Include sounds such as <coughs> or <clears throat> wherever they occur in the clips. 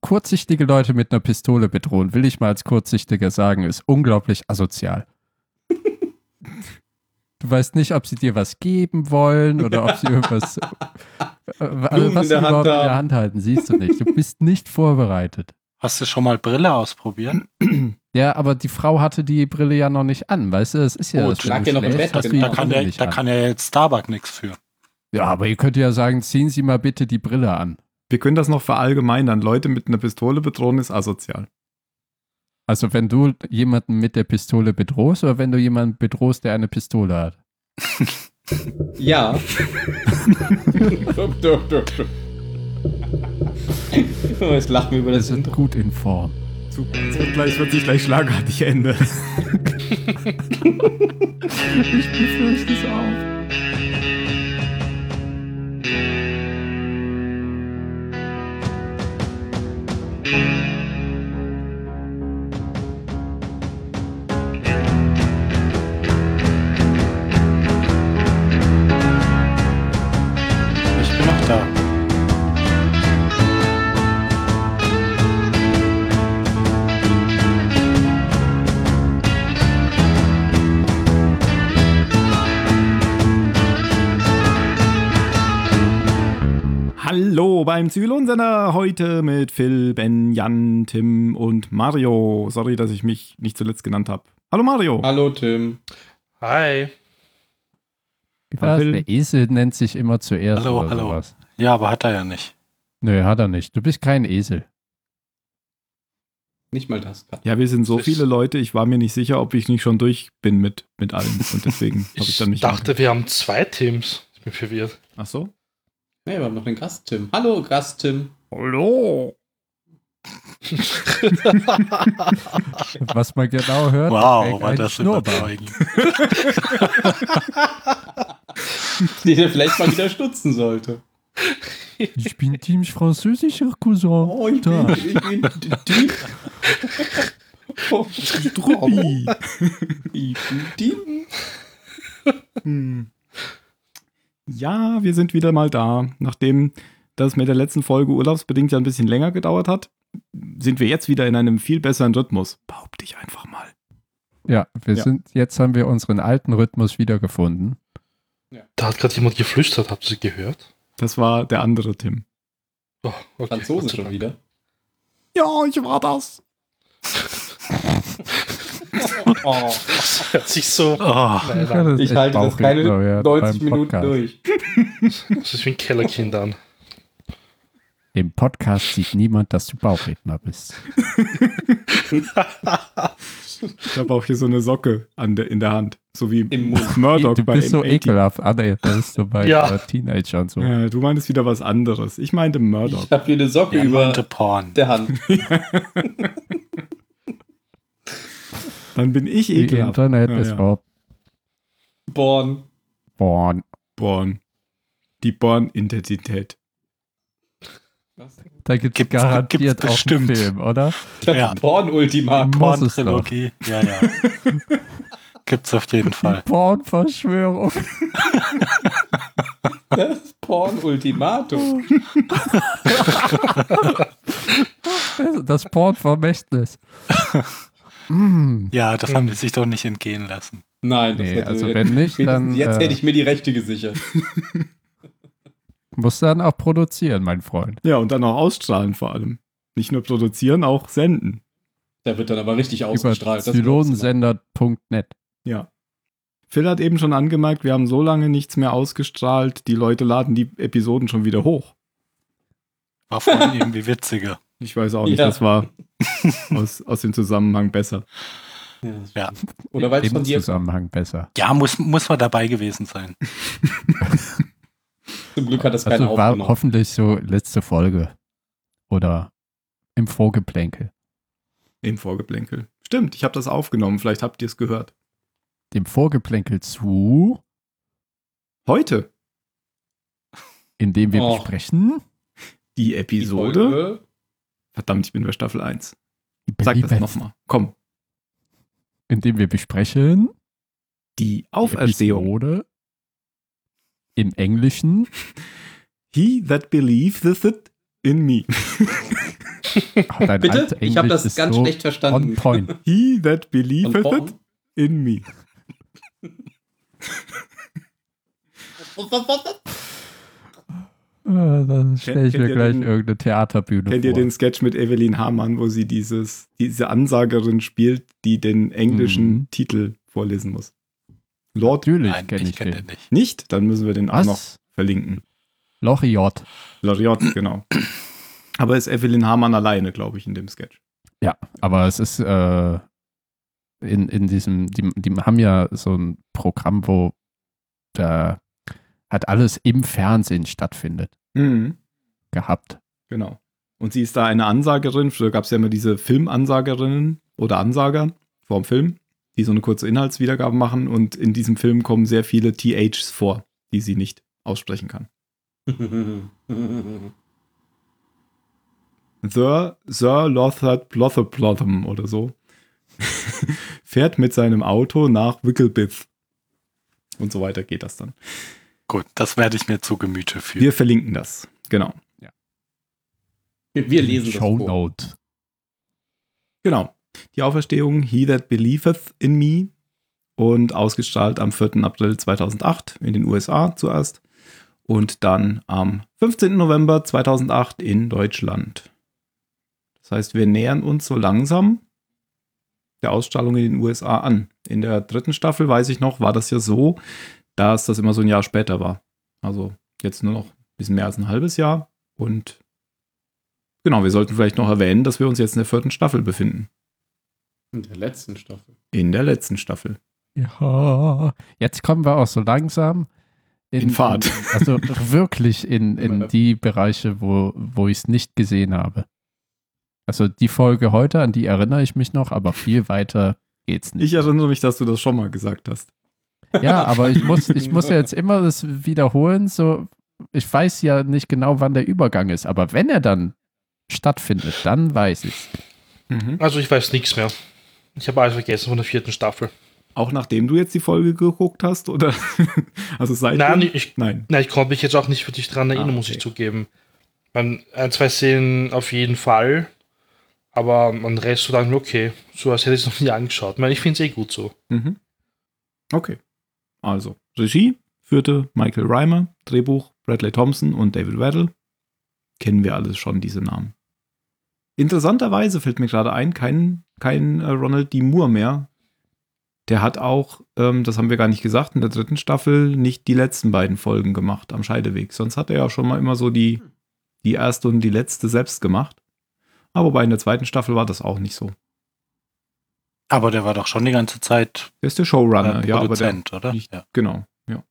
kurzsichtige Leute mit einer Pistole bedrohen, will ich mal als Kurzsichtiger sagen, ist unglaublich asozial. Du weißt nicht, ob sie dir was geben wollen oder ob sie irgendwas. Also, Blumen in was sie der Hand überhaupt in haben. der Hand halten, siehst du nicht. Du bist nicht vorbereitet. Hast du schon mal Brille ausprobiert? Ja, aber die Frau hatte die Brille ja noch nicht an, weißt du? Das ist ja Oh, das es lag ja noch im Schlecht, Bett, dass du genau. die Da kann, Brille der, nicht da an- kann ja jetzt Starbuck nichts für. Ja, aber ihr könnt ja sagen, ziehen Sie mal bitte die Brille an. Wir können das noch verallgemeinern. Leute mit einer Pistole bedrohen ist asozial. Also wenn du jemanden mit der Pistole bedrohst oder wenn du jemanden bedrohst, der eine Pistole hat. Ja. dup, dup, dup, dup. Oh, <laughs> Jetzt lachen wir über Wir das sind Intro. gut in Form. Zu, zu gleich wird sich gleich schlagartig ändern. Ich befürchte es auch. Ich bin noch da. Hallo beim Zylonsender heute mit Phil, Ben, Jan, Tim und Mario. Sorry, dass ich mich nicht zuletzt genannt habe. Hallo Mario. Hallo Tim. Hi. Was? Will- Der Esel nennt sich immer zuerst Hallo, oder hallo. sowas. Ja, aber hat er ja nicht. Nö, hat er nicht. Du bist kein Esel. Nicht mal das. grad. Ja, wir sind so Ich- viele Leute, ich war mir nicht sicher, ob ich nicht schon durch bin mit, mit allen. Und <laughs> deswegen habe ich Ich dann mich. dachte, wir haben zwei Teams. Ich bin verwirrt. Ach so? Hey, wir haben noch den Gast Tim. Hallo Gast Tim. <laughs> Hallo. Was man genau hört, Wow, trägt war ein das Schnurrbart. überzeugend. Den ihr vielleicht mal wieder stutzen sollte. Ich bin Teams französischer Cousin. Da. ich bin Tim. Oh, Struppi. ich bin Tim. Hm. Ja, wir sind wieder mal da. Nachdem das mit der letzten Folge urlaubsbedingt ja ein bisschen länger gedauert hat, sind wir jetzt wieder in einem viel besseren Rhythmus. Behaupte ich einfach mal. Ja, wir Ja. sind, jetzt haben wir unseren alten Rhythmus wiedergefunden. Da hat gerade jemand geflüstert. Habt ihr sie gehört? Das war der andere Tim. Oh, okay. Franzose Gott sei schon Dank. wieder. Ja, ich war das. Oh, Das hört sich so. Oh, Nein, Ja, nein. ist ich echt halte das bauchig, keine glaub ich, ja, 90 beim Minuten Podcast. durch. Das ist wie ein Kellerkind an. Im Podcast sieht niemand, dass du Bauchredner bist. Ich habe auch hier so eine Socke an der, in der Hand. So wie Im Mund. Murdoch Du bei bist so M80. ekelhaft. Ah, nee, das ist so bei Ja. äh, Teenager und so. Ja, du meinst wieder was anderes. Ich meinte Murdoch. Ich habe hier eine Socke der über meinte Porn. der Hand. Dann bin ich Die ekelhaft. Internet Ja, ist ja. auch Born. born. Born. Die Born-Identität. Was? Da gibt es Gibt's- garantiert gibt's auch einen bestimmt. Film, oder? Ich hab Ja. Porn-Ultimat. <laughs> Muss es doch. Porn-Trilogie. Ja, ja. Gibt's auf jeden Fall. <laughs> Pornverschwörung. Das Porn-Ultimatum. Das Pornvermächtnis. <laughs> mm. Ja, das haben die sich doch nicht entgehen lassen. Nein, das Nee, hätte, also wenn nicht, dann Spätestens jetzt äh, hätte ich mir die Rechte gesichert. muss dann auch produzieren, mein Freund. Ja, und dann auch ausstrahlen vor allem. Nicht nur produzieren, auch senden. Da wird dann aber richtig Über ausgestrahlt. das glaubst zylonensender.net. Ja. Phil hat eben schon angemerkt, wir haben so lange nichts mehr ausgestrahlt, die Leute laden die Episoden schon wieder hoch. War vorhin irgendwie witziger. Ich weiß auch nicht, Ja. das war <laughs> aus, aus dem Zusammenhang besser. du mal. Ja. Oder weil es Im von dir Zusammenhang besser. Ja, muss, muss man dabei gewesen sein. zum Glück hat das keiner Also war aufgenommen. hoffentlich so letzte Folge. Oder im Vorgeplänkel. Im Vorgeplänkel. Stimmt, ich habe das aufgenommen, vielleicht habt ihr es gehört. Dem Vorgeplänkel zu, Heute indem wir Och. besprechen. die Die Episode. ne? Folge- Verdammt, ich bin bei Staffel 1. Sag das Beliebig. nochmal. Komm. Indem wir besprechen. Die Auferstehung. Episode Im Englischen. He that believeth it in me. Ach, dein Bitte? altes Ich habe Englisch das ist ganz so schlecht On verstanden. point. He <laughs> that Und believeth it warum? in me. Ah, Dann stelle ich kennt mir ihr gleich den- irgendeine Theaterbühne Kennt vor. ihr den Sketch mit Evelyn Hamann, wo sie dieses, diese Ansagerin spielt, die den englischen Mhm. Titel vorlesen muss? Lord Natürlich Nein, kenne ich, kenn den. den nicht. nicht, dann müssen wir den auch noch Was? verlinken. Loriot. Lariot, genau. Aber ist Evelyn Hamann alleine, glaube ich, in dem Sketch. Ja, aber es ist äh, in, in diesem, die, die haben ja so ein Programm, wo da hat alles im Fernsehen stattfindet, Mhm. gehabt. Genau. Und sie ist da eine Ansagerin. Früher gab es ja immer diese Filmansagerinnen oder Ansager vorm Film, die so eine kurze Inhaltswiedergabe machen. Und in diesem Film kommen sehr viele THs vor, die sie nicht aussprechen kann. Sir, Sir Lothard Blotheplotham oder so <laughs> fährt mit seinem Auto nach Wickelbith. Und so weiter geht das dann. Gut, das werde ich mir zu Gemüte führen. Wir verlinken das. Genau. Wir wir lesen das Show vor. Note. Genau. Die Auferstehung He That Believeth in Me und ausgestrahlt am 4. April 2008 in den USA zuerst und dann am 15. November 2008 in Deutschland. Das heißt, wir nähern uns so langsam der Ausstrahlung in den USA an. In der dritten Staffel, weiß ich noch, war das ja so, dass das immer so ein Jahr später war. Also jetzt nur noch ein bisschen mehr als ein halbes Jahr und genau, wir sollten vielleicht noch erwähnen, dass wir uns jetzt in der vierten Staffel befinden. In der letzten Staffel. In der letzten Staffel. Ja. Jetzt kommen wir auch so langsam In Fahrt. <laughs> Also wirklich in, in Immer. die Bereiche, wo, wo ich es nicht gesehen habe. Also die Folge heute, an die erinnere ich mich noch, aber viel weiter geht's nicht. Ich erinnere mich, dass du das schon mal gesagt hast. <laughs> Ja, aber ich muss, ich muss ja jetzt immer das wiederholen. So, ich weiß ja nicht genau, wann der Übergang ist, aber wenn er dann stattfindet, dann weiß ich. Also ich weiß nichts mehr. Ich habe alles vergessen von der vierten Staffel. Auch nachdem du jetzt die Folge geguckt hast, oder? <laughs> Also seitdem? Nein, ich, Nein. Na, ich konnte mich jetzt auch nicht wirklich dran erinnern, Ah, muss ich okay. zugeben. Man, ein, zwei Szenen auf jeden Fall, aber am Rest so dann, okay, so als hätte ich es noch nie angeschaut. Ich, meine, ich finde es eh gut so. Mhm. Okay. Also, Regie führte Michael Reimer, Drehbuch Bradley Thompson und David Weddle. Kennen wir alles schon, diese Namen. Interessanterweise fällt mir gerade ein, kein, kein äh, Ronald D. Moore mehr. Der hat auch, ähm, das haben wir gar nicht gesagt, in der dritten Staffel nicht die letzten beiden Folgen gemacht am Scheideweg. Sonst hat er ja schon mal immer so die, die erste und die letzte selbst gemacht. Aber wobei in der zweiten Staffel war das auch nicht so. Aber der war doch schon die ganze Zeit Der ist der äh, Showrunner, ja, aber der, Produzent, oder? nicht- Ja. Genau, ja.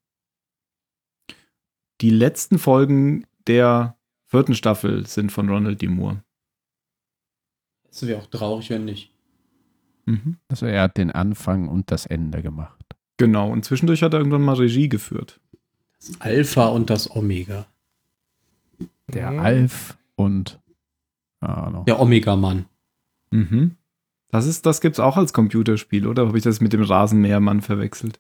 Die letzten Folgen der vierten Staffel sind von Ronald D. Moore. Das wäre auch traurig, wenn nicht. Also er hat den Anfang und das Ende gemacht. Genau, und zwischendurch hat er irgendwann mal Regie geführt. Das Alpha und das Omega. Der Mhm. Alf und keine Ahnung. Der Omega-Mann. Das, ist, das gibt's auch als Computerspiel, oder? Habe ich das mit dem Rasenmähermann verwechselt?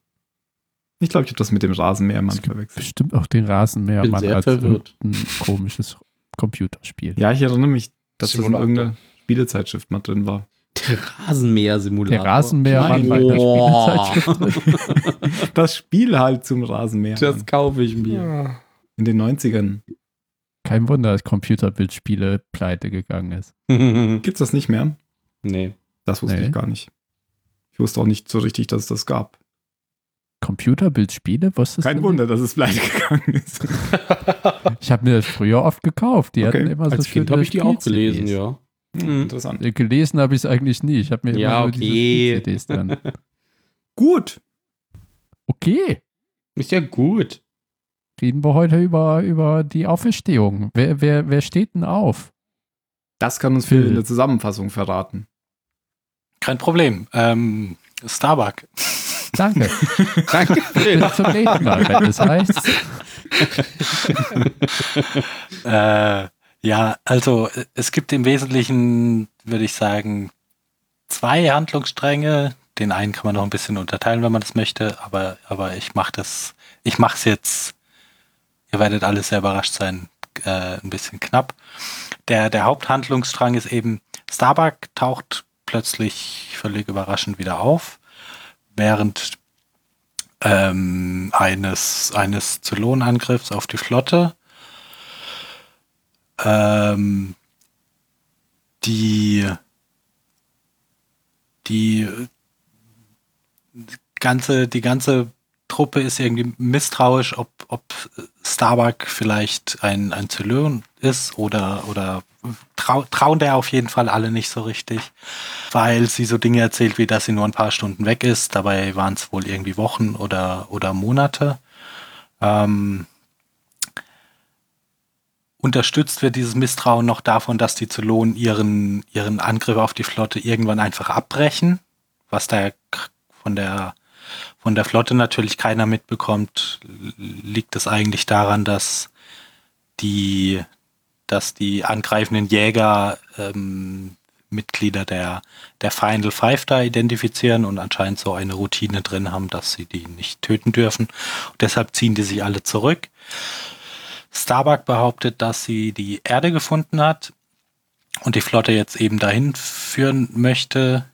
Ich glaube, ich habe das mit dem Rasenmähermann Es gibt verwechselt. bestimmt auch den Rasenmähermann Bin sehr als verwirrt. ein komisches Computerspiel. Ja, ich erinnere mich, dass das in Simulator. irgendeiner Spielezeitschrift mal drin war. Der Rasenmäher-Simulator. Der Rasenmähermann Nein. war in der Boah. Spielezeitschrift. drin. Das Spiel halt zum Rasenmähermann. <laughs> Das kaufe ich mir. <laughs> Ja. In den 90ern. <laughs> Kein Wunder, dass Computerbildspiele pleite gegangen ist. Gibt's das nicht mehr? nee. Das wusste Nee. ich gar nicht. Ich wusste auch nicht so richtig, dass es das gab. Computerbildspiele? Wusstest Kein du Wunder, dass es pleite gegangen ist. nicht? Ich habe mir das früher oft gekauft. Die Okay. hatten immer so Als Kind schöne habe ich die auch Spiel-CDs. gelesen, ja. Interessant. Äh, Gelesen habe ich es eigentlich nie. Ich habe mir Ja, immer nur okay. diese CDs dran. Gut. Okay, Ist ja gut. reden wir heute über, über die Auferstehung. Wer, wer, wer steht denn auf? Das kann uns Phil. Phil in der Zusammenfassung verraten. Kein Problem. Ähm, Starbuck. Danke. <laughs> Danke, Phil. Bis zum nächsten Mal, wenn es heißt. Äh, ja, also äh, es gibt im Wesentlichen, würde ich sagen, zwei Handlungsstränge. Den einen kann man noch ein bisschen unterteilen, wenn man das möchte, aber, aber ich mache das, ich mache es jetzt, ihr werdet alle sehr überrascht sein, äh, ein bisschen knapp. der, der Haupthandlungsstrang ist eben, Starbuck taucht plötzlich völlig überraschend wieder auf, während ähm, eines, eines Zylonangriffs auf die Flotte ähm, die, die ganze, die ganze Truppe ist irgendwie misstrauisch, ob, ob Starbuck vielleicht ein, ein Zylon ist oder, oder trau, trauen der auf jeden Fall alle nicht so richtig, weil sie so Dinge erzählt, wie dass sie nur ein paar Stunden weg ist. Dabei waren es wohl irgendwie Wochen oder, oder Monate. Ähm, unterstützt wird dieses Misstrauen noch davon, dass die Zylonen ihren, ihren Angriff auf die Flotte irgendwann einfach abbrechen, was da von der, von der Flotte natürlich keiner mitbekommt, liegt es eigentlich daran, dass die, dass die angreifenden Jäger ähm, Mitglieder der, der Final Five da identifizieren und anscheinend so eine Routine drin haben, dass sie die nicht töten dürfen. Und deshalb ziehen die sich alle zurück. Starbuck behauptet, dass sie die Erde gefunden hat und die Flotte jetzt eben dahin führen möchte.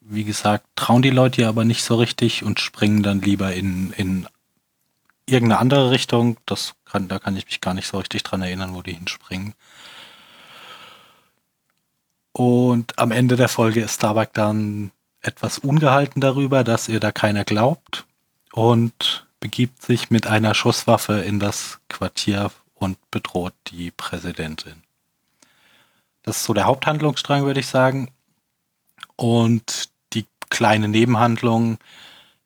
Wie gesagt, trauen die Leute ihr aber nicht so richtig und springen dann lieber in, in irgendeine andere Richtung. Das kann, da kann ich mich gar nicht so richtig dran erinnern, wo die hinspringen. Und am Ende der Folge ist Starbuck dann etwas ungehalten darüber, dass ihr da keiner glaubt und begibt sich mit einer Schusswaffe in das Quartier und bedroht die Präsidentin. Das ist so der Haupthandlungsstrang, würde ich sagen. Und die kleine Nebenhandlung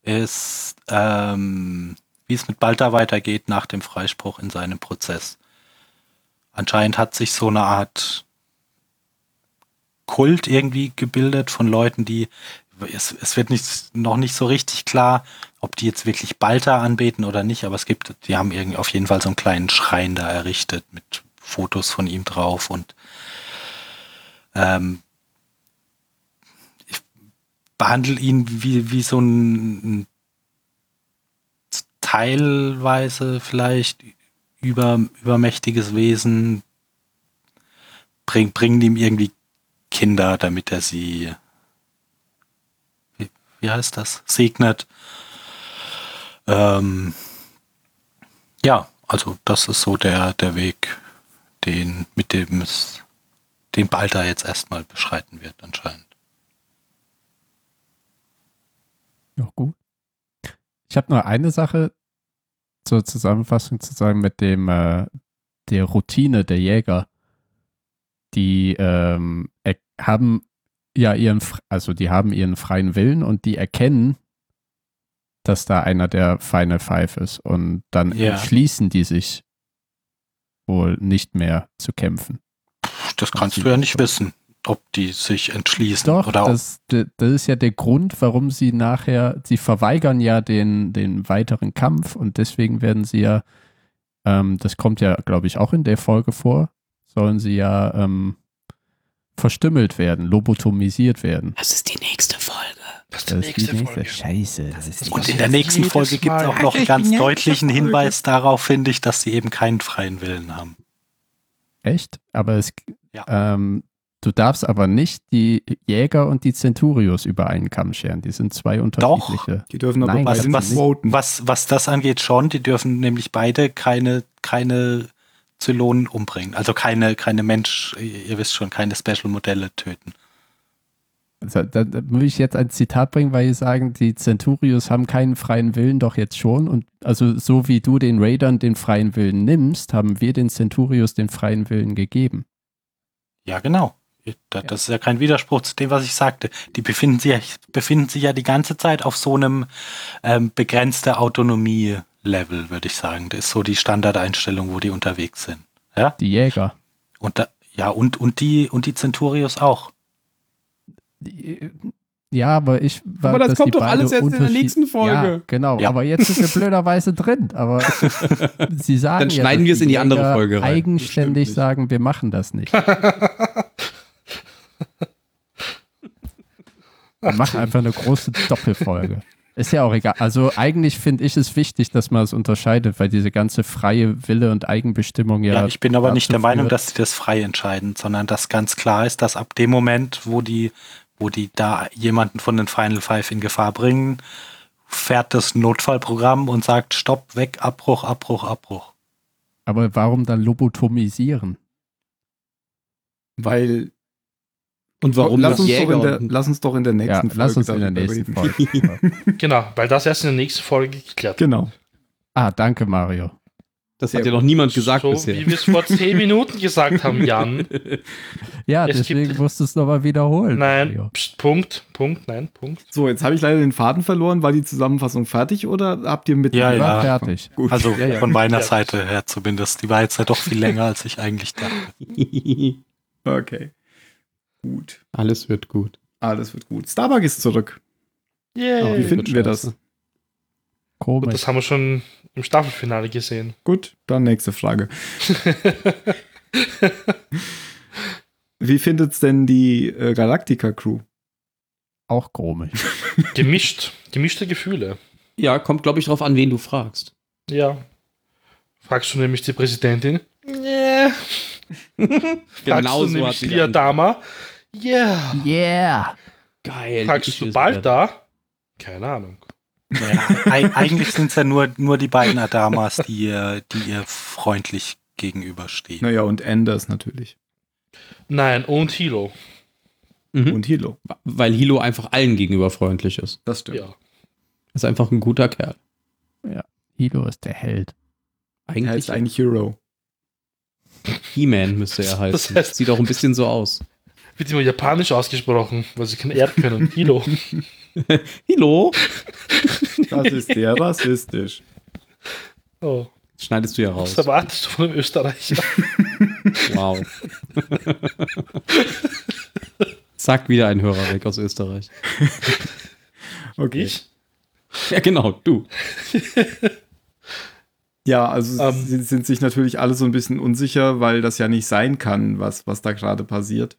ist, ähm, wie es mit Balta weitergeht nach dem Freispruch in seinem Prozess. Anscheinend hat sich so eine Art Kult irgendwie gebildet von Leuten, die es, es, wird nicht, noch nicht so richtig klar, ob die jetzt wirklich Balta anbeten oder nicht, aber es gibt, die haben irgendwie auf jeden Fall so einen kleinen Schrein da errichtet mit Fotos von ihm drauf und ähm, ich behandle ihn wie, wie so ein, ein teilweise vielleicht über, übermächtiges Wesen, bring, bringen ihm irgendwie Kinder, damit er sie wie heißt das, segnet. Ähm, ja, also das ist so der, der Weg, den, mit dem es, den Balta jetzt erstmal beschreiten wird anscheinend. Ja, gut. Ich habe nur eine Sache zur Zusammenfassung zu sagen mit dem äh, der Routine der Jäger. Die ähm, haben ja ihren, also die haben ihren freien Willen und die erkennen, dass da einer der Final Five ist und dann Ja. entschließen die sich wohl nicht mehr zu kämpfen. Das kannst du ja nicht wissen, ob die sich entschließen Doch, oder ob, das, das ist ja der Grund, warum sie nachher, sie verweigern ja den, den weiteren Kampf und deswegen werden sie ja, ähm, das kommt ja, glaube ich, auch in der Folge vor, sollen sie ja ähm, verstümmelt werden, lobotomisiert werden. Das ist die nächste Folge. Das ist die nächste Folge. Scheiße, das ist Und in passiert der nächsten jedes Folge gibt es Mal. auch noch einen Ich ganz bin ja <laughs> deutlichen schon Hinweis darauf, finde ich, dass sie eben keinen freien Willen haben. Echt? Aber es, Ja. ähm, du darfst aber nicht die Jäger und die Centurios über einen Kamm scheren. Die sind zwei unterschiedliche. Die dürfen aber Nein, beide was- nicht was- voten. Was, was das angeht, schon, die dürfen nämlich beide keine, keine Zylonen umbringen. Also keine, keine Mensch, ihr wisst schon, keine Special-Modelle töten. Also, da, da will ich jetzt ein Zitat bringen, weil sie sagen, die Centurios haben keinen freien Willen, doch jetzt schon. Und also so wie du den Raidern den freien Willen nimmst, haben wir den Centurios den freien Willen gegeben. Ja, genau. Da- Das ist ja kein Widerspruch zu dem, was ich sagte. Die befinden sich, ja- befinden sich ja die ganze Zeit auf so einem ähm, begrenzte Autonomie-Level, würde ich sagen. Das ist so die Standardeinstellung, wo die unterwegs sind. Die Jäger. Und da, ja, und, und die, und die Centurios auch. Die- Ja, aber ich war. Aber das dass kommt die doch beide alles jetzt in der unterschied- nächsten Folge. Ja, genau, Ja. aber jetzt ist er blöderweise drin. Aber <laughs> sie sagen. Dann ja, schneiden dass wir es in die andere Jäger Folge rein. Bestimmt Eigenständig nicht. sagen, wir machen das <laughs> nicht. Wir machen einfach eine große Doppelfolge. Ist ja auch egal. Also eigentlich finde ich es wichtig, dass man es unterscheidet, weil diese ganze freie Wille und Eigenbestimmung ja. Ja, ich bin aber dazu nicht der Meinung, führt- dass sie das frei entscheiden, sondern dass ganz klar ist, dass ab dem Moment, wo die, wo die da jemanden von den Final Five in Gefahr bringen, fährt das Notfallprogramm und sagt Stopp, weg, Abbruch, Abbruch, Abbruch. Aber warum dann lobotomisieren? Weil Und warum lass um das uns, Jäger doch in der, und- lass uns doch in der Ja, nächsten Folge lass uns in der darüber nächsten reden. <laughs> Folge. drüber. Genau, weil das erst in der nächsten Folge geklärt wird. Genau. ah, danke, Mario. Das hat ja noch niemand gesagt so, wie bisher. wir es vor 10 Minuten gesagt haben, <laughs> Jan. Ja, Es gibt- deswegen musst du es nochmal wiederholen. Nein, Mario. pst, Punkt, Punkt, nein, Punkt. So, jetzt habe ich leider den Faden verloren. War die Zusammenfassung fertig oder habt ihr mit? Ja, War ja. fertig. <laughs> Gut. Also ja, ja. von meiner Ja. Seite her zumindest. Die war jetzt ja doch viel länger, als ich eigentlich dachte. Okay. Gut. <laughs> Alles wird gut. Alles wird gut. Starbuck ist zurück. Yay. Wie finden wir das? scheiße. Gut, Komisch. das haben wir schon im Staffelfinale gesehen. Gut, dann nächste Frage. Wie findet's denn die äh, Galactica-Crew? Auch komisch. Gemischt, gemischte Gefühle. Ja, kommt, glaube ich, drauf an, wen du fragst. Ja. Fragst du nämlich die Präsidentin? <laughs> Nee. Fragst du nämlich sie Lia geantwortet. Dama? Ja. Yeah. Geil. Fragst ich du will's bald werden. da? Keine Ahnung. Naja, eig- eigentlich sind es ja nur, nur die beiden Adamas, die ihr, die ihr freundlich gegenüberstehen. Naja, und Anders natürlich. Nein, und Hilo. Mhm. Und Hilo. Weil Hilo einfach allen gegenüber freundlich ist. Das stimmt. Ja. Ist einfach ein guter Kerl. Hilo ist der Held. Er Eigentlich ist eigentlich Hero. He-Man müsste er heißen. <laughs> Das heißt- Sieht auch ein bisschen so aus. Wird immer japanisch ausgesprochen, weil sie kein Erd können. <laughs> Hilo. Hilo! Das ist sehr rassistisch. Oh. Schneidest du ja raus. Was erwartest du von einem Österreicher? <laughs> Wow. Zack, wieder ein Hörer weg aus Österreich. Okay. Ich? Ja, genau, du. Ja, also Ähm. sie sind sich natürlich alle so ein bisschen unsicher, weil das ja nicht sein kann, was, was da gerade passiert.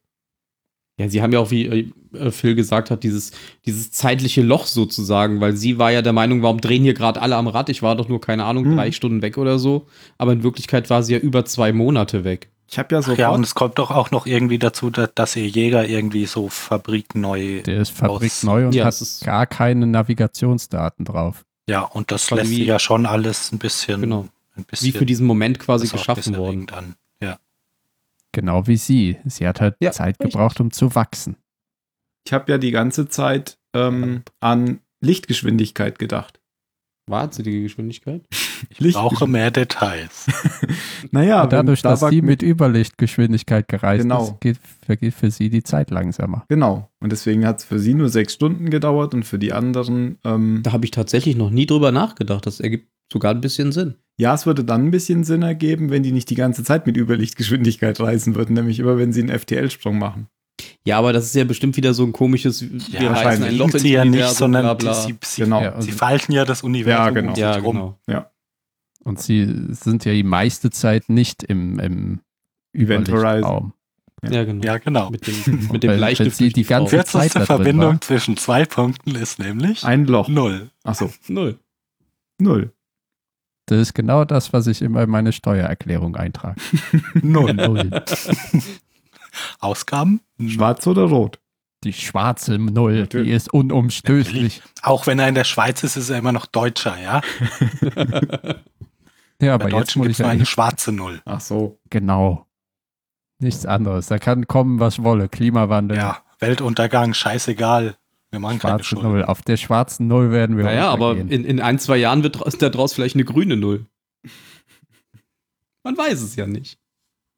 Ja, sie haben ja auch, wie äh, Phil gesagt hat, dieses, dieses zeitliche Loch sozusagen, weil sie war ja der Meinung, warum drehen hier gerade alle am Rad? Ich war doch nur, keine Ahnung, Hm. drei Stunden weg oder so. Aber in Wirklichkeit war sie ja über zwei Monate weg. Ich habe ja Ach ja, und sofort, es kommt doch auch noch irgendwie dazu, da- dass ihr Jäger irgendwie so fabrikneu Der ist fabrikneu und Ja, hat es ist- gar keine Navigationsdaten drauf. Ja, und das Quasi lässt wie- sie ja schon alles ein bisschen, Genau. ein bisschen Wie für diesen Moment quasi das auch ein geschaffen bisschen worden. erregend An. Genau wie sie. Sie hat halt Ja, Zeit richtig. gebraucht, um zu wachsen. ich habe ja die ganze Zeit ähm, an Lichtgeschwindigkeit gedacht. Wahnsinnige Geschwindigkeit. Licht Brauche mehr Details. naja, Und dadurch, Ah, wenn dass Starbuck sie mit Überlichtgeschwindigkeit gereist Genau. ist, geht, vergeht für sie die Zeit langsamer. Genau. Und deswegen hat es für sie nur sechs Stunden gedauert und für die anderen, ähm, Da habe ich tatsächlich noch nie drüber nachgedacht. Das ergibt sogar ein bisschen Sinn. ja, es würde dann ein bisschen Sinn ergeben, wenn die nicht die ganze Zeit mit Überlichtgeschwindigkeit reisen würden, nämlich immer, wenn sie einen FTL-Sprung machen. Ja, aber das ist ja bestimmt wieder so ein komisches. Ja, wir reißen wahrscheinlich. ein Loch ins sie ja nicht, Universum, sondern bla, bla. Sie, sie, Genau. also Ja, sie und, falten ja das Universum Ja, genau. um sich ja, rum. genau. und sie sind ja die meiste Zeit nicht im, im Event Überlichtraum. Ja. Ja, genau. Ja, genau. Mit dem, mit Wenn- wenn dem Bleistift sie durch die ganze- Frau. Zeit da Kürzeste drin Verbindung war. zwischen zwei Punkten ist nämlich Ein Loch. null. Achso, Null. null. Das ist genau das, was ich immer in meine Steuererklärung eintrage. Null. Null. Ausgaben? Null. <laughs> Schwarz oder rot? Die schwarze Null, die Natürlich. ist unumstößlich. Auch wenn er in der Schweiz ist, ist er immer noch Deutscher, ja? Ja, aber Bei jetzt Deutschen muss gibt ich es nur ja eine schwarze Null. Ach so. Genau. Nichts anderes. Da kann kommen, was wolle. Klimawandel, Ja, Weltuntergang, scheißegal. Wir machen keine schwarze Schuld. Null. Auf der schwarzen Null werden wir naja, aber untergehen. in, in ein, zwei Jahren wird dra- daraus vielleicht eine grüne Null. Man weiß es ja nicht.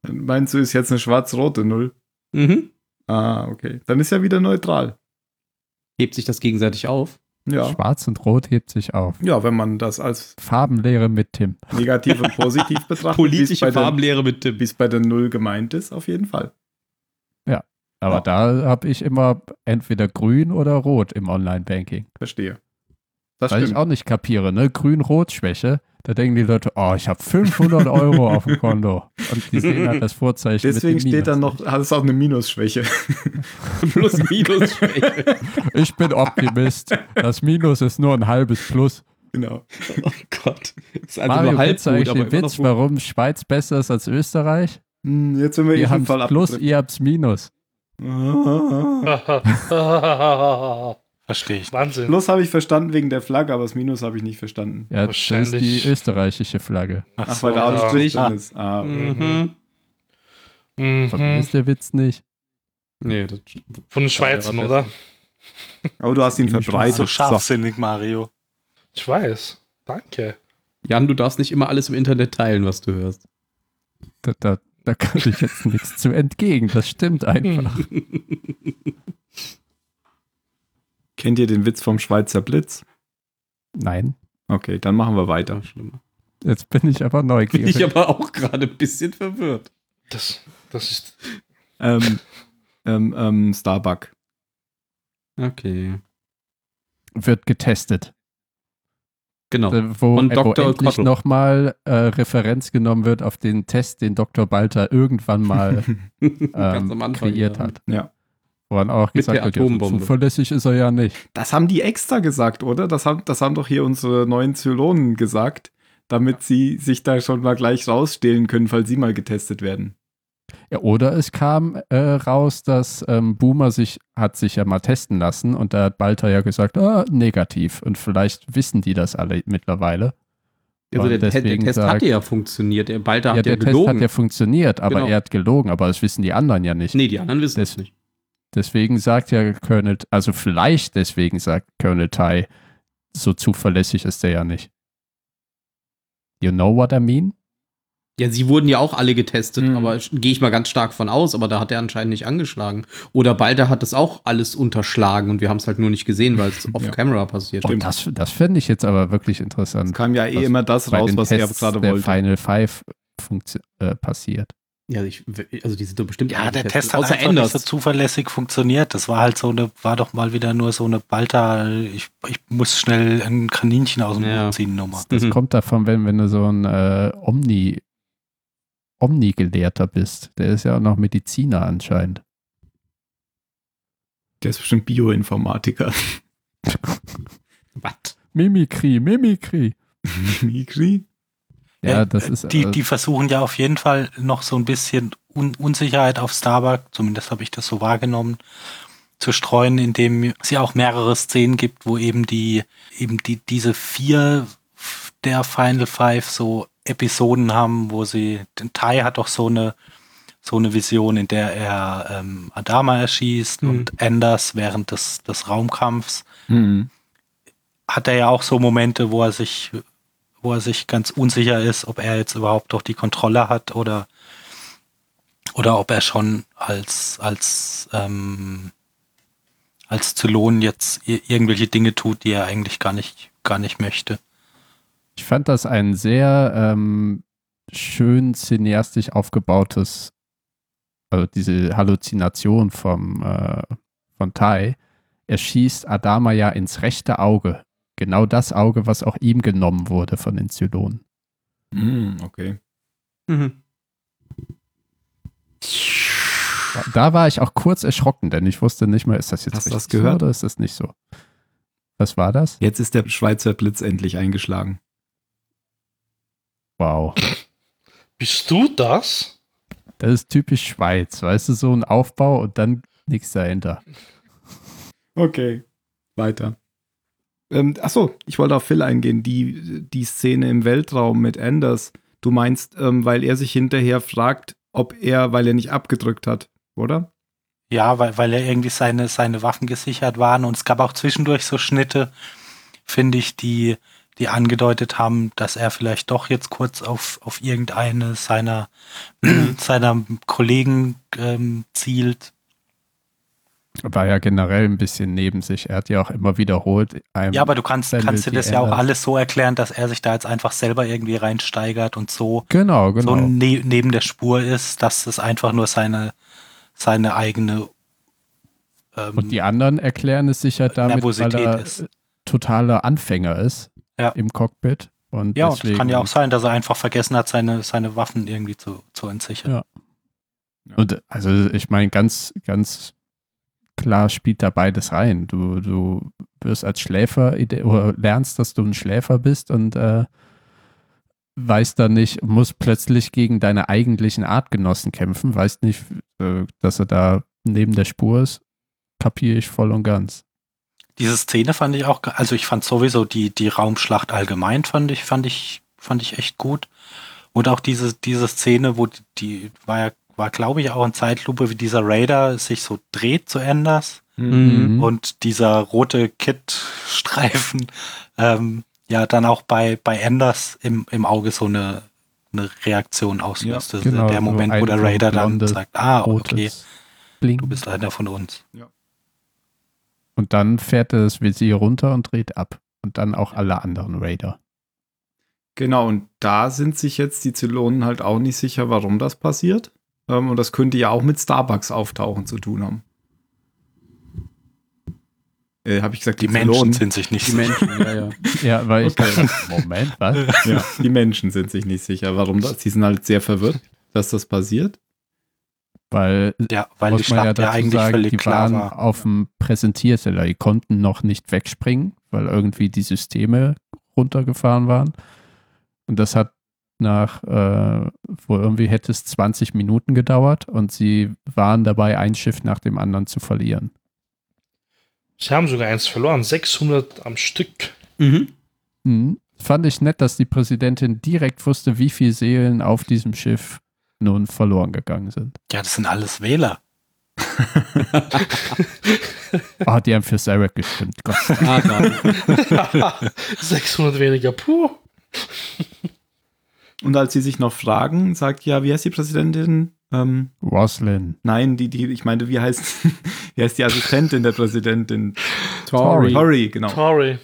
Meinst du, ist jetzt eine schwarz-rote Null? Mhm. Ah, okay. Dann ist ja wieder neutral. Hebt sich das gegenseitig auf? Ja. Schwarz und Rot hebt sich auf. Ja, wenn man das als Farbenlehre mit Tim. negativ und positiv betrachtet, wie es bei Politische der- Farbenlehre mit wie Tim. es bei der Null gemeint ist, auf jeden Fall. Aber Ja. da habe ich immer entweder grün oder rot im Online-Banking. Verstehe. Das Weil ich auch nicht kapiere, ne? Grün-Rot-Schwäche. Da denken die Leute, oh, ich habe 500 Euro auf dem Konto. Und die sehen <laughs> halt das Vorzeichen. Deswegen mit dem steht da noch, hat es auch eine Minusschwäche. Plus <laughs> Minus. Ich bin Optimist. Das Minus ist nur ein halbes Plus. <laughs> Genau. Oh Gott. Ist einfach Mario, Also nur halb halb euch gut, aber den immer noch Witz, gut. warum Schweiz besser ist als Österreich? Hm, Jetzt sind wir Ihr eh habt's Fall Plus, ihr habt's Minus. abgedriftet. Verstehe ich. <laughs> Wahnsinn. Plus habe ich verstanden wegen der Flagge, aber das Minus habe ich nicht verstanden. Ja, das ist Wahrscheinlich. die österreichische Flagge. Mhm. Ach, weil da ja. alles drin ist. Ah, Mhm. Vermisst Mhm. der Witz nicht. Nee, das Von den Schweizern, Ja, oder? aber du hast ihn verbreitet. so So. Also scharfsinnig, Mario. Ich weiß. Danke. Jan, du darfst nicht immer alles im Internet teilen, was du hörst. Da, da, da kann ich jetzt nichts zu entgegen. Das stimmt einfach. Kennt ihr den Witz vom Schweizer Blitz? Nein, Okay, dann machen wir weiter. <laughs> Ja, schlimmer. jetzt bin ich aber Bin neugierig. ich aber auch gerade ein bisschen verwirrt. Das, das ist. Ähm, ähm, ähm, <laughs> Starbuck. Okay. Wird getestet. Genau. Äh, Wo, Von äh, wo Dr. endlich Kottl. nochmal äh, Referenz genommen wird auf den Test, den Dr. Balter irgendwann <laughs> mal <laughs> Ganz ähm, kreiert ja. hat. Ja. Wo dann auch Mit gesagt der wird, ja, so Atombombe. zuverlässig ist er ja nicht. Das haben die extra gesagt, oder? Das haben, das haben doch hier unsere neuen Zylonen gesagt, damit sie sich da schon mal gleich rausstehlen können, falls sie mal getestet werden. Ja, oder es kam äh, raus, dass ähm, Boomer sich, hat sich ja mal testen lassen und da hat Balter ja gesagt, ah, negativ. Und vielleicht wissen die das alle mittlerweile. Also der, Und Test- der deswegen Test sagt- hatte ja funktioniert. Der Balter ja, hat ja der Test gelogen. hat ja funktioniert, aber Genau. er hat gelogen, aber das wissen die anderen ja nicht. nee, die anderen wissen Das- es nicht. Deswegen sagt ja Colonel, also vielleicht deswegen sagt Colonel Tai, so zuverlässig ist er ja nicht. You know what I mean? Ja, sie wurden ja auch alle getestet, Mhm. aber sch- gehe ich mal ganz stark von aus, aber da hat er anscheinend nicht angeschlagen. Oder Balder hat das auch alles unterschlagen und wir haben es halt nur nicht gesehen, weil <laughs> es off-camera passiert Oh, ist. das das fände ich jetzt aber wirklich Es interessant. kam ja eh Was- immer das bei raus, den was Tests er gerade der wollte. Final Five funktio- äh, passiert. Ja, ich, also die sind doch bestimmt Ja, alle der getestet, Test hat außer einfach nicht so Enders. zuverlässig funktioniert. Das war halt so eine, war doch mal wieder nur so eine Balta, ich, ich muss schnell ein Kaninchen aus dem Ja. Hut ziehen Nummer. Das Mhm. kommt davon, wenn, wenn du so ein äh, Omni, Omni-Gelehrter bist. Der ist ja auch noch Mediziner anscheinend. Der ist bestimmt Bioinformatiker. <laughs> Was? Mimikry, Mimikry. Mimikry? Ja, Ja, das ist Die, äh, die versuchen ja auf jeden Fall noch so ein bisschen Un Unsicherheit auf Starbuck, zumindest habe ich das so wahrgenommen, zu streuen, indem es ja auch mehrere Szenen gibt, wo eben die, eben die, diese vier f- der Final Five so Episoden haben, wo sie, den Tai hat doch so eine, so eine Vision, in der er ähm, Adama erschießt Mhm. und Anders während des, des Raumkampfs Mhm. hat er ja auch so Momente, wo er sich, wo er sich ganz unsicher ist, ob er jetzt überhaupt noch die Kontrolle hat oder, oder ob er schon als, als, ähm, als Zylon jetzt i- irgendwelche Dinge tut, die er eigentlich gar nicht, gar nicht möchte. Ich fand das ein sehr ähm, schön cineastisch aufgebautes, also diese Halluzination vom, äh, von Tai. Er schießt Adama ja ins rechte Auge. Genau das Auge, was auch ihm genommen wurde von den Zylonen. Mhm, okay. Mhm. Da, da war ich auch kurz erschrocken, denn ich wusste nicht mehr, ist das jetzt Hast du das richtig so gehört? oder ist das nicht so? Was war das? Jetzt ist der Schweizer Blitz endlich eingeschlagen. Wow. Bist du das? Das ist typisch Schweiz, weißt du, so ein Aufbau und dann nichts dahinter. Okay. Weiter. Ähm, achso, ich wollte auf Phil eingehen. Die, die Szene im Weltraum mit Anders. Du meinst, ähm, weil er sich hinterher fragt, ob er, weil er nicht abgedrückt hat, oder? Ja, weil, weil er irgendwie seine, seine Waffen gesichert waren und es gab auch zwischendurch so Schnitte, finde ich, die, die angedeutet haben, dass er vielleicht doch jetzt kurz auf, auf irgendeine seiner, <clears throat> seiner Kollegen ähm, zielt. war ja generell ein bisschen neben sich. Er hat ja auch immer wiederholt. ähm, einem- Ja, aber du kannst, Wenn kannst du die dir das ja auch änderst. alles so erklären, dass er sich da jetzt einfach selber irgendwie reinsteigert und so, genau, genau. so ne neben der Spur ist, dass es einfach nur seine, seine eigene ähm, und die anderen äh, erklären es sicher damit, weil Nervosität er ist. totaler Anfänger ist Ja. im Cockpit Und Ja, und deswegen, es kann ja auch sein, dass er einfach vergessen hat, seine, seine Waffen irgendwie zu, zu entsichern. Ja. Und also ich meine, ganz, ganz klar spielt da beides rein. Du, du wirst als Schläfer ide- oder lernst, dass du ein Schläfer bist und äh, weißt dann nicht, musst plötzlich gegen deine eigentlichen Artgenossen kämpfen, weißt nicht, äh, dass er da neben der Spur ist, kapiere ich voll und ganz. Diese Szene fand ich auch, ge- also ich fand sowieso die, die Raumschlacht allgemein fand ich, fand ich, fand ich echt gut. Und auch diese, diese Szene, wo die, die war ja, war glaube ich auch in Zeitlupe, wie dieser Raider sich so dreht zu Enders Mhm. und dieser rote Kit-Streifen, ähm, ja, dann auch bei, bei Enders im, im Auge so eine, eine Reaktion auslöst. das genau, ist der so Moment, wo ein der so Raider dann blondes, sagt, ah, okay, Rotes Blinken. du bist einer von uns. Und dann fährt er das Visier runter und dreht ab. Und dann auch alle anderen Raider. Genau, und da sind sich jetzt die Zylonen halt auch nicht sicher, warum das passiert. Ähm, und das könnte ja auch mit Starbucks auftauchen zu tun haben. Äh, Habe ich gesagt, Die Menschen sind sich nicht Die sicher. Menschen, ja, ja. Ja, weil ich Okay. dachte, <laughs> Moment, was? <laughs> Ja, <laughs> die Menschen sind sich nicht sicher, warum das. Die sind halt sehr verwirrt, dass das passiert. Weil, Ja, weil die muss man ja Schlacht ja, dazu eigentlich sagen, völlig die klar waren war. auf dem Präsentierteller. Die konnten noch nicht wegspringen, weil irgendwie die Systeme runtergefahren waren. Und das hat nach, äh, wo irgendwie hätte es 20 Minuten gedauert und sie waren dabei, ein Schiff nach dem anderen zu verlieren. Sie haben sogar eins verloren, 600 am Stück. <laughs> Mhm. Mhm. Fand ich nett, dass die Präsidentin direkt wusste, wie viele Seelen auf diesem Schiff nun verloren gegangen sind. Ja, das sind alles Wähler. Ah, die haben für Sarek gestimmt. Gott <laughs> sei Dank. Ah, dann. 600 weniger, puh. Und als sie sich noch fragen, sagt ja, wie heißt die Präsidentin? Ähm, Roslyn. nein, die, die, ich meinte, wie heißt, <laughs> wie heißt die Assistentin der Präsidentin? Tory. Tory, genau. Sorry.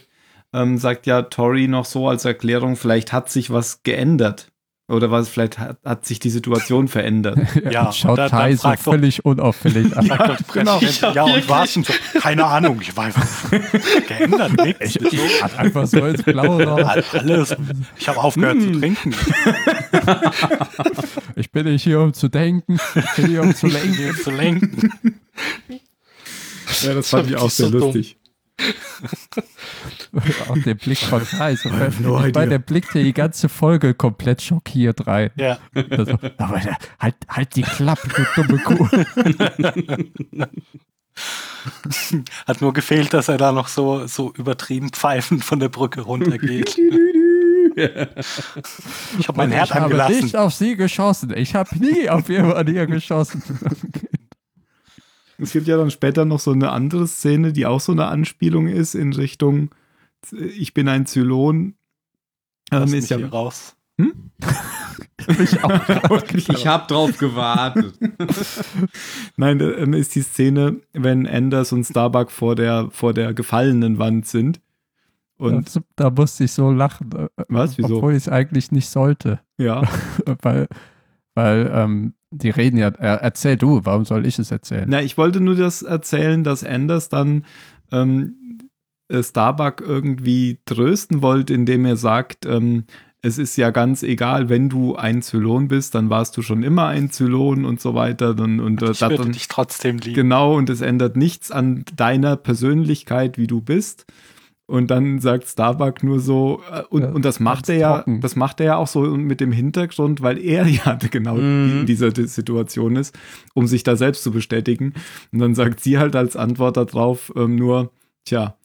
ähm, sagt ja Tori noch so als Erklärung, vielleicht hat sich was geändert. Oder was, vielleicht hat, hat sich die Situation verändert. Ja, und schaut und dann- dann Ty so fragt doch- völlig <laughs> unauffällig an. Sagt der genau. Präsident, Ja, ja und wirklich. war schon so. Keine Ahnung, ich war einfach geändert. Nix. <laughs> Hat einfach so ins Blaue raus. Alles. Ich habe aufgehört zu trinken. Ich bin nicht hier, um zu denken, ich bin hier, um zu <laughs> lenken. Zu lenken. ja, das fand ich auch sehr lustig. Auch der Blick von Kai. So, no ich idea. meine, der blickte die ganze Folge komplett schockiert rein. Ja. Also, aber da- halt, halt die Klappe, du dumme Kuh. Hat nur gefehlt, dass er da noch so, so übertrieben pfeifend von der Brücke runtergeht. Ich habe mein Und Herd ich habe angelassen. nicht auf sie geschossen. Ich habe nie auf jemanden hier geschossen. Es gibt ja dann später noch so eine andere Szene, die auch so eine Anspielung ist in Richtung äh, Ich bin ein Zylon. Lass Ähm, mich ist ja, <laughs> hier raus. Ich auch. Ich habe drauf gewartet. <laughs> nein, äh, ähm, ist die Szene, wenn Anders und Starbuck vor der, vor der gefallenen Wand sind. Und Und Also, da musste ich so lachen, was? Wieso? obwohl ich es eigentlich nicht sollte. <laughs> ja. weil, weil ähm, die reden ja, äh, erzähl du, warum soll ich es erzählen? Na, ich wollte nur das erzählen, dass Anders dann ähm, äh, Starbuck irgendwie trösten wollte, indem er sagt, ähm, es ist ja ganz egal, wenn du ein Zylon bist, dann warst du schon immer ein Zylon und so weiter. Dann, und äh, Ich würde dann- dich trotzdem lieben. Genau, und es ändert nichts an deiner Persönlichkeit, wie du bist. Und dann sagt Starbuck nur so, äh, und, Ja, und das macht ganz er ja, trocken. das macht er ja auch so und mit dem Hintergrund, weil er <laughs> ja genau Mhm. in dieser Di- Situation ist, um sich da selbst zu bestätigen. Und dann sagt sie halt als Antwort darauf ähm, nur, tja,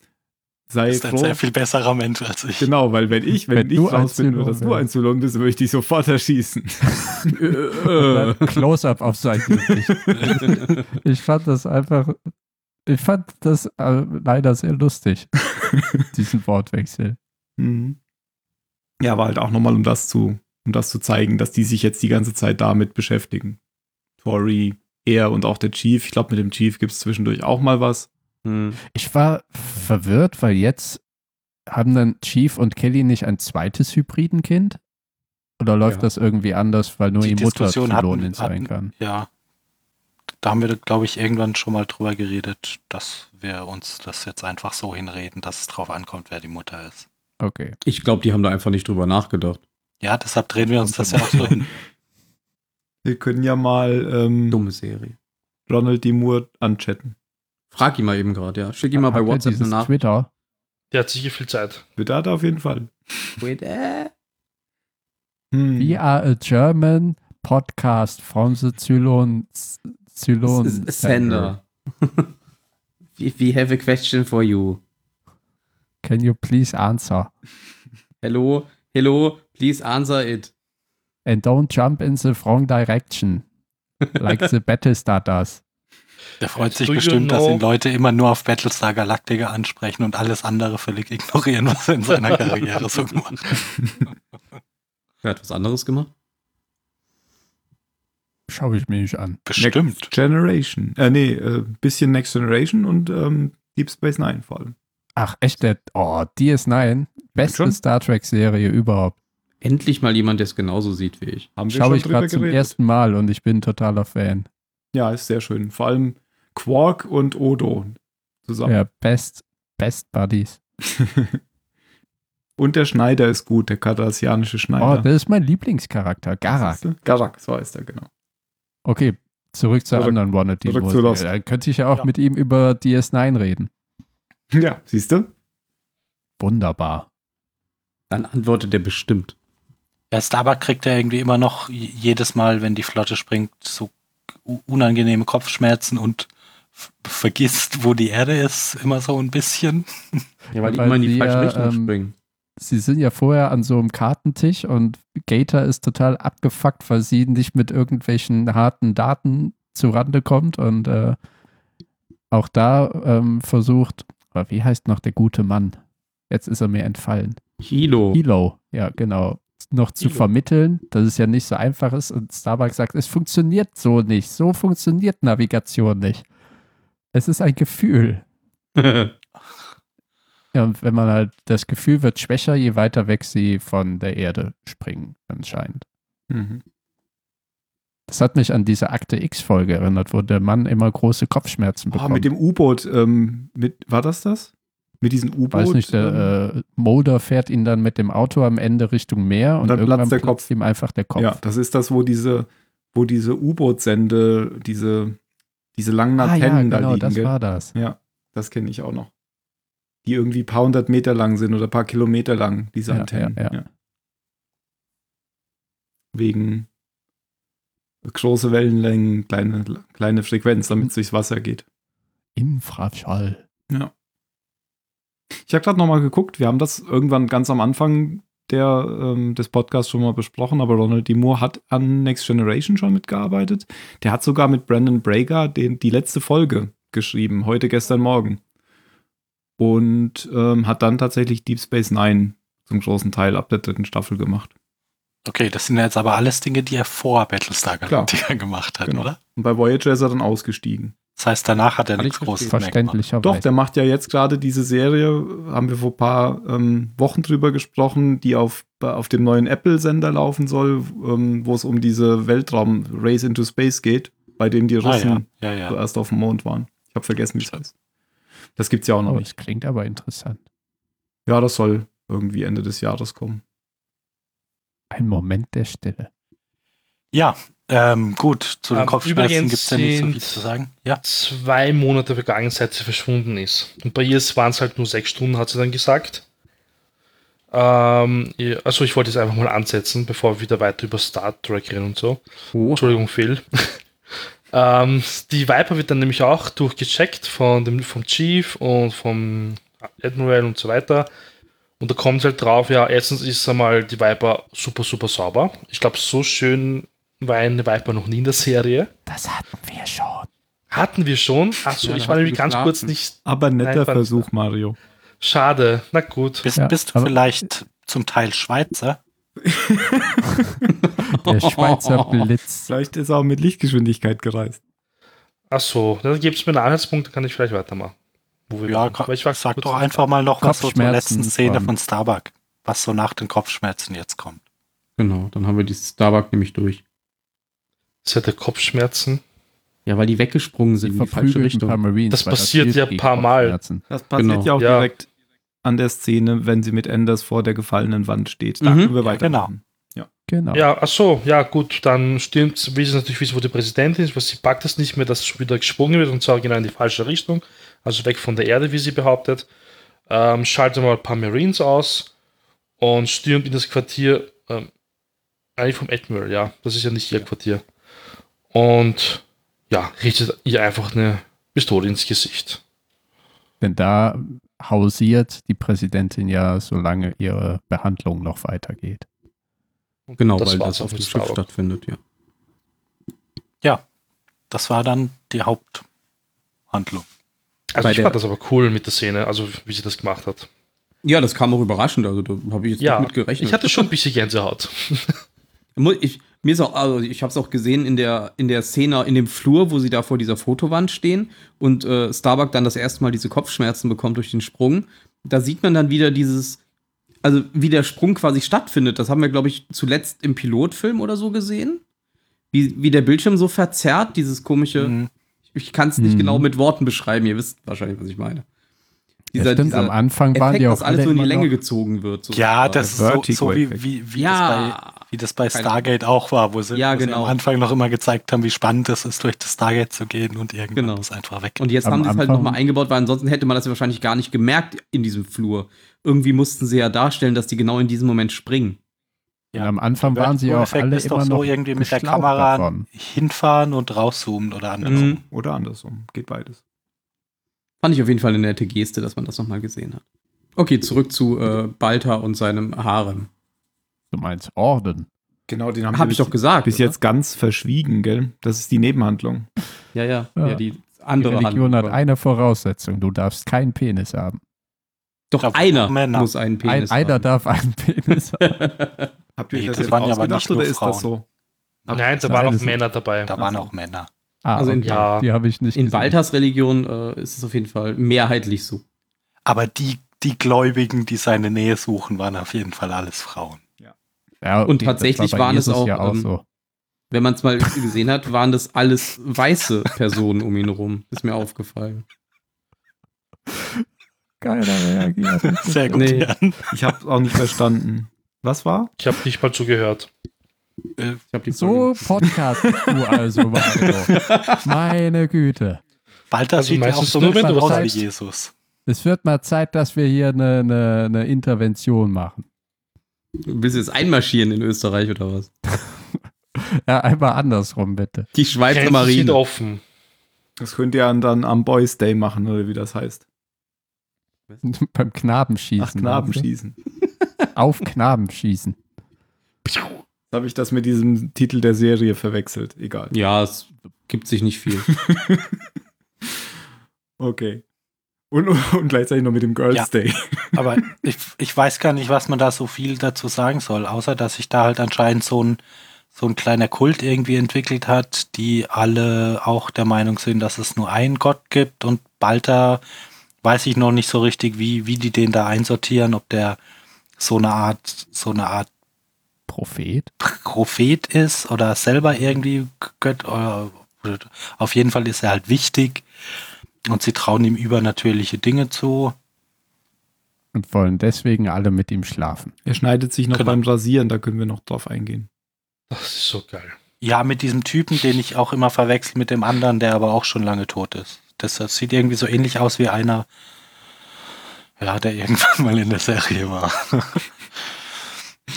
sei Du bist ein froh. sehr viel besserer Mensch als ich. Genau, weil wenn ich, wenn, Wenn ich du ein rausfinden würde, dass Zylon du wärst. ein Zylon bist, würde ich dich sofort erschießen. <laughs> Dann Close-up auf sein Gesicht. <laughs> ich fand das einfach, ich fand das äh, leider sehr lustig, diesen Wortwechsel. Mhm. Ja, aber halt auch nochmal, um das zu, um das zu zeigen, dass die sich jetzt die ganze Zeit damit beschäftigen. Tori, er und auch der Chief. Ich glaube, mit dem Chief gibt es zwischendurch auch mal was. Hm. Ich war verwirrt, weil jetzt haben dann Chief und Kelly nicht ein zweites Hybridenkind? Oder läuft Ja. das irgendwie anders, weil nur Die die, Mutter Diskussion hatten- Zylonin sein hatten- kann? Ja. Da haben wir, glaube ich, irgendwann schon mal drüber geredet, dass wir uns das jetzt einfach so hinreden, dass es drauf ankommt, wer die Mutter ist. Okay. Ich glaube, die haben da einfach nicht drüber nachgedacht. Ja, deshalb drehen wir uns das ja auch so hin. Wir können ja mal ähm, Dumme Serie. Ronald D. Moore anchatten. Frag ihn mal eben gerade, ja. Schick ihm mal Ah, bei Habt ihr WhatsApp eine dieses Nachricht. Twitter. Der hat sicher viel Zeit. Bitte hat er auf jeden Fall. äh, Mhm. Hm. We are a German podcast from the Zylon, Zylon S- s- Sender. <laughs> we, we have a question for you. Can you please answer? Hello, hello, please answer it. And don't jump in the wrong direction. Like the Battlestar does. <laughs> Der freut sich Do you bestimmt, dass ihn know- Leute immer nur auf Battlestar Galactica ansprechen und alles andere völlig ignorieren, was er in seiner Karriere <laughs> so gemacht hat. Wer hat was anderes gemacht? Schau ich mir nicht an. Bestimmt. Generation. Äh, nee, äh, bisschen Next Generation und ähm, Deep Space Nine vor allem. Ach, echt? Der, oh, DS9. Beste schon. Star Trek-Serie überhaupt. Endlich mal jemand, der es genauso sieht wie ich. Haben Schaue ich gerade zum ersten Mal und ich bin totaler Fan. Ja, ist sehr schön. Vor allem Quark und Odo zusammen. Ja, Best, Best Buddies. <laughs> und der Schneider ist gut, der kardassianische Oh, Schneider. das ist mein Lieblingscharakter, Garak. Siehste? Garak, so heißt er, genau. Okay, zurück zur Zurück- anderen Wanted zurück zu Lost. Da könnte ich ja auch Ja. mit ihm über DS9 reden. Ja, siehst du? Wunderbar. Dann antwortet er bestimmt. Ja, Starbuck kriegt er irgendwie immer noch j- jedes Mal, wenn die Flotte springt, so u- unangenehme Kopfschmerzen und f- vergisst, wo die Erde ist, immer so ein bisschen. Ja, weil die immer in die falsche Richtung springen. Sie sind ja vorher an so einem Kartentisch und Gator ist total abgefuckt, weil sie nicht mit irgendwelchen harten Daten zurande kommt und äh, auch da ähm, versucht, oh, wie heißt noch der gute Mann? Jetzt ist er mir entfallen. Hilo. Hilo, ja, genau. Noch zu Hilo. vermitteln, dass es ja nicht so einfach ist. Und Starbucks sagt, es funktioniert so nicht. So funktioniert Navigation nicht. Es ist ein Gefühl. Ja, und wenn man halt, das Gefühl wird schwächer, je weiter weg sie von der Erde springen, anscheinend. Mhm. Ah, Das hat mich an diese Akte X-Folge erinnert, wo der Mann immer große Kopfschmerzen Ah, bekommt. mit dem U-Boot, ähm, mit, war das das? Mit diesem U-Boot? Weiß nicht, ähm, der äh, Mulder fährt ihn dann mit dem Auto am Ende Richtung Meer und Dann platzt irgendwann der platzt ihm einfach der Kopf. Ja, das ist das, wo diese, wo diese U-Boot-Sende, diese, diese langen ah, ja, Antennen da genau, liegen. das gell? war das. Ja, das kenne ich auch noch. Die irgendwie paar hundert Meter lang sind oder paar Kilometer lang, diese Ja, Antennen. ja, ja. Wegen große Wellenlängen, kleine, kleine Frequenz, damit es durchs Wasser geht. Infraschall. Ich habe gerade nochmal geguckt, wir haben das irgendwann ganz am Anfang der, ähm, des Podcasts schon mal besprochen, aber Ronald D. Moore hat an Next Generation schon mitgearbeitet. Der hat sogar mit Brandon Brager den, die letzte Folge geschrieben, heute, gestern, morgen. Und ähm, hat dann tatsächlich Deep Space Nine zum großen Teil ab der dritten Staffel gemacht. Okay, das sind ja jetzt aber alles Dinge, die er vor Battlestar Klar. <laughs> Galactica gemacht hat, Genau. oder? Und bei Voyager ist er dann ausgestiegen. Das heißt, danach hat er Kann nichts ich verstehen. Großes mehr gemacht. Verständlicherweise. Doch, der macht ja jetzt gerade diese Serie, haben wir vor ein paar ähm, Wochen drüber gesprochen, die auf, auf dem neuen Apple-Sender laufen soll, ähm, wo es um diese Weltraum-Race into Space geht, bei dem die Ah, ja, Russen ja, ja. zuerst auf dem Mond waren. Ich habe vergessen, wie es heißt. Das gibt's ja auch noch Oh, Hm. nicht. das klingt aber interessant. Ja, das soll irgendwie Ende des Jahres kommen. Ein Moment der Stille. Ja, ähm, gut, zu den Ähm, Kopfschmerzen übrigens gibt es ja nicht so viel sind- zu sagen. Ja, Zwei Monate vergangen, seit sie verschwunden ist. Und bei ihr waren es halt nur sechs Stunden, hat sie dann gesagt. Ähm, ja, also ich wollte es einfach mal ansetzen, bevor wir wieder weiter über Star Trek reden und so. Oh. Entschuldigung, Phil. <laughs> ähm, die Viper wird dann nämlich auch durchgecheckt von dem, vom Chief und vom Admiral und so weiter. Und da kommt halt drauf, ja, erstens ist einmal die Viper super, super sauber. Ich glaube, so schön war eine Viper noch nie in der Serie. Das hatten wir schon. <laughs> Hatten wir schon. Achso, Ja, da ich hast du war nämlich ganz geschlafen. kurz nicht. Aber netter Nein, fand- Versuch, Mario. Schade. Na gut. bist, Ja, bist du aber- vielleicht zum Teil Schweizer? Der Schweizer Blitz. Vielleicht ist er auch mit Lichtgeschwindigkeit gereist. Achso, dann gibt es mir einen Anhaltspunkt, dann kann ich vielleicht weitermachen. Wo wir Ja, waren. ka- Aber ich war sag kurz- doch einfach mal noch was so zur Kopfschmerzen letzten Szene von- von Starbuck, was so nach den Kopfschmerzen jetzt kommt. <laughs> Genau, dann haben wir die Starbuck nämlich durch. Sie hatte Kopfschmerzen. Ja, weil die weggesprungen sind in die falsche Verprügelten Richtung. paar Marines. Das weil passiert hilft ja gegen paar Mal. Kopfschmerzen. Das passiert Genau. ja auch Ja. direkt an der Szene, wenn sie mit Anders vor der gefallenen Wand steht. Da Mhm. können wir weiter. genau. Genau. Ja, ach so, ja gut, dann stimmt's. Wir wissen natürlich, wissen, wo die Präsidentin ist, weil sie packt das nicht mehr, dass es wieder gesprungen wird und zwar genau in die falsche Richtung, also weg von der Erde, wie sie behauptet. Ähm, schaltet mal ein paar Marines aus und stürmt in das Quartier, ähm, eigentlich vom Admiral, ja, das ist ja nicht ihr Quartier. Und ja, richtet ihr einfach eine Pistole ins Gesicht. Denn da hausiert die Präsidentin ja, solange ihre Behandlung noch weitergeht. Und Genau, weil war's das auf dem mit Schiff Starbuck. stattfindet, ja. Das war dann die Haupthandlung. Also Bei ich der- fand das aber cool mit der Szene, also wie sie das gemacht hat. Ja, das kam auch überraschend, also da habe ich jetzt Ja, nicht mit gerechnet. ich hatte schon ein bisschen Gänsehaut. Mu- Ich, mir ist auch, also ich habe es auch gesehen in der, in der Szene, in dem Flur, wo sie da vor dieser Fotowand stehen und äh, Starbuck dann das erste Mal diese Kopfschmerzen bekommt durch den Sprung. Da sieht man dann wieder dieses, also wie der Sprung quasi stattfindet. Das haben wir, glaube ich, zuletzt im Pilotfilm oder so gesehen. Wie, wie der Bildschirm so verzerrt, dieses komische, Mhm. ich kann es nicht Mhm. genau mit Worten beschreiben, ihr wisst wahrscheinlich, was ich meine. Ja, stimmt, am Anfang waren Effekt, die auch dass alles so in die alle immer Länge noch- gezogen wird. so Ja, sozusagen. das ist so, so wie, Vertigo-Effekt. wie, wie, das ja. bei, wie das bei Keine- Stargate auch war, wo sie, Ja, wo sie genau. am Anfang noch immer gezeigt haben, wie spannend es ist, durch das Stargate zu gehen und irgendwann Genau. ist einfach weg. Und jetzt Am haben sie es halt Anfang- nochmal eingebaut, weil ansonsten hätte man das ja wahrscheinlich gar nicht gemerkt in diesem Flur. Irgendwie mussten sie ja darstellen, dass die genau in diesem Moment springen. Und am Anfang waren sie auch Vertigo-Effekt alle ist doch immer so noch irgendwie mit der geschlaucht Kamera davon. hinfahren und rauszoomen oder andersrum. Mhm. Oder andersrum. Geht beides. Fand ich auf jeden Fall eine nette Geste, dass man das nochmal gesehen hat. Okay, zurück zu äh, Balta und seinem Harem. Du meinst Orden. Genau, den Hab ich doch gesagt. Bis oder? jetzt ganz verschwiegen, gell? Das ist die Nebenhandlung. Ja, ja. Ja. Ja, die Die andere Religion hat Hand. eine Voraussetzung: Du darfst keinen Penis haben. Doch Aber einer Männer. muss einen Penis Ein, einer haben. darf einen Penis haben. <laughs> Habt ihr Nee, euch das das jetzt waren ja aber ausgedacht nicht nur oder ist Frauen. das so? Nein, da Nein, waren das auch ist- Männer dabei. Da genau. waren auch Männer. Ah, <laughs> Also in- ja. Ja. die habe ich nicht In gesehen. Baltas Religion äh, ist es auf jeden Fall mehrheitlich so. Aber die, die Gläubigen, die seine Nähe suchen, waren auf jeden Fall alles Frauen. Ja, Und die- das tatsächlich war bei waren es Jesus auch, Ja auch ähm, so. Wenn man es mal gesehen hat, waren das alles weiße Personen um ihn rum. Ist mir aufgefallen. Keiner reagiert. <laughs> Sehr gut, Nee. Jan. Ich hab's auch nicht verstanden. Was war? Ich habe nicht mal zugehört. Äh, Ich hab die So Podcast du also, <laughs> Mario. Meine Güte. Walter Also sieht ja auch meistens so nur, wenn ungefähr du was aus wie sagst. Jesus. Es wird mal Zeit, dass wir hier eine, eine, eine Intervention machen. Willst du jetzt einmarschieren in Österreich oder was? Ja, einmal andersrum bitte. <laughs> Die Grenzen Schweizer sind Marine. offen. Das könnt ihr dann am Boys Day machen, oder wie das heißt. Beim Knabenschießen. Ach, Knabenschießen. Auf Knabenschießen. Jetzt habe ich das mit diesem Titel der Serie verwechselt. Egal. Ja, es gibt sich nicht viel. Okay. Und, und gleichzeitig noch mit dem Girls Ja. Day. Aber ich, ich weiß gar nicht, was man da so viel dazu sagen soll, außer dass sich da halt anscheinend so ein, so ein kleiner Kult irgendwie entwickelt hat, die alle auch der Meinung sind, dass es nur einen Gott gibt und Balta weiß ich noch nicht so richtig, wie, wie die den da einsortieren, ob der so eine Art, so eine Art Prophet. Prophet ist oder selber irgendwie Gött oder auf jeden Fall ist er halt wichtig und sie trauen ihm übernatürliche Dinge zu. Und wollen deswegen alle mit ihm schlafen. Er schneidet sich noch Genau. beim Rasieren, da können wir noch drauf eingehen. Das ist so geil. Ja, mit diesem Typen, den ich auch immer verwechsel mit dem anderen, der aber auch schon lange tot ist. Das, das sieht irgendwie so ähnlich aus wie einer, ja, der irgendwann mal in der <laughs> Serie war.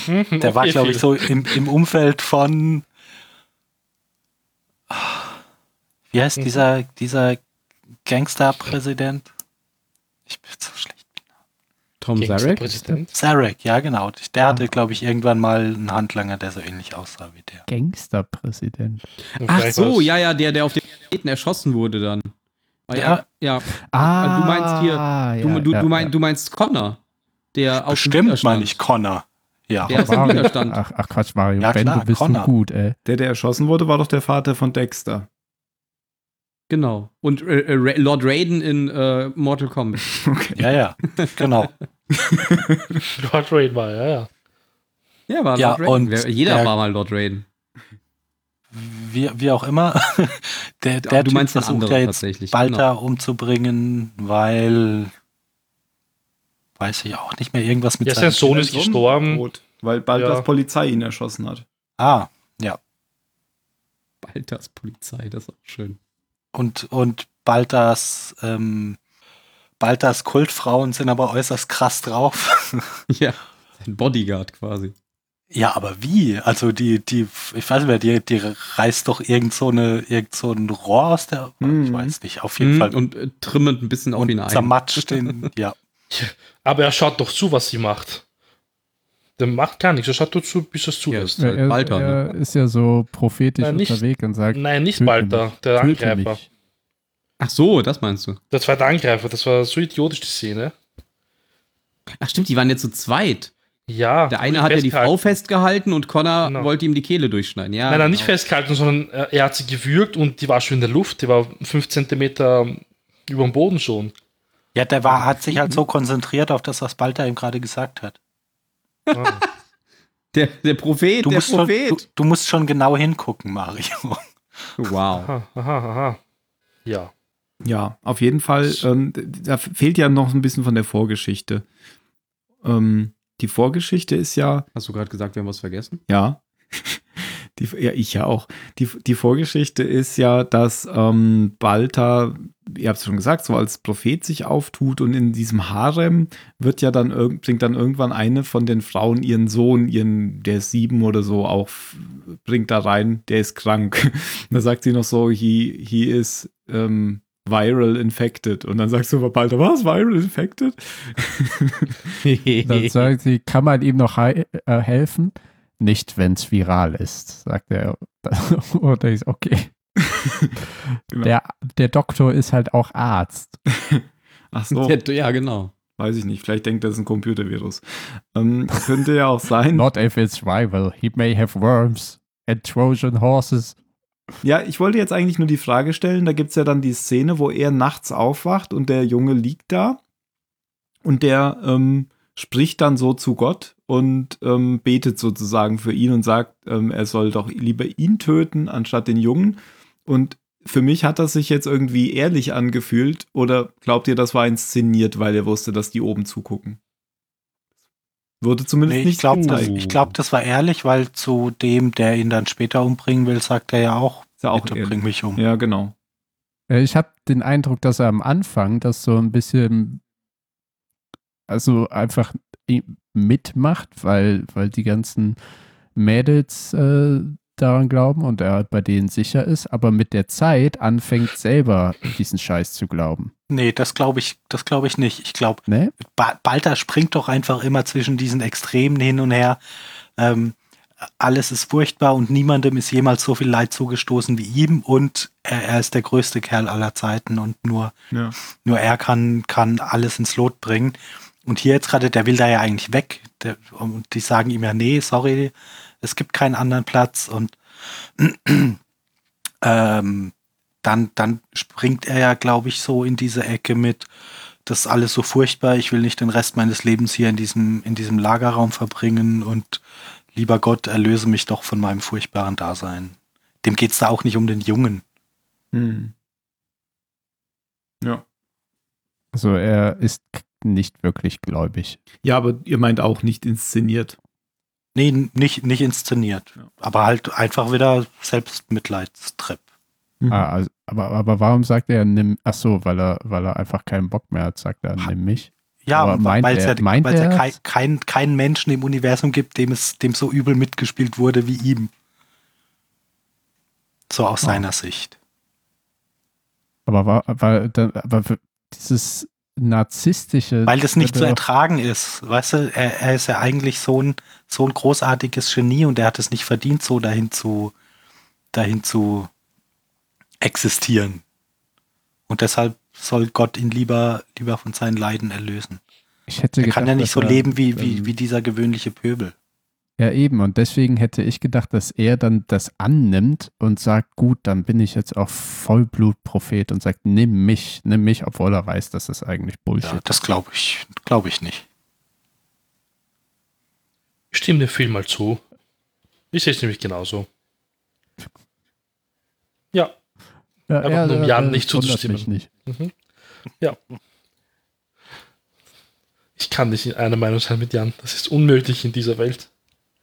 Der war, glaube ich, so im, im Umfeld von. Wie heißt Mhm. dieser, dieser Gangsterpräsident? Ich bin so schlecht. Tom Zarek? Präsident. Zarek, ja, genau. Der Mhm. hatte, glaube ich, irgendwann mal einen Handlanger, der so ähnlich aussah wie der. Gangsterpräsident. Ach so, ja, ja, der, der auf dem Planeten erschossen wurde dann. War ja. Ah, du meinst hier- Du, ja, du, ja, du, mein, ja. du meinst Connor. Der aus dem Bestimmt Widerstand. meine ich Connor. Ja. Der ist im Mario. Widerstand. Ach, ach Quatsch, Mario. Ja, ben, klar, du bist so Connor. gut, äh, ey. Der, der erschossen wurde, war doch der Vater von Dexter. Genau. Und äh, äh, Ra- Lord Raiden in äh, Mortal Kombat. Okay. Ja, ja, genau. <laughs> Lord Raid war, ja, ja. Ja, war Ja, Lord Raiden. und Wer- Jeder der- war mal Lord Raiden. Wie, wie auch immer. <laughs> Der, der du Typ meinst den versucht genau. anderen ja jetzt tatsächlich. Balta umzubringen, weil weiß ich auch nicht mehr, irgendwas mit Ja, sein Sohn ist halt Rum- gestorben. Rot, weil bald Ja. das Polizei ihn erschossen hat. Ah, Bald das Polizei, das ist auch schön. <laughs> und, und Baltas, ähm, Baltas Kultfrauen sind aber äußerst krass drauf. <laughs> Ja, sein Bodyguard quasi. Ja, aber wie? Also die, die, ich weiß nicht mehr, die, die reißt doch irgend so, eine, irgend so ein Rohr aus der, ich Mhm. weiß nicht, auf jeden Fall. Und äh, trimmend ein bisschen auf und ihn ein. zermatscht den, ja. Aber er schaut doch zu, was sie macht. Der macht gar nichts. Er schaut doch zu, bis er es Ja, zulässt. ist halt er, Balta, ne? er äh, ist ja so prophetisch Nein, nicht- unterwegs und sagt, Nein, nicht Töte Balta, töte der Angreifer. mich. Ach so, das meinst du. Das war der Angreifer, das war so idiotisch die Szene. Ach stimmt, die waren jetzt zu zweit. Ja. Der eine hat ja die festgehalten. Frau festgehalten und Connor Genau. wollte ihm die Kehle durchschneiden. Ja, Nein, nein, nicht genau. festgehalten, sondern äh, er hat sie gewürgt und die war schon in der Luft. Die war fünf Zentimeter über dem Boden schon. Ja, der war, hat sich Mhm. halt so konzentriert auf das, was Balta ihm gerade gesagt hat. Ah. Der, der Prophet, Du der musst, schon, Prophet. du, du musst schon genau hingucken, Mario. Wow. aha, aha, aha. Ja. Ja, auf jeden Fall. Ähm, da fehlt ja noch ein bisschen von der Vorgeschichte. Ähm, die Vorgeschichte ist ja, Hast du gerade gesagt, wir haben was <laughs> vergessen? ja, die, ja, ich ja auch. Die, die Vorgeschichte ist ja, dass ähm, Balta, ihr habt es schon gesagt, so als Prophet sich auftut und in diesem Harem wird ja dann irg- bringt dann irgendwann eine von den Frauen ihren Sohn, ihren, der ist sieben oder so, auch f- bringt da rein, der ist krank. <laughs> Und da sagt sie noch so, he, he is ähm, viral infected. Und dann sagst du, Balta, was? Viral infected? <laughs> <laughs> dann sagt sie, kann man ihm noch hei- äh, helfen? Nicht, wenn es viral ist, sagt er. <laughs> Und ich so, okay. Genau. Der, der Doktor ist halt auch Arzt. Ach so. <laughs> Der- Ja, genau. Weiß ich nicht, vielleicht denkt er, das ist ein Computervirus. Ähm, könnte ja <laughs> auch sein. Not if it's viral. He may have worms and Trojan horses. ja, ich wollte jetzt eigentlich nur die Frage stellen, da gibt es ja dann die Szene, wo er nachts aufwacht und der Junge liegt da und der ähm, spricht dann so zu Gott und ähm, betet sozusagen für ihn und sagt, ähm, er soll doch lieber ihn töten, anstatt den Jungen. Und für mich hat das sich jetzt irgendwie ehrlich angefühlt oder glaubt ihr, das war inszeniert, weil er wusste, dass die oben zugucken? Wurde zumindest <laughs> Nee, ich nicht glaube, das, gezeigt. ich glaub, das war ehrlich, weil zu dem, der ihn dann später umbringen will, sagt er ja auch, Ist ja auch bitte ehrlich. bring mich um. Ja, genau. Äh, Ich habe den Eindruck, dass er am Anfang das so ein bisschen, also einfach i- mitmacht, weil, weil die ganzen Mädels äh, daran glauben und er bei denen sicher ist, aber mit der Zeit anfängt selber diesen Scheiß zu glauben. Nee, das glaube ich, das glaube ich nicht. Ich glaube, Ne? ba Balta springt doch einfach immer zwischen diesen Extremen hin und her. Ähm, alles ist furchtbar und niemandem ist jemals so viel Leid zugestoßen wie ihm und er, er ist der größte Kerl aller Zeiten und nur, Ja. nur er kann, kann alles ins Lot bringen. Und hier jetzt gerade, der will da ja eigentlich weg. Der, und die sagen ihm ja, nee, sorry, es gibt keinen anderen Platz und <clears throat> ähm, dann, dann springt er ja, glaube ich, so in diese Ecke mit, das ist alles so furchtbar, ich will nicht den Rest meines Lebens hier in diesem, in diesem Lagerraum verbringen und lieber Gott, erlöse mich doch von meinem furchtbaren Dasein. Dem geht's da auch nicht um den Jungen. Hm. Also er ist k- nicht wirklich gläubig. Ja, aber ihr meint auch nicht inszeniert. Nee, n- nicht, nicht inszeniert. Ja. Aber halt einfach wieder Selbstmitleidstrip. Mhm. Hm, Ah, also, aber, aber warum sagt er, nimm, ach so, weil er, weil er einfach keinen Bock mehr hat, sagt er, nimm mich. Ja, Aber meint weil es ja, er- meint weil's ja er kein, es? kein, keinen Menschen im Universum gibt, dem es dem so übel mitgespielt wurde wie ihm. So aus Ja. seiner Sicht. Aber, war, war, dann, aber für dieses narzisstische. Weil das nicht zu würde doch- ertragen ist. Weißt du, er, er ist ja eigentlich so ein, so ein großartiges Genie und er hat es nicht verdient, so dahin zu, dahin zu existieren. Und deshalb soll Gott ihn lieber, lieber von seinen Leiden erlösen. Ich hätte Er kann gedacht, ja nicht dass so er- leben wie, wie, ähm, wie dieser gewöhnliche Pöbel. Ja, eben. Und deswegen hätte ich gedacht, dass er dann das annimmt und sagt, gut, dann bin ich jetzt auch Vollblutprophet und sagt, nimm mich, nimm mich, obwohl er weiß, dass das eigentlich Bullshit Ja, ist. das glaube ich, glaube ich nicht. Ich stimme dem Film mal zu. Ich sehe es nämlich genauso. Ja. Ja, einfach nur um äh, Jan äh, nicht wundert zuzustimmen. mich nicht. Ja. Ich kann nicht in einer Meinung sein mit Jan. Das ist unmöglich in dieser Welt.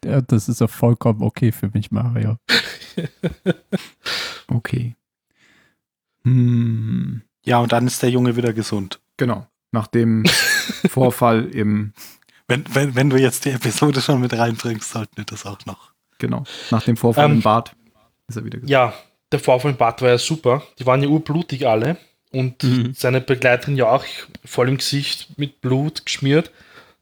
Ja, das ist ja vollkommen okay für mich, Mario. Okay. Hm, Ja, und dann ist der Junge wieder gesund. genau. Nach dem Vorfall im, Wenn, wenn, wenn du jetzt die Episode schon mit reinbringst, sollten wir das auch noch. genau, nach dem Vorfall Ähm, im Bad ist er wieder gesund. Ja, der Vorfall im Bad war ja super. Die waren ja urblutig alle. Und Mhm. seine Begleiterin ja auch voll im Gesicht mit Blut geschmiert.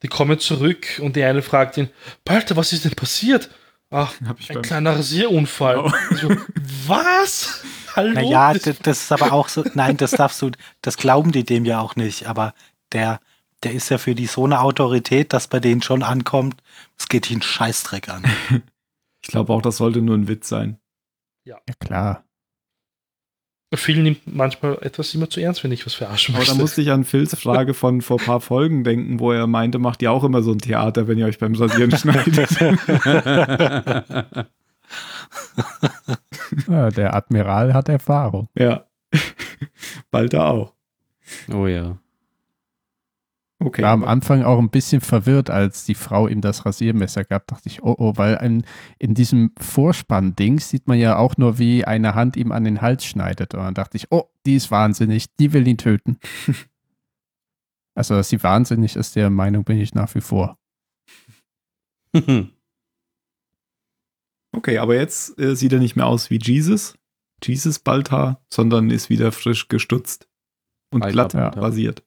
Die kommen zurück und die eine fragt ihn: Palter, was ist denn passiert? Ach, Hab ich ein beim- kleiner Rasierunfall. Oh. So, was? Hallo? Naja, Das- das, das ist aber auch so, nein, das darfst du, das glauben die dem ja auch nicht, aber der, der ist ja für die so eine Autorität, dass bei denen schon ankommt, es geht ihn Scheißdreck an. Ich glaube auch, das sollte nur ein Witz sein. Ja, klar. Phil nimmt manchmal etwas immer zu ernst, wenn ich was verarsche. Aber da musste ich an Phils Frage von vor ein paar Folgen denken, wo er meinte, macht ihr auch immer so ein Theater, wenn ihr euch beim Rasieren schneidet. Ja, der Admiral hat Erfahrung. ja. <laughs> Bald da auch. oh ja. <laughs> Okay. War am Anfang auch ein bisschen verwirrt, als die Frau ihm das Rasiermesser gab, dachte ich, oh oh, weil in, in diesem Vorspann-Ding sieht man ja auch nur, wie eine Hand ihm an den Hals schneidet. Und dann dachte ich, oh, die ist wahnsinnig, die will ihn töten. also, dass sie wahnsinnig ist, der Meinung bin ich nach wie vor. Okay, aber jetzt äh, sieht er nicht mehr aus wie Jesus, Jesus Baltar, sondern ist wieder frisch gestutzt und Baltar, glatt Baltar. rasiert.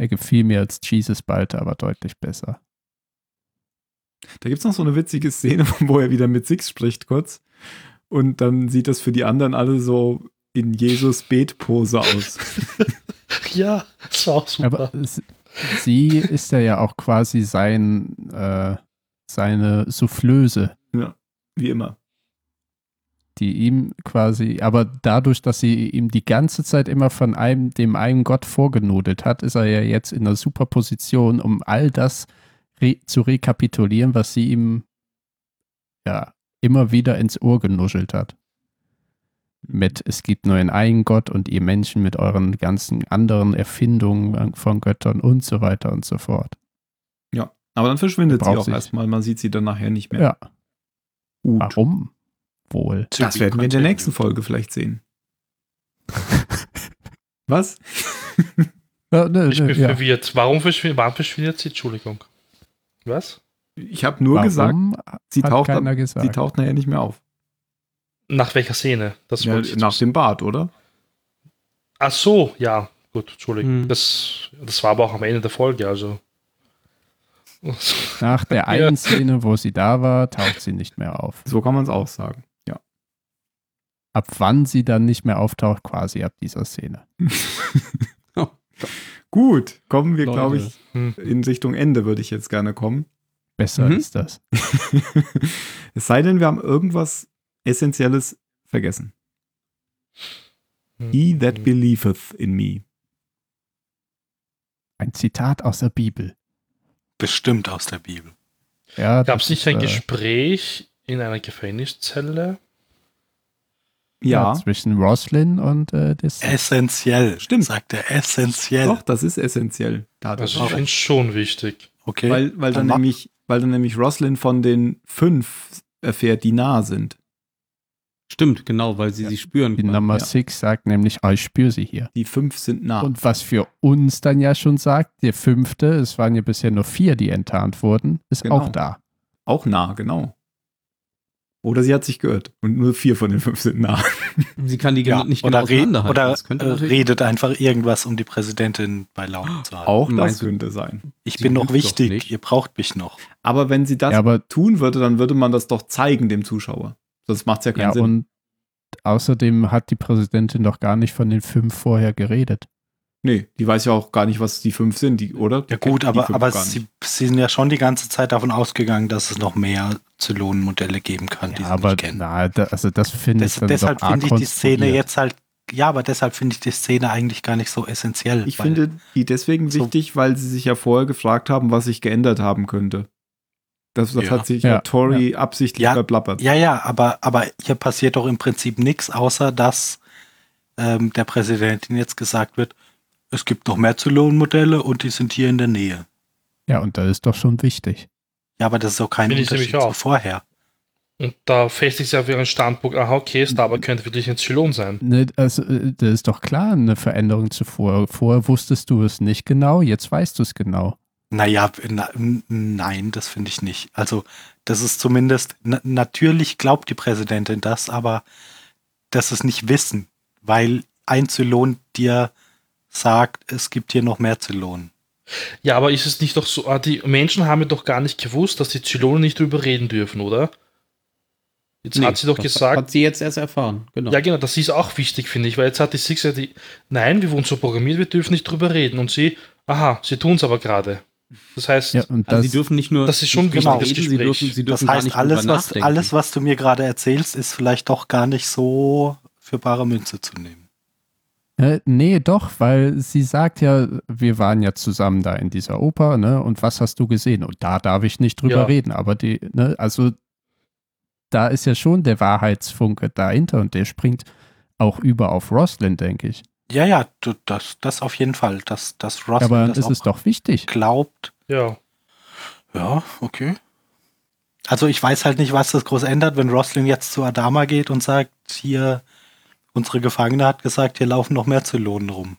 Er gefiel mir als Jesus bald, aber deutlich besser. Da gibt es noch so eine witzige Szene, <laughs> wo er wieder mit Six spricht kurz. Und dann sieht das für die anderen alle so in Jesus Betpose aus. <laughs> ja, das war auch super. Aber s- sie ist ja ja auch quasi sein, äh, seine Soufflöse. wie immer. die ihm quasi, aber dadurch, dass sie ihm die ganze Zeit immer von einem, dem einen Gott vorgenudelt hat, ist er ja jetzt in einer super Position, um all das re zu rekapitulieren, was sie ihm ja immer wieder ins Ohr genuschelt hat. Mit, es gibt nur einen einen Gott und ihr Menschen mit euren ganzen anderen Erfindungen von Göttern und so weiter und so fort. Aber dann verschwindet sie Braucht auch sich. erstmal. Man sieht sie dann nachher nicht mehr. Ja, Gut. warum wohl? <laughs> Das werden wir in der nächsten Folge vielleicht sehen. Was? <laughs> Ja, ne, ich ne, bin ja. verwirrt. Warum verschwindet, warum verschwindet sie? Entschuldigung. Was? Ich habe nur gesagt, Warum sie hat taucht, keiner ab- gesagt? sie taucht nachher nicht mehr auf. Nach welcher Szene? Das Ja, wollte ich nach dem Bad, oder? Ach so, ja, gut, Entschuldigung. Hm. Das, das war aber auch am Ende der Folge, also. Nach <laughs> der Ja. einen Szene, wo sie da war, taucht sie nicht mehr auf. So kann man es auch sagen. Ja. Ab wann sie dann nicht mehr auftaucht, quasi ab dieser Szene. Gut, kommen wir, Leute. glaube ich, Hm. in Richtung Ende würde ich jetzt gerne kommen. <laughs> Besser Mhm. ist das. es sei denn, wir haben irgendwas Essentielles vergessen. Hm. He that believeth in me. Ein Zitat aus der Bibel. Bestimmt aus der Bibel. Ja, Gab es das nicht ist, ein äh, Gespräch in einer Gefängniszelle? Ja. Ja, Zwischen Roslyn und äh, des. Essentiell. Stimmt. Sagt er, essentiell. doch, das ist essentiell. Da hat er Also, drauf. ich finde es schon wichtig. Okay. weil, weil, dann mach- nämlich, weil dann nämlich Roslyn von den fünf erfährt, die nah sind. Stimmt, genau, weil sie sie spüren Die Nummer Ja. Ah. 6 sagt nämlich, oh, ich spüre sie hier. Die fünf sind nah. Und was für uns dann ja schon sagt, der fünfte, es waren ja bisher nur vier, die enttarnt wurden, ist Genau. auch da. Auch nah, genau. Oder sie hat sich gehört. Und nur vier von den fünf sind nah. Sie kann die ja, genau nicht oder, genau red, auseinanderhalten. oder Das könnte äh, natürlich- redet einfach irgendwas, um die Präsidentin bei Laune zu halten. Auch das Meinst du- könnte sein. ich die bin noch lügt doch wichtig, nicht. ihr braucht mich noch. Aber wenn sie das Ja, aber tun würde, dann würde man das doch zeigen dem Zuschauer. Sonst macht es ja keinen ja, Sinn. und außerdem hat die Präsidentin doch gar nicht von den fünf vorher geredet. Nee, die weiß ja auch gar nicht, was die fünf sind, die, oder? Ja Die kennt gut, die aber, fünf aber gar sie, nicht. sie sind ja schon die ganze Zeit davon ausgegangen, dass es noch mehr Zylonenmodelle geben kann, die Ja, sie aber nicht kennen. na, da, also das finde Des, ich dann deshalb doch arg finde ich die Szene konstruiert. jetzt halt, ja, aber deshalb finde ich die Szene eigentlich gar nicht so essentiell. Ich weil- finde die deswegen So- wichtig, weil sie sich ja vorher gefragt haben, was sich geändert haben könnte. Das, das Ja. hat sich ja, Ja. Tori absichtlich Ja. verblappert. Ja, ja, aber, aber hier passiert doch im Prinzip nichts, außer dass ähm, der Präsidentin jetzt gesagt wird, es gibt noch mehr Zylonenmodelle und die sind hier in der Nähe. Ja, und das ist doch schon wichtig. Ja, aber das ist auch kein Bin ich Unterschied nämlich auch. zu vorher. Und da festigt sich auf ihren Standpunkt, aha, okay, Starbuck könnte wirklich ein Zylon sein. Ne, also, äh, das ist doch klar eine Veränderung zuvor. Vorher wusstest du es nicht genau, jetzt weißt du es genau. Naja, na, n- nein, das finde ich nicht. Also, das ist zumindest, na, natürlich glaubt die Präsidentin das, aber das ist nicht Wissen, weil ein Zylon dir sagt, es gibt hier noch mehr Zylonen. Ja, aber ist es nicht doch so, ah, die Menschen haben ja doch gar nicht gewusst, dass die Zylone nicht drüber reden dürfen, oder? Jetzt Nee, hat sie doch das gesagt, Hat sie jetzt erst erfahren, genau. Ja, genau, das ist auch wichtig, finde ich, weil jetzt hat die Six ja die, nein, wir wurden so programmiert, wir dürfen nicht drüber reden. Und sie, aha, sie tun es aber gerade. Das heißt, Ja, und also das, sie dürfen nicht nur. das ist schon nicht nur reden, wichtiges Sie Gespräch. dürfen, sie Das dürfen gar heißt, nicht alles drüber was, nachdenken. <laughs> alles, was du mir gerade erzählst, ist vielleicht doch gar nicht so für bare Münze zu nehmen. Äh, Nee, doch, weil sie sagt ja, wir waren ja zusammen da in dieser Oper, ne? Und was hast du gesehen? Und da darf ich nicht drüber Ja. reden, aber die, ne, also da ist ja schon der Wahrheitsfunke dahinter und der springt auch über auf Roslyn, denke ich. Ja, ja, du, das, das auf jeden Fall, dass, dass Ross aber dann das ist es doch wichtig. glaubt. ja. Ja, okay. Also ich weiß halt nicht, was das groß ändert, wenn Roslin jetzt zu Adama geht und sagt, hier, unsere Gefangene hat gesagt, hier laufen noch mehr Zylonen rum.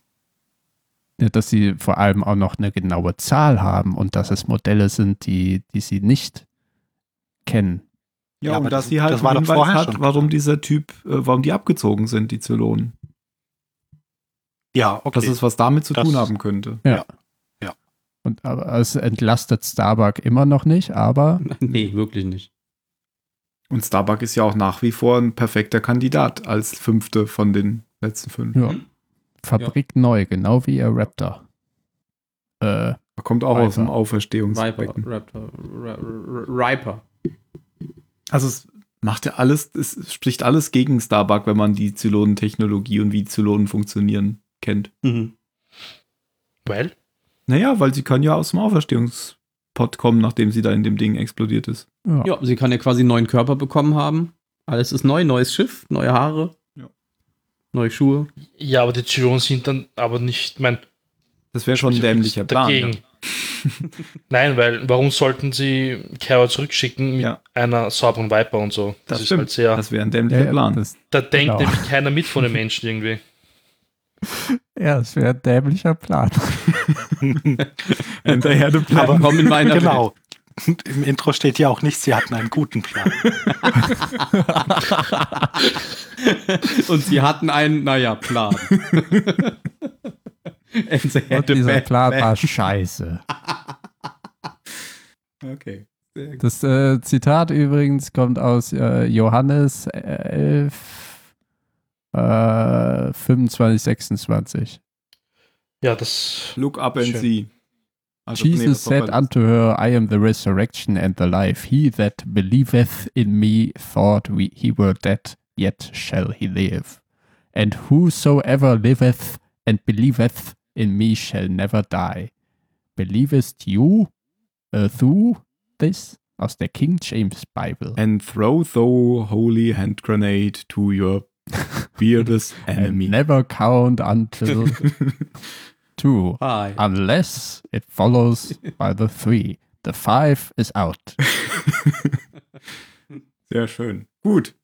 Ja, dass sie vor allem auch noch eine genaue Zahl haben und dass es Modelle sind, die, die sie nicht kennen. Ja, Ja, und aber dass das- sie halt das war einen doch Hinweis vorher hat, schon warum klar. dieser Typ, äh, warum die abgezogen sind, die Zylonen. Ja, okay. Dass es was damit zu Das- tun haben könnte. Und aber es entlastet Starbuck immer noch nicht, aber Nee, wirklich nicht. Und Starbuck ist ja auch nach wie vor ein perfekter Kandidat als fünfte von den letzten fünf. Hm. ja, Fabrik neu, genau wie ihr Raptor. Äh, Er kommt auch aus Viper. dem Riper, Auferstehungsbecken. Raptor, Ra- Ra- Riper. Also es macht ja alles, es spricht alles gegen Starbuck, wenn man die Zylonen-Technologie und wie Zylonen funktionieren kennt. Weil? Naja, weil sie kann ja aus dem Auferstehungspot kommen, nachdem sie da in dem Ding explodiert ist. ja. Ja, sie kann ja quasi einen neuen Körper bekommen haben. Alles ist neu, neues Schiff, neue Haare, Ja. neue Schuhe. Ja, aber die Zylonen sind dann aber nicht, mein, Das wäre schon ein dämlicher Plan. dagegen. <laughs> Nein, weil warum sollten sie Carol zurückschicken mit Ja. einer sauberen Viper und so? Das, Das ist stimmt. halt sehr. Das wäre ein dämlicher Ja, Plan. Das, da denkt genau. nämlich keiner <laughs> mit von den Menschen irgendwie. ja, das wäre ein dämlicher Plan. Wenn <laughs> der Herde bleibt. Willkommen in meiner genau. <laughs> Und Im Intro steht ja auch nicht, sie hatten einen guten <laughs> Plan. Welt. <laughs> Und sie hatten einen, <laughs> naja, Plan. And they Und had a dieser bad Plan plan. war scheiße. Okay. Das äh, Zitat übrigens kommt aus äh, Johannes 11, äh, 25, 26. Ja, das. Look up and Schön. see. Also, nee, Jesus das war said bei- unto her, I am the resurrection and the life. He that believeth in me thought we, he were dead, yet shall he live. And whosoever liveth and believeth in me shall never die. Believest you äh, through this? Aus der King James Bible. And throw thou holy hand grenade to your weirdest <laughs> <laughs> and enemy. never count until two, Hi. unless it follows by the three. The five is out. Sehr schön. Gut.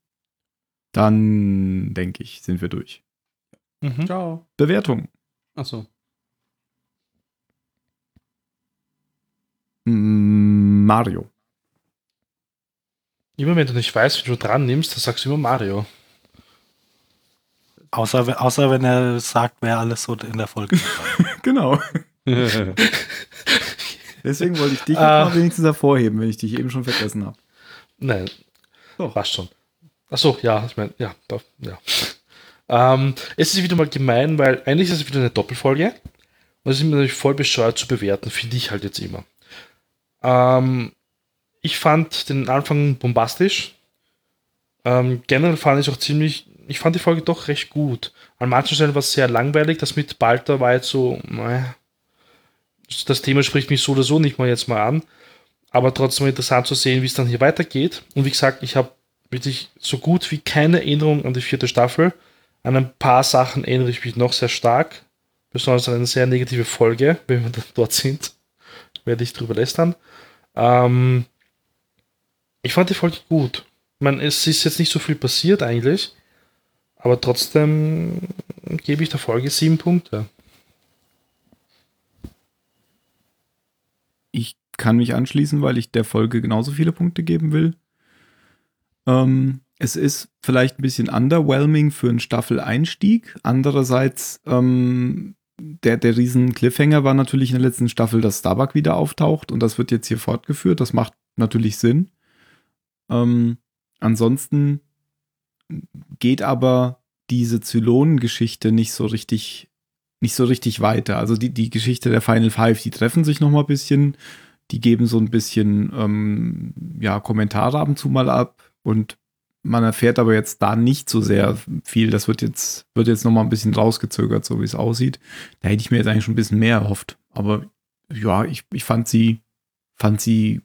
Dann denke ich, sind wir durch. Mhm. Ciao. Bewertung. <laughs> Achso. Mm, Mario. Immer wenn du nicht weißt, wie du dran nimmst, dann sagst du immer Mario. Außer, we- außer wenn er sagt, wer alles so in der Folge dabei war. Genau. Deswegen wollte ich dich jetzt Ah. mal wenigstens hervorheben, wenn ich dich eben schon vergessen habe. Nein. Doch. Passt schon. Achso, ja, ich meine, ja, da, ja. Ähm, es ist wieder mal gemein, weil eigentlich ist es wieder eine Doppelfolge. Und es ist mir natürlich voll bescheuert zu bewerten, finde ich halt jetzt immer. Ähm, ich fand den Anfang bombastisch. Ähm, generell fand ich auch ziemlich, ich fand die Folge doch recht gut. An manchen Stellen war es sehr langweilig, das mit Balta war jetzt so, naja. Das Thema spricht mich so oder so nicht mal jetzt mal an aber trotzdem interessant zu sehen, wie es dann hier weitergeht. Und wie gesagt, ich habe wirklich so gut wie keine Erinnerung an die vierte Staffel. An ein paar Sachen erinnere <laughs> ich mich noch sehr stark, besonders an eine sehr negative Folge, wenn wir dann dort sind. werde ich drüber lästern. Ähm, ich fand die Folge gut. Ich meine, es ist jetzt nicht so viel passiert eigentlich, aber trotzdem gebe ich der Folge sieben Punkte. Ich kann mich anschließen, weil ich der Folge genauso viele Punkte geben will. Ähm, es ist vielleicht ein bisschen underwhelming für einen Staffel-Einstieg. Andererseits, ähm, der, der riesen Cliffhanger war natürlich in der letzten Staffel, dass Starbuck wieder auftaucht und das wird jetzt hier fortgeführt. Das macht natürlich Sinn. Ähm, ansonsten geht aber diese Zylonen-Geschichte nicht so richtig, nicht so richtig weiter. Also die, die Geschichte der Final Five, die treffen sich noch mal ein bisschen, die geben so ein bisschen ähm, ja, Kommentare ab und zu mal ab und man erfährt aber jetzt da nicht so sehr viel. Das wird jetzt, wird jetzt nochmal ein bisschen rausgezögert, so wie es aussieht. Da hätte ich mir jetzt eigentlich schon ein bisschen mehr erhofft. Aber ja, ich, ich fand sie, fand sie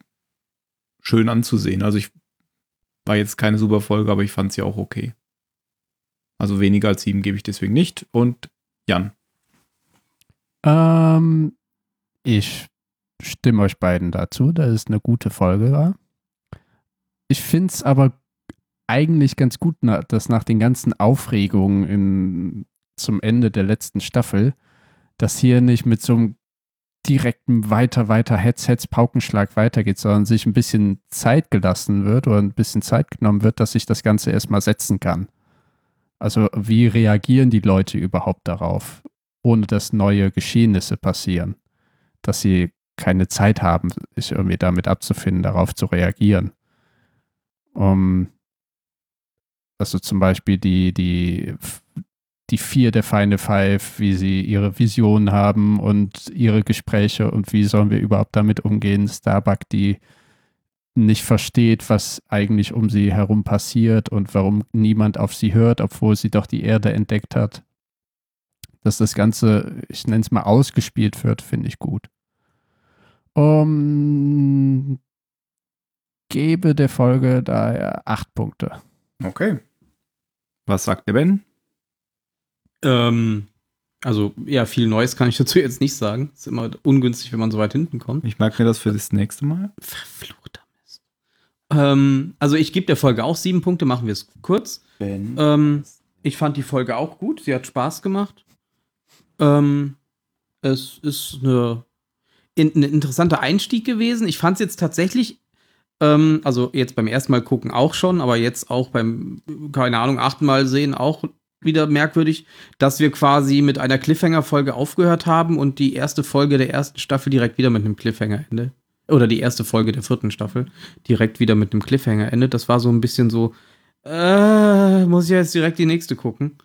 schön anzusehen. Also ich war jetzt keine super Folge, aber ich fand sie auch okay. Also weniger als sieben gebe ich deswegen nicht. Und Jan. Ähm, ich stimme euch beiden dazu, dass es eine gute Folge war. Ich finde es aber eigentlich ganz gut, dass nach den ganzen Aufregungen in, zum Ende der letzten Staffel, dass hier nicht mit so einem direkten weiter, weiter, Hetz, Hetz, Paukenschlag weitergeht, sondern sich ein bisschen Zeit gelassen wird oder ein bisschen Zeit genommen wird, dass sich das Ganze erstmal setzen kann. Also wie reagieren die Leute überhaupt darauf, ohne dass neue Geschehnisse passieren, dass sie keine Zeit haben, sich irgendwie damit abzufinden, darauf zu reagieren. Um, also zum Beispiel die, die, die vier der Final Five, wie sie ihre Vision haben und ihre Gespräche und wie sollen wir überhaupt damit umgehen. Starbuck, die nicht versteht, was eigentlich um sie herum passiert und warum niemand auf sie hört, obwohl sie doch die Erde entdeckt hat. Dass das Ganze, ich nenne es mal, ausgespielt wird, finde ich gut. Um, gebe der Folge daher acht Punkte. Okay. Was sagt der Ben? Ähm, also, ja, viel Neues kann ich dazu jetzt nicht sagen. Ist immer ungünstig, wenn man so weit hinten kommt. Ich merke mir das für das nächste Mal. Verfluchter Mist. Ähm, also, ich gebe der Folge auch sieben Punkte, machen wir es kurz. Ben. Ähm, ich fand die Folge auch gut, sie hat Spaß gemacht. Ähm, es ist eine, in, ein interessanter Einstieg gewesen. Ich fand es jetzt tatsächlich ähm, also jetzt beim ersten Mal gucken auch schon, aber jetzt auch beim, keine Ahnung, achten Mal sehen auch wieder merkwürdig, dass wir quasi mit einer Cliffhanger-Folge aufgehört haben und die erste Folge der ersten Staffel direkt wieder mit einem Cliffhanger endet. Oder die erste Folge der vierten Staffel direkt wieder mit einem Cliffhanger endet. Das war so ein bisschen so, äh, muss ich jetzt direkt die nächste gucken.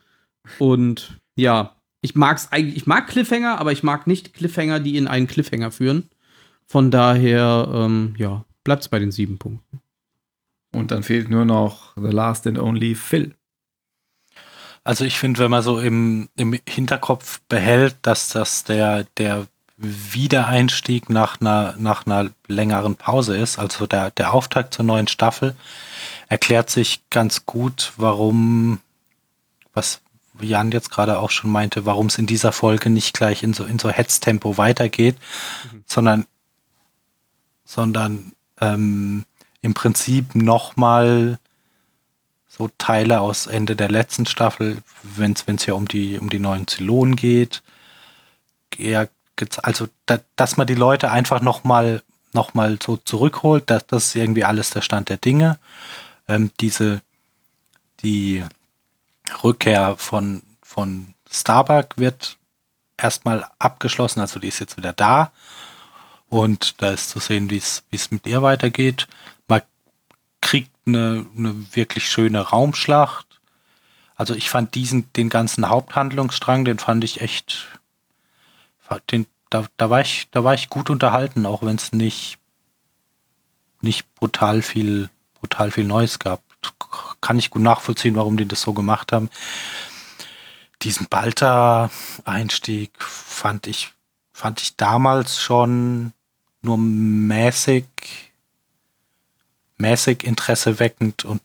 Und ja, ich mag's eigentlich, ich mag Cliffhanger, aber ich mag nicht Cliffhanger, die in einen Cliffhanger führen. Von daher, ähm, ja, bleibt es bei den sieben Punkten. Und dann fehlt nur noch The Last and Only Phil. Also ich finde, wenn man so im, im Hinterkopf behält, dass das der, der Wiedereinstieg nach einer, nach einer längeren Pause ist, also der, der Auftakt zur neuen Staffel, erklärt sich ganz gut, warum, was Jan jetzt gerade auch schon meinte, warum es in dieser Folge nicht gleich in so, in so Hetztempo weitergeht, mhm. sondern, sondern ähm, im Prinzip nochmal so Teile aus Ende der letzten Staffel, wenn es ja um die, um die neuen Zylonen geht, eher, also da, dass man die Leute einfach nochmal noch mal so zurückholt, das, das ist irgendwie alles der Stand der Dinge. Ähm, diese, die Rückkehr von, von Starbuck wird erstmal abgeschlossen, also die ist jetzt wieder da. Und da ist zu sehen, wie es mit ihr weitergeht. Man kriegt eine, eine wirklich schöne Raumschlacht. Also ich fand diesen, den ganzen Haupthandlungsstrang, den fand ich echt, den, da, da, war ich, da war ich gut unterhalten, auch wenn es nicht, nicht brutal viel, brutal viel Neues gab. Kann ich gut nachvollziehen, warum die das so gemacht haben. Diesen Balta-Einstieg fand ich, fand ich damals schon nur mäßig, mäßig Interesse weckend und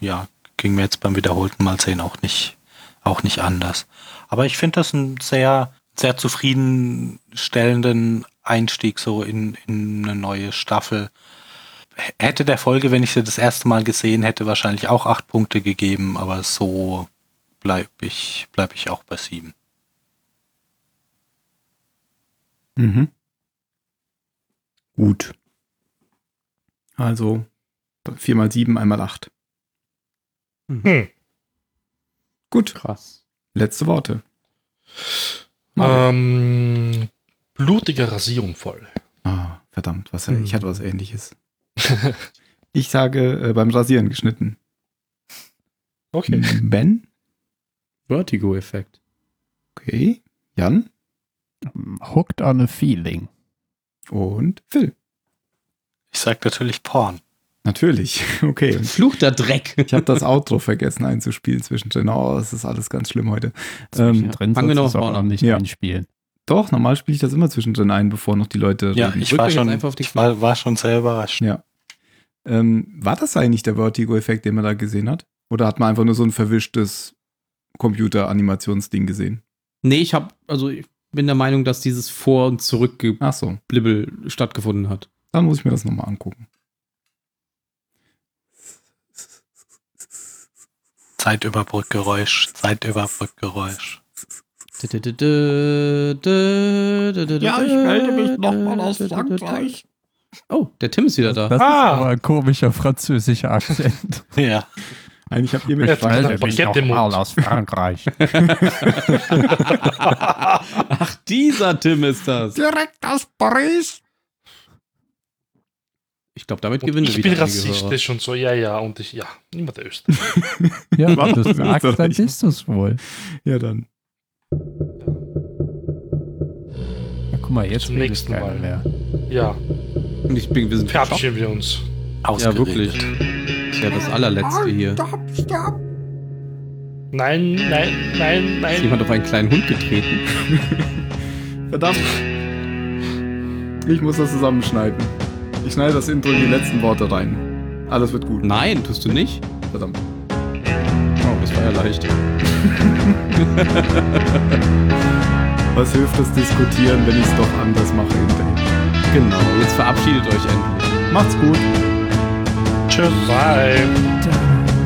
ja, ging mir jetzt beim wiederholten Mal sehen auch nicht, auch nicht anders. Aber ich finde das einen sehr, sehr zufriedenstellenden Einstieg so in, in eine neue Staffel. H- Hätte der Folge, wenn ich sie das erste Mal gesehen hätte, wahrscheinlich auch acht Punkte gegeben, aber so bleibe ich, bleib ich auch bei sieben. Mhm. Gut. Also 4 mal 7, einmal 8. Hm. Gut, Krass. letzte Worte. Marvin. Ähm, blutige Rasierung voll. Ah, verdammt, was, ich hatte was ähnliches. <laughs> ich sage äh, beim Rasieren geschnitten. Okay. Ben? Vertigo-Effekt. Okay. Jan? Hooked on a Feeling. Und Phil. Ich sag natürlich Porn. Natürlich. <laughs> Okay. und Verfluchter Dreck. Ich habe das Outro vergessen einzuspielen zwischendrin. Oh, es ist alles ganz schlimm heute. Ähm, Drin fangen sollst wir noch du es auch vorne noch an. nicht Ja. einspielen. doch, normal spiele ich das immer zwischendrin ein, bevor noch die Leute Ja, reden. ich drück war doch jetzt schon, einfach auf die ich war, war schon sehr überrascht. Ja. Ähm, war das eigentlich der Vertigo-Effekt, den man da gesehen hat? Oder hat man einfach nur so ein verwischtes Computer-Animationsding gesehen? Nee, ich hab, also ich bin der Meinung, dass dieses Vor- und Zurückgeblibbel Ach so, stattgefunden hat. dann muss ich mir das nochmal angucken. Zeitüberbrückgeräusch, <laughs> Zeitüberbrückgeräusch. Ja, Oh, der Tim ist wieder da. <laughs> Das Ah. ist aber ein komischer französischer Akzent. Ja. Eigentlich habt ihr Ich mich Jetzt melde mich ein Paket noch im Mund. mal aus Frankreich. Ach, dieser Tim ist das. Direkt aus Paris. Ich glaube, damit Und gewinne ich bin wieder einige Hörer. rassistisch und so, ja, ja, und ich, ja, immer der Österreicher. Ja, das ist ein Österreich. Akzent ist das wohl. Ja, dann. Na, guck mal, jetzt Zum redet nächsten keiner Mal. mehr. Ja, Und ich bin, wir sind geschockt. verabschieden wir uns. Ja, Ausgeredet. wirklich. Ist ja das allerletzte hier. Nein, nein, nein, Ist nein. jemand auf einen kleinen Hund getreten? Verdammt. Ich muss das zusammenschneiden. Ich schneide das Intro in die letzten Worte rein. Alles wird gut. Nein, tust du nicht? Verdammt. Oh, das war ja leicht. Was hilft das Diskutieren, wenn ich es doch anders mache hinterher? Genau, jetzt verabschiedet euch endlich. Macht's gut. Tschüss. Bye.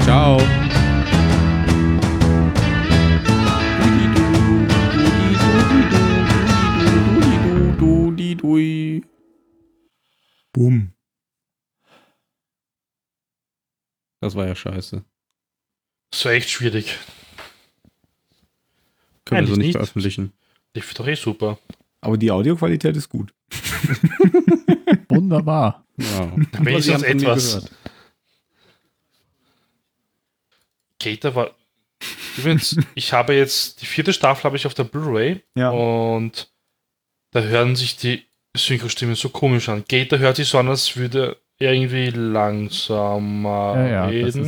Ciao. Boom. Das war ja scheiße. Das war echt schwierig. Können wir so Eigentlich nicht nicht. veröffentlichen. Ich finde doch eh super. Aber die Audioqualität ist gut. Wunderbar. <laughs> Ja. Wenigstens Aber sie haben von mir etwas. gehört. Gator war. Übrigens, ich habe jetzt die vierte Staffel habe ich auf der Blu-ray Ja. und da hören sich die Synchrostimmen so komisch an. Gator hört sich so an, als würde er irgendwie langsamer Ja, ja, das reden.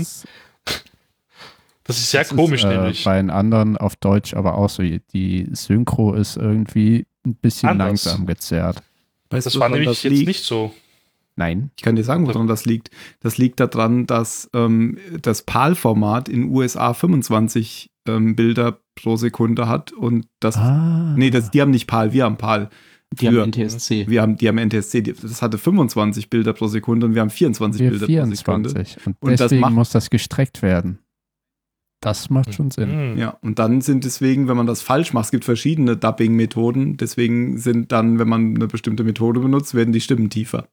Das ist, ist, sehr das komisch, ist, äh, nämlich. Bei den anderen auf Deutsch aber auch so. Die Synchro ist irgendwie ein bisschen Anders. langsam gezerrt. Weißt Das du, war woran nämlich das jetzt liegt? nicht so. Nein. Ich kann dir sagen, woran das liegt. Das liegt daran, dass ähm, das PAL-Format in USA 25 ähm, Bilder pro Sekunde hat und das. Ah. Nee, das, die haben nicht PAL, wir haben PAL. Die haben Früher. NTSC. Wir haben, die haben NTSC, die- das hatte 25 Bilder pro Sekunde und wir haben 24 wir Bilder pro Sekunde. 24. Und, Und das deswegen macht- Mhm. muss das gestreckt werden. Das macht schon Sinn. Hm. Ja, und dann sind deswegen, wenn man das falsch macht, es gibt verschiedene Dubbing-Methoden, deswegen sind dann, wenn man eine bestimmte Methode benutzt, werden die Stimmen tiefer.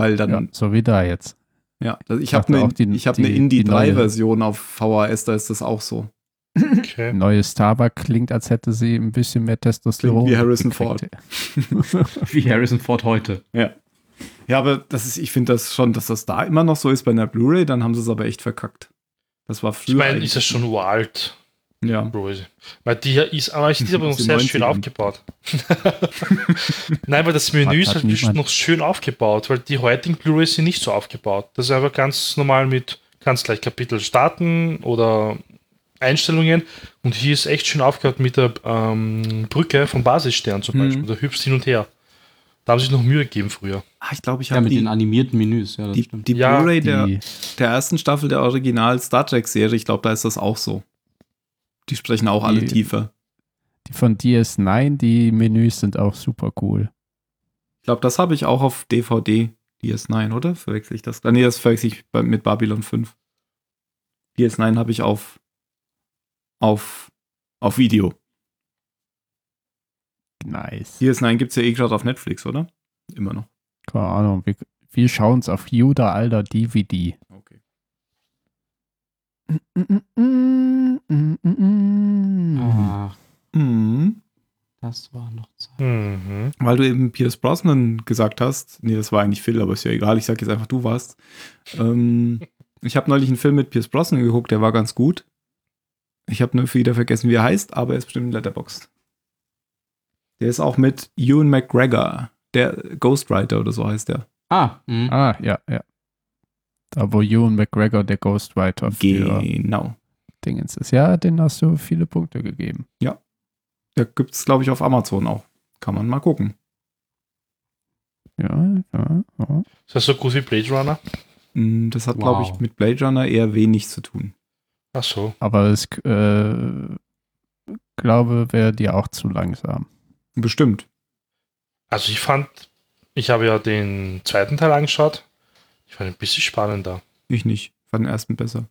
Weil dann Ja, so wie da jetzt. Ja, also ich Ich dachte habe eine, auch, die- ich hab eine die- Indie die neue. 3-Version auf VHS, da ist das auch so. Okay. Neues Tabak klingt, als hätte sie ein bisschen mehr Testosteron. Klingt wie Harrison Ford. Wie Harrison Ford heute. Ja, aber das ist, ich finde das schon, dass das da immer noch so ist bei einer Blu-ray, dann haben sie es aber echt verkackt. Das war früher. Ich meine, eigentlich- ist das schon uralt, ja. Bro. Weil die hier ist, aber die ist aber Aus noch den sehr schön 90ern. aufgebaut. <laughs> Nein, weil das Menü Hat- ist hat halt niemand. noch schön aufgebaut, weil die heutigen Blu-rays sind nicht so aufgebaut. Das ist einfach ganz normal mit, ganz gleich Kapitel starten oder Einstellungen. Und hier ist echt schön aufgebaut mit der ähm, Brücke vom Basisstern zum Mhm. Beispiel. Da hüpfst hin und her. Da haben sie sich noch Mühe gegeben früher. Ah, ich glaube, ich Ja, habe mit den die, animierten Menüs. Ja, das die, stimmt. die Ja, Blu-ray der, Die, der ersten Staffel der Original Star Trek-Serie, ich glaube, da ist das auch so. Die sprechen auch alle Die- tiefer. Die von DS9, die Menüs sind auch super cool. Ich glaube, das habe ich auch auf DVD. DS9, oder? Verwechsel ich das? Ah, Nee, das verwechsel ich bei- mit Babylon 5. DS9 habe ich auf, auf, auf Video. Nice. DS9 gibt es ja eh gerade auf Netflix, oder? Immer noch. Keine Ahnung, wir, wir schauen es auf Juda Alter DVD. Okay. Mhm. Ah, Mhm. das war noch Zeit. Mhm. Weil du eben Pierce Brosnan gesagt hast. Nee, das war eigentlich Phil, aber ist ja egal. Ich sag jetzt einfach, du warst. Ähm, ich habe neulich einen Film mit Pierce Brosnan geguckt, der war ganz gut. Ich habe nur wieder vergessen, wie er heißt, aber er ist bestimmt in Letterboxd. Der ist auch mit Ewan McGregor, der Ghostwriter oder so heißt der. Ah, mhm. Ah, ja, ja. Da wo Ewan McGregor der Ghostwriter für Genau. Dingens ist. Ja, den hast du viele Punkte gegeben. Da gibt es, glaube ich, auf Amazon auch. Kann man mal gucken. Ja, ja, ja. Ist das so gut wie Blade Runner? Mm, Das hat, glaube ich, Wow. mit Blade Runner eher wenig zu tun. Ach so. Aber es äh, glaube, wäre dir auch zu <laughs> langsam. Bestimmt. Also ich fand, ich habe ja den zweiten Teil angeschaut. Ich fand ihn ein bisschen spannender. Ich nicht. Fand den ersten besser.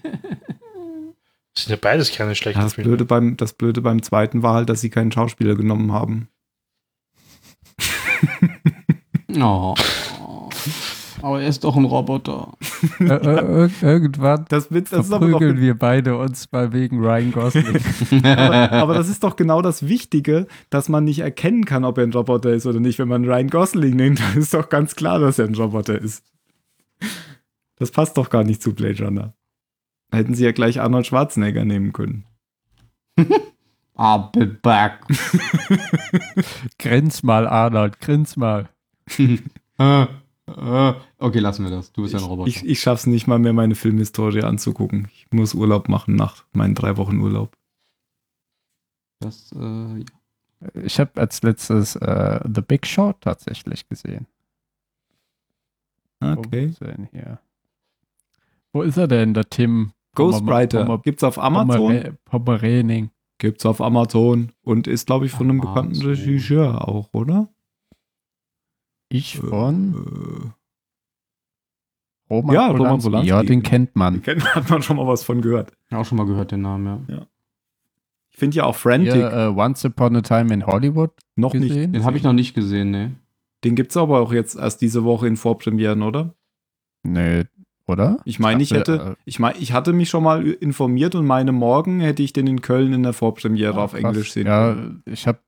Das sind ja beides keine schlechten das, Filme. Blöde beim, das Blöde beim zweiten war halt, dass sie keinen Schauspieler genommen haben. Oh. Aber er ist doch ein <laughs> Roboter. Äh, äh, ir- irgendwann Das, Witz, das ist aber, doch, verprügeln wir beide uns mal wegen Ryan Gosling. <laughs> aber, aber das ist doch genau das Wichtige, dass man nicht erkennen kann, ob er ein Roboter ist oder nicht. Wenn man Ryan Gosling nimmt, dann ist doch ganz klar, dass er ein Roboter ist. Das passt doch gar nicht zu Blade Runner. Hätten sie ja gleich Arnold Schwarzenegger nehmen können. I'll be back. grins mal, Arnold, grins mal. Äh, äh, okay, lassen wir das. Du bist ein Roboter. Ich, ich schaff's nicht mal mehr, meine Filmhistorie anzugucken. Ich muss Urlaub machen nach meinen drei Wochen Urlaub. das, äh, Ich habe als letztes äh, The Big Short tatsächlich gesehen. Oh. Wo Okay. ist er denn hier? Wo ist er denn, der Tim? Ghostwriter Pomer- gibt's auf Amazon. Pomer- Pomerening. Gibt's auf Amazon und ist, glaube ich, von einem bekannten Amazon. Regisseur auch, oder? Ich Äh, von Roman ja, Roman Polanski. Polanski. Ja, den kennt äh, man. kennt, <laughs> hat man schon mal was von gehört. ja, auch schon mal gehört, den Namen, ja. Ich finde ja auch Frantic Hier, äh, Once Upon a Time in Hollywood noch nicht. gesehen. Den habe ich noch nicht gesehen, ne. Den gibt's aber auch jetzt erst diese Woche in Vorpremieren, oder? Nee, oder? Äh, Ich meine, ich dachte, hätte, ich meine, ich hatte mich schon mal informiert und meine morgen hätte ich den in Köln in der Vorpremiere auf äh, Ah, Krass. Englisch sehen. Ja, können. ich habe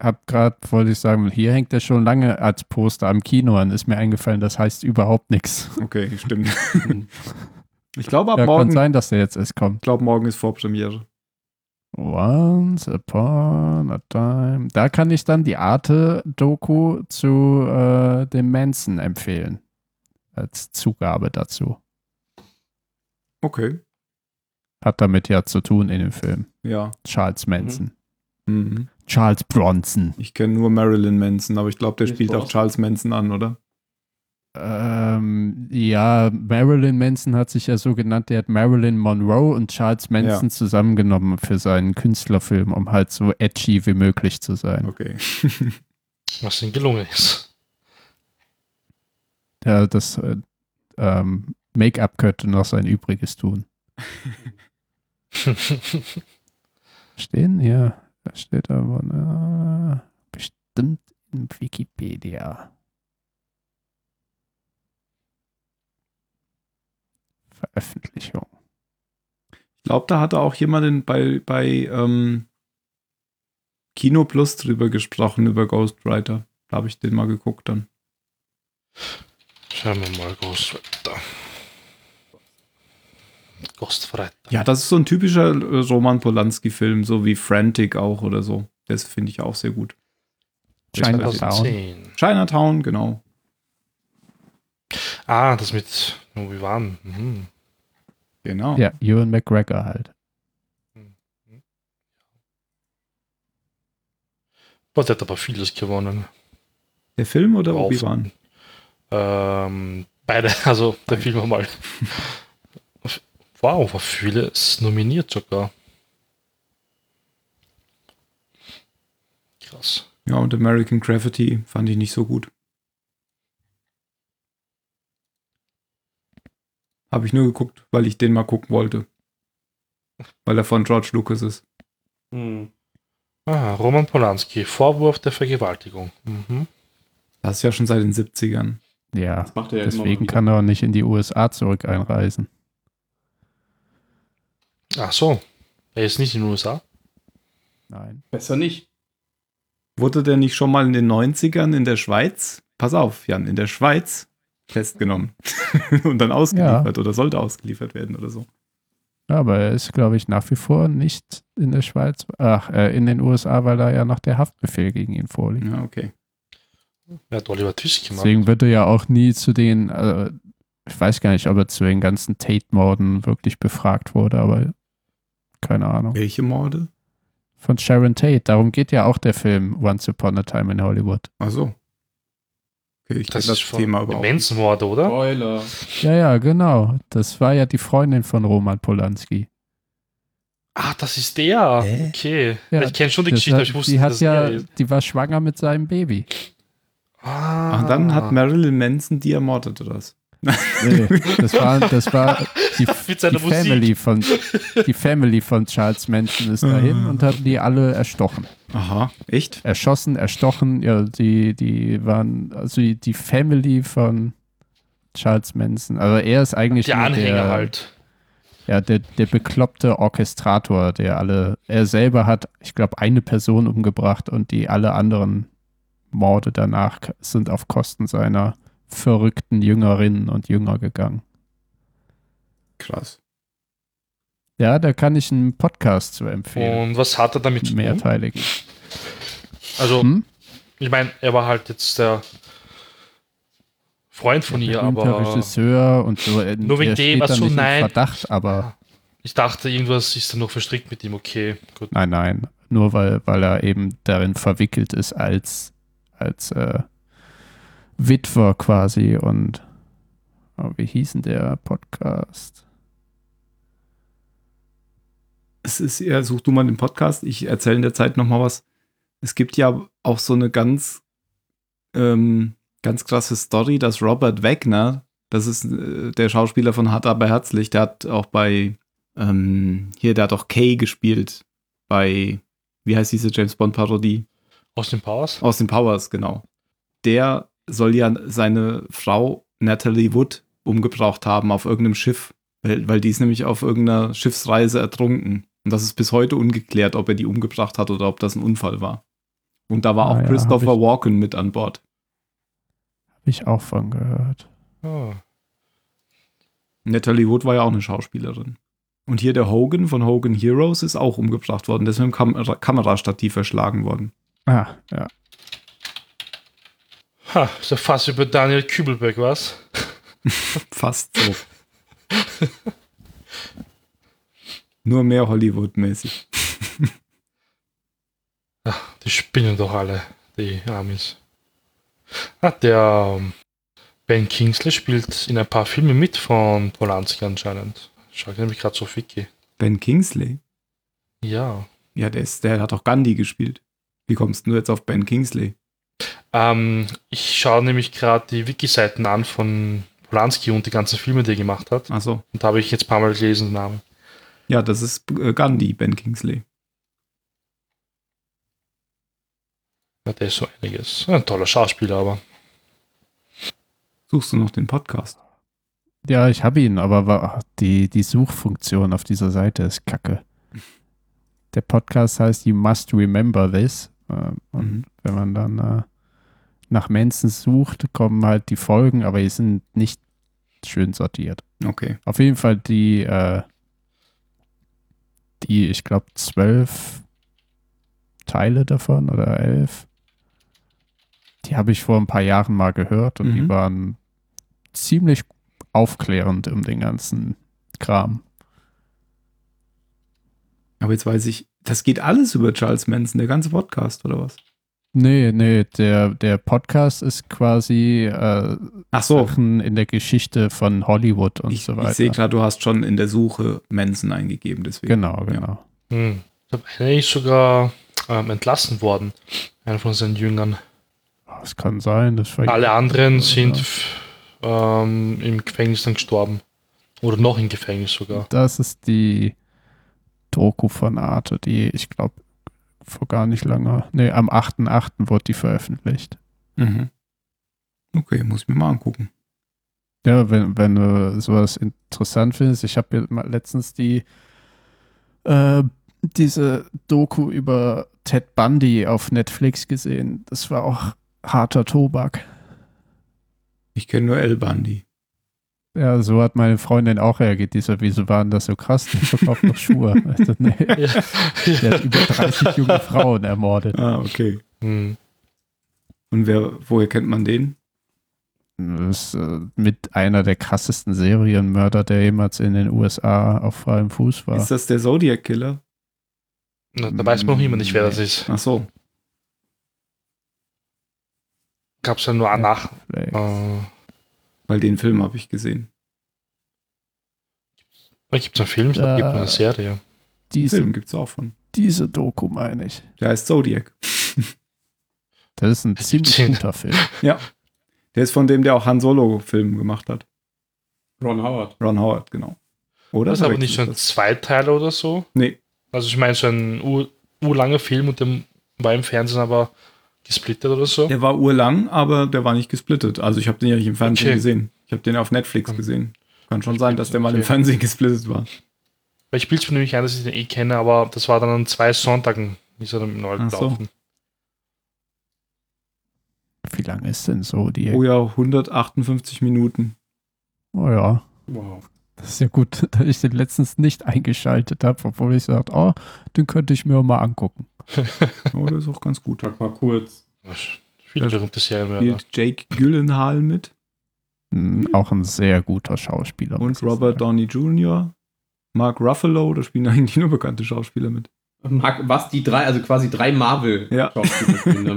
hab gerade, wollte ich sagen, hier hängt er schon lange als Poster am Kino an. Ist mir eingefallen, das heißt überhaupt nichts. Okay, <laughs> stimmt. <laughs> ich glaube, ab Ja, kann morgen sein, dass der jetzt erst kommt. Ich glaube, morgen ist Vorpremiere. Once upon a time. Da kann ich dann die Arte-Doku zu äh, dem Manson empfehlen. Als Zugabe dazu. Okay. Hat damit ja zu tun in dem Film. Ja. Charles Manson. Mhm. Charles Bronson. Ich kenne nur Marilyn Manson, aber ich glaube, der Nicht spielt auch bewusst. Charles Manson an, oder? Ähm, ja, Marilyn Manson hat sich ja so genannt, der hat Marilyn Monroe und Charles Manson zusammengenommen für seinen Künstlerfilm, um halt so edgy wie möglich zu sein. Okay. <laughs> Was ihnen gelungen ist. <laughs> Ja, das äh, ähm, Make-up könnte noch sein Übriges tun. Stehen? Ja, da steht aber na, bestimmt in Wikipedia. Veröffentlichung. Ich glaube, da hatte auch jemand in, bei, bei ähm, Kino Plus drüber gesprochen, über Ghostwriter. Da habe ich den mal geguckt dann. Schauen wir mal, Ghostwriter. Ghostwriter. Ja, das ist so ein typischer äh, Roman Polanski-Film, so wie Frantic auch oder so. Das finde ich auch sehr gut. Chinatown. 2010. Chinatown, genau. Ah, das mit Obi-Wan. Mhm. Genau. Ja, Ewan McGregor halt. Boah, Oh, der hat aber vieles gewonnen. Der Film oder Auf- Obi-Wan? Ähm, beide, <laughs> also der Film einmal. Wow, war vieles nominiert sogar. krass. Ja, und American Graffiti fand ich nicht so gut. Habe ich nur geguckt, weil ich den mal gucken wollte. Weil er von George Lucas ist. Hm. Ah, Roman Polanski, Vorwurf der Vergewaltigung. Mhm. Das ist ja schon seit den 70ern. Ja, Das macht er ja deswegen immer mal kann er auch nicht in die USA zurück einreisen. Ach so, er ist nicht in den USA. Nein. wieder. Besser nicht. Wurde der nicht schon mal in den 90ern in der Schweiz, pass auf, Jan, in der Schweiz festgenommen <laughs> und dann ausgeliefert oder sollte ausgeliefert werden oder so? Ja, aber er ist, glaube ich, nach wie vor nicht in der Schweiz, ach, äh, in den USA, weil da ja noch der Haftbefehl gegen ihn vorliegt. Ja, okay. Er hat Oliver Twist gemacht. Deswegen wird er ja auch nie zu den, äh, ich weiß gar nicht, ob er zu den ganzen Tate-Morden wirklich befragt wurde, aber keine Ahnung. Welche Morde? Von Sharon Tate, darum geht ja auch der Film Once Upon a Time in Hollywood. Ach so. Okay, ich das das, ist das von Thema überhaupt. nicht. Menschenmorde, oder? Spoiler. Ja, ja, genau. Das war ja die Freundin von Roman Polanski. Ah, das ist der. Hä? Okay. Ja, ich kenne schon die Das Geschichte, aber hat- ich wusste die nicht, hat dass ja, der ist. die war schwanger mit seinem Baby. Ah, Ach, dann hat Marilyn Manson die ermordet oder was? <laughs> das war, das war <laughs> die, Mit seiner die Musik. Family von, die Family von Charles Manson ist dahin Ah. und hat die alle erstochen. Aha, echt? erschossen, erstochen. Ja, die, die waren, also die, die Family von Charles Manson. Also er ist eigentlich die nur Anhänger der, halt. Ja, der, der bekloppte Orchestrator, der alle, er selber hat, ich glaube, eine Person umgebracht und die alle anderen Morde danach k- sind auf Kosten seiner verrückten Jüngerinnen und Jünger gegangen. Krass. Ja, da kann ich einen Podcast zu empfehlen. Und was hat er damit zu tun? Mehrteiligen. Also, Hm? ich meine, er war halt jetzt der Freund von ihr, Berühmter aber Regisseur und so. äh, Nur der wegen dem, steht ach dann so, nicht im nein. Verdacht, aber ich dachte, irgendwas ist da noch verstrickt mit ihm. Okay, gut. Nein, nein. Nur weil, weil er eben darin verwickelt ist als, als äh, Witwer quasi und oh, wie hieß denn der Podcast? Es ist, ja, such du mal den Podcast, ich erzähle in der Zeit nochmal was. Es gibt ja auch so eine ganz, ähm, ganz krasse Story, dass Robert Wagner, das ist äh, der Schauspieler von Hart aber herzlich, der hat auch bei, ähm, hier, der hat auch Kay gespielt, bei, wie heißt diese James Bond-Parodie? Aus den Powers? Aus den Powers, genau. Der soll ja seine Frau Natalie Wood umgebracht haben auf irgendeinem Schiff, weil, weil die ist nämlich auf irgendeiner Schiffsreise ertrunken. Und das ist bis heute ungeklärt, ob er die umgebracht hat oder ob das ein Unfall war. Und da war Ah auch ja, hab Christopher ich- Walken mit an Bord. Habe ich auch von gehört. Ah. Natalie Wood war ja auch eine Schauspielerin. Und hier der Hogan von Hogan Heroes ist auch umgebracht worden, der ist mit dem Kam Kamerastativ erschlagen worden. <laughs> Ah, ja. Ha, ist ja fast über Daniel Kübelberg, was? Fast <laughs> so. Nur mehr Hollywood-mäßig. Die spinnen doch alle, die Amis. Ah, der ähm, Ben Kingsley spielt in ein paar Filmen mit von Polanski anscheinend. Schaut nämlich gerade so Ficky. Ben Kingsley? Ja. Ja, der, ist, der hat auch Gandhi gespielt. Wie kommst du jetzt auf Ben Kingsley? Ähm, ich schaue nämlich gerade die Wiki-Seiten an von Polanski und die ganzen Filme, die er gemacht hat. Ach so. Und da habe ich jetzt ein paar Mal gelesen den Namen. Ja, das ist äh, Gandhi, Ben Kingsley. Ja, der ist so einiges. Ein toller Schauspieler, aber. Suchst du noch den Podcast? Ja, ich habe ihn, aber wa- ach, die, die Suchfunktion auf dieser Seite ist kacke. Der Podcast heißt You Must Remember This. äh, Und Mhm. wenn man dann äh, nach Manson sucht, kommen halt die Folgen, aber die sind nicht schön sortiert. Okay. Auf jeden Fall die, äh, die, ich glaube, zwölf Teile davon oder elf. Die habe ich vor ein paar Jahren mal gehört und die Mhm. waren ziemlich aufklärend um den ganzen Kram. Aber jetzt weiß ich, das geht alles über Charles Manson, der ganze Podcast, oder was? Nee, nee, der, der Podcast ist quasi äh, Ach so. Sachen in der Geschichte von Hollywood und Ich, so weiter. ich sehe gerade, du hast schon in der Suche Manson eingegeben, deswegen. genau, genau. Hm. Ich glaube, einer ist sogar ähm, entlassen worden. Einer von seinen Jüngern. Oh, Es kann sein, das war Alle anderen sind Ja. f- ähm, im Gefängnis dann gestorben. Oder noch im Gefängnis sogar. Das ist die Doku von Arte, die ich glaube vor gar nicht lange, nee, am 8.8. wurde die veröffentlicht. Mhm. Okay, muss ich mir mal angucken. Ja, wenn, wenn du sowas interessant findest, ich habe mal letztens die äh, diese Doku über Ted Bundy auf Netflix gesehen. Das war auch harter Tobak. Ich kenne nur El Bundy. Ja, so hat meine Freundin auch reagiert. Die so, wieso waren das so krass? Die verkauft noch Schuhe. Also, nee, Ja. der hat über 30 junge Frauen ermordet. Ah, okay. <laughs> Hm. Und wer, woher kennt man den? Das ist äh, mit einer der krassesten Serienmörder, der jemals in den USA auf freiem Fuß war. Ist das der Zodiac Killer? Na, da weiß man noch immer nicht, wer das Nee. ist. Ach so. Gab es ja nur nach. Vielleicht. Äh, Weil den Film habe ich gesehen. gibt es einen Film, da gibt es Äh, eine Serie. Diese, Film gibt es auch von. diese Doku meine ich. Der heißt Zodiac. Das ist ein ziemlich Zehn. guter Film. Der ist von dem, der auch Han Solo-Film gemacht hat. Ron Howard. Ron Howard, genau. Oder? Das ist aber Verwechsel nicht so ich ein das? Zweiteiler oder so. Nee. Also ich meine, so ein ur- urlanger Film und der war im Fernsehen aber gesplittert oder so. Der war urlang, aber der war nicht gesplittet. Also ich habe den ja nicht im Fernsehen Okay. gesehen. Ich habe den auf Netflix Hm. gesehen. Kann schon sein, dass der mal im Okay. Fernsehen gesplittet war. Weil ich bilde mir nämlich ein, dass ich den eh kenne, aber das war dann an zwei Sonntagen, ist er dann im Norden Ach so. <laughs> laufen. Wie lang ist denn so die? Oh ja, 158 Minuten. Oh ja. Wow. Das ist ja gut, <laughs> dass ich den letztens nicht eingeschaltet habe, obwohl ich sagte, oh, den könnte ich mir mal angucken. Oh, der ist auch ganz gut. Sag mal kurz. Viele Das berühmte Serienmörder. Spielt Jake Gyllenhaal mit Hm, Auch ein sehr guter Schauspieler. muss und ich Robert sagen. Downey Jr., Mark Ruffalo, da spielen <laughs> eigentlich nur bekannte Schauspieler mit. Mag, was die drei, also quasi drei Marvel. Ja. Genau.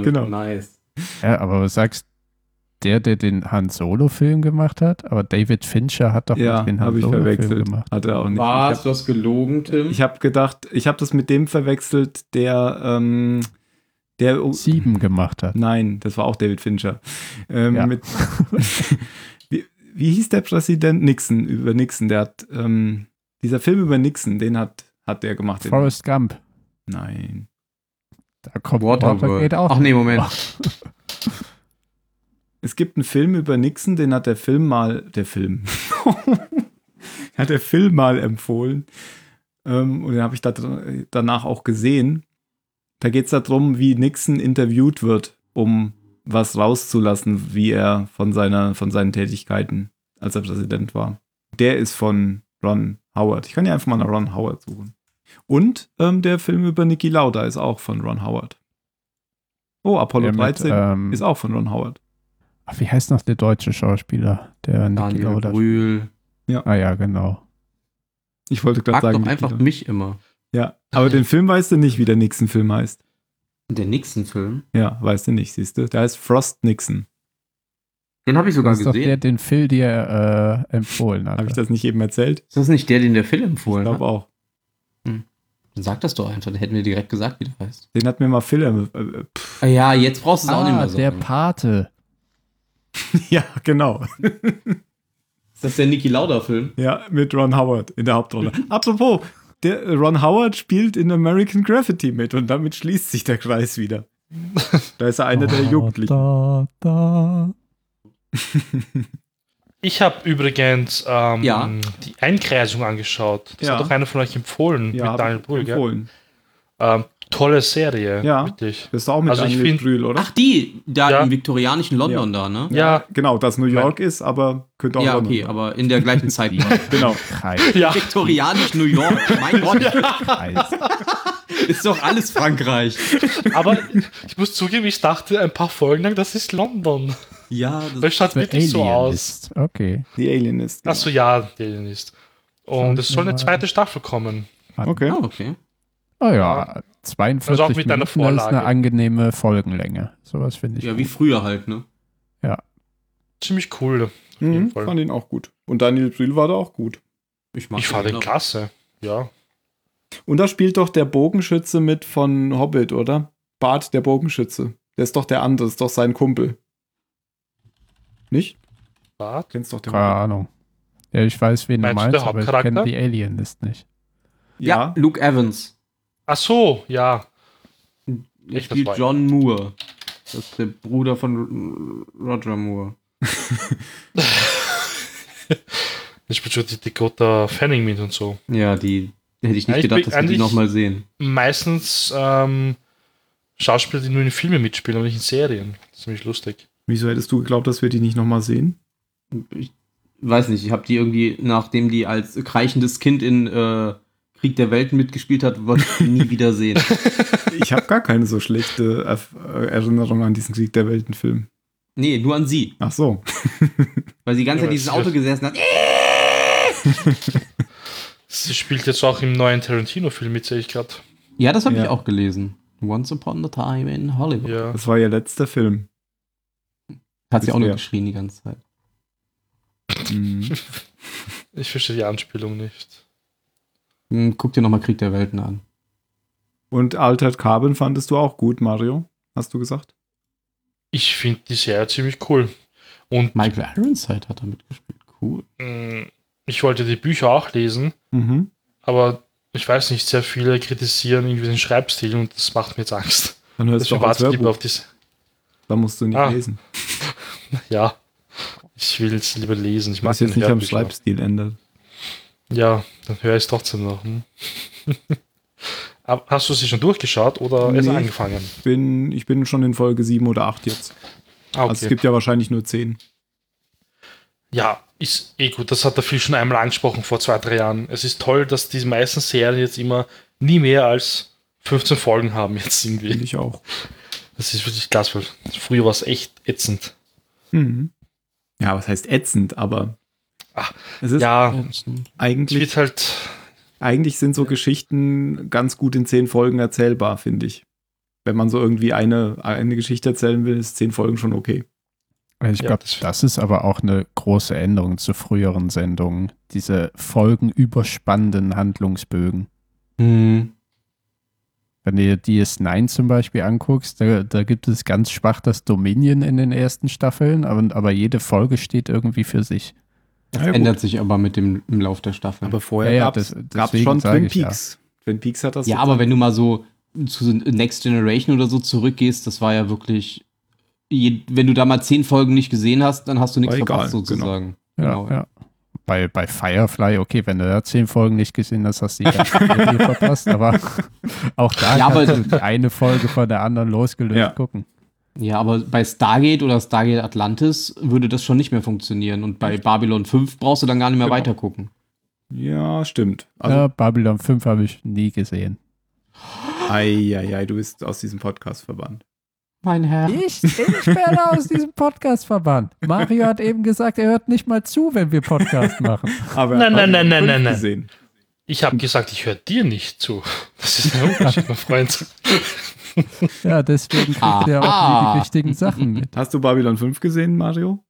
<laughs> genau. Nice. Ja, aber du sagst, der, der den Han Solo-Film gemacht hat, aber David Fincher hat doch ja, nicht den habe Han ich Solo-Film verwechselt. gemacht. Hat er auch nicht. Was? Du hast gelogen, Tim? Ich habe hab gedacht, ich habe das mit dem verwechselt, der, ähm, der, oh, Sieben gemacht hat. nein, das war auch David Fincher. Ähm, Ja. mit, <laughs> wie, wie hieß der Präsident? Nixon, über Nixon, der hat, ähm, dieser Film über Nixon, den hat, hat der gemacht. Den- Forrest Gump. Nein. Da kommt Waterworld. Watergate auch. Oh. Ach nee, Moment. Es gibt einen Film über Nixon, den hat der Film mal, der Film, <laughs> hat der Film mal empfohlen. Ähm, und den habe ich da, danach auch gesehen. Da geht es darum, wie Nixon interviewt wird, um was rauszulassen, wie er von, seiner, von seinen Tätigkeiten, als er Präsident war. Der ist von Ron Howard. Ich kann ja einfach mal nach Ron Howard suchen. Und ähm, der Film über Niki Lauda ist auch von Ron Howard. Oh, Apollo Der mit, 13 ähm, ist auch von Ron Howard. ach, wie heißt noch der deutsche Schauspieler? Der Niki Daniel Lauda. Brühl. Ah ja, genau. Ich wollte gerade Frag sagen. doch einfach Nikita. mich immer. Ja, aber den Film weißt du nicht, wie der Nixon-Film heißt. Der Nixon-Film. Ja, weißt du nicht, siehst du. Der heißt Frost Nixon. Den habe ich sogar Das ist doch der, gesehen. den Phil dir äh, empfohlen hat. Habe ich das nicht eben erzählt? Ist das nicht der, den der Phil Ich empfohlen glaube ne? hat? auch. Dann sag das doch einfach, dann hätten wir direkt gesagt, wie der heißt. Den hat mir mal Phil. Äh, äh, <laughs> pff, Ah ja, jetzt brauchst du es auch nicht ah, mehr der sagen. Pate. ja, genau. Ist das der Niki Lauda-Film? Ja, mit Ron Howard in der <laughs> Hauptrolle. Apropos, der äh, Ron Howard spielt in American Graffiti mit und damit schließt sich der Kreis <laughs> wieder. Da ist er einer der Jugendlichen. Da, da. Ich habe übrigens ähm, Ja. die Einkreisung angeschaut. Das Ja. hat doch einer von euch empfohlen Ja, mit Daniel hab Brühl, ich gell? empfohlen. Ähm, tolle Serie, Ja. wirklich. Das ist auch mit Also ich Daniel find- Brühl, oder? Ach, die, da Ja. im viktorianischen London da, ne? Ja, Genau, dass New York ist, aber könnte auch Ja, London okay, sein. aber in der gleichen <laughs> Zeit. Genau. Kreis, ja. Viktorianisch New York, <laughs> mein Gott, Kreis. ist doch alles Frankreich. aber <laughs> ich muss zugeben, ich dachte ein paar Folgen lang, das ist London. Ja, Das das schaut The wirklich so aus. Alienist. Okay. Die Alienist. Achso, ja, der ist. Schau Und es ich soll mir eine mal zweite Staffel kommen. Okay. Ah, okay. Oh ja, 42 Also auch mit Minuten einer das ist eine Vorlage. angenehme Folgenlänge. Sowas finde ich. Ja, gut. wie früher halt, ne? Ziemlich cool. jeden Mhm, Fall. fand ihn auch gut. Und Daniel Brühl war da auch gut. Ich mag Ich fand den auch. klasse. Ja. Und da spielt doch der Bogenschütze mit von Hobbit, oder? Bart, der Bogenschütze. Der ist doch der andere, ist doch sein Kumpel. Nicht? Bart? Kennst doch den Keine Ahnung. Ja, ich weiß, wen du Meinst du meinst, der aber ich Hauptcharakter? kenne die Alienlist nicht. Ja. Luke Evans. Ach so, ja. Der Echt, das spielt war- John Moore. Das ist der Bruder von R- Roger Moore. Das spielt schon die Dakota Fanning mit und so. Ja, die hätte ich nicht Ja, ich gedacht, dass bin wir die eigentlich- nochmal sehen. Meistens ähm, Schauspieler, die nur in Filmen mitspielen und nicht in Serien. Das ist Ziemlich lustig. Wieso hättest du geglaubt, dass wir die nicht nochmal sehen? Ich weiß nicht, ich habe die irgendwie, nachdem die als kreichendes Kind in äh, Krieg der Welten mitgespielt hat, wollte ich die <laughs> nie wieder sehen. Ich habe gar keine so schlechte Erf- äh, Erinnerung an diesen Krieg der Welten-Film. Nee, nur an sie. Ach so. Weil sie die ganze Ja, Zeit dieses das- Auto gesessen hat. Sie spielt jetzt auch im neuen Tarantino-Film mit, sehe ich gerade. Ja, das habe Ja. ich auch gelesen. Once Upon a Time in Hollywood. Ja. Das war ihr letzter Film. Hat sie auch nur Ja. geschrien die ganze Zeit. Mhm. Ich verstehe die Anspielung nicht. Hm, guck dir nochmal Krieg der Welten an. Und Altered Carbon fandest du auch gut, Mario? Hast du gesagt? Ich finde die Serie ziemlich cool. Und Michael Ironside hat da mitgespielt. Cool. mh, Mm, ich wollte die Bücher auch lesen, Mhm. aber ich weiß nicht, sehr viele kritisieren irgendwie den Schreibstil und das macht mir jetzt Angst. Dann hörst du Deswegen doch als warte ich lieber Hörbuch. auf diese. Da musst du nicht Ah, lesen. Ja. Ich will es lieber lesen. Ich mag Was jetzt den nicht am Hörbücher. Schreibstil ändert. Ja, dann höre ich es trotzdem noch. Hm? <laughs> Aber hast du sie schon durchgeschaut oder erst Nee. Äh, angefangen? Bin, ich bin schon in Folge 7 oder 8 jetzt. Ah, Also es gibt ja wahrscheinlich nur 10. Ja, ist eh gut. Das hat der Phil schon einmal angesprochen vor zwei, drei Jahren. Es ist toll, dass die meisten Serien jetzt immer nie mehr als 15 Folgen haben jetzt Finde irgendwie. ich auch. Das ist wirklich klasse. weil Früher war es echt ätzend. Mhm. Ja, was heißt ätzend, aber Ach, es ist Ja, es eigentlich, wird halt. eigentlich sind so Geschichten ganz gut in 10 Folgen erzählbar, finde ich. Wenn man so irgendwie eine, eine Geschichte erzählen will, ist 10 Folgen schon okay. Ich Ja, glaube, das- das, ist aber auch eine große Änderung zu früheren Sendungen. Diese folgenüberspannenden Handlungsbögen. Hm. Wenn du dir DS9 zum Beispiel anguckst, da, da gibt es ganz schwach das Dominion in den ersten Staffeln, aber, aber jede Folge steht irgendwie für sich. Ändert sich aber mit dem im Lauf der Staffel. aber vorher Ja, ja, gab es das- deswegen schon sage Twin ich ja. Peaks. Twin Peaks hat das ja, jetzt- aber wenn du mal so zu Next Generation oder so zurückgehst, das war ja wirklich. Je, wenn du da mal zehn Folgen nicht gesehen hast, dann hast du nichts War egal, verpasst, sozusagen. Ja, Genau. ja. Bei, bei Firefly, okay, wenn du da zehn Folgen nicht gesehen hast, hast du die ganze Serie verpasst, aber <laughs> auch da Ja, aber- kannst du die eine Folge von der anderen losgelöst Ja. gucken. Ja, aber bei Stargate oder Stargate Atlantis würde das schon nicht mehr funktionieren. Und bei Babylon 5 brauchst du dann gar nicht mehr Genau. weitergucken. ja, stimmt. Also, ja, Babylon 5 habe ich nie gesehen. ei, ei, ei, du bist aus diesem Podcast verbannt. Mein Herr. Ich, ich werde aus diesem Podcast verbannt. Mario hat eben gesagt, er hört nicht mal zu, wenn wir Podcast machen. Aber Nein, nein, nein, nein, nein, nein. Gesehen. Ich habe gesagt, ich höre dir nicht zu. Das ist ein Unterschied, mein Freund. Ja, deswegen kriegt er auch Aha. nie die wichtigen Sachen Hm, <laughs> mit. Hast du Babylon 5 gesehen, Mario?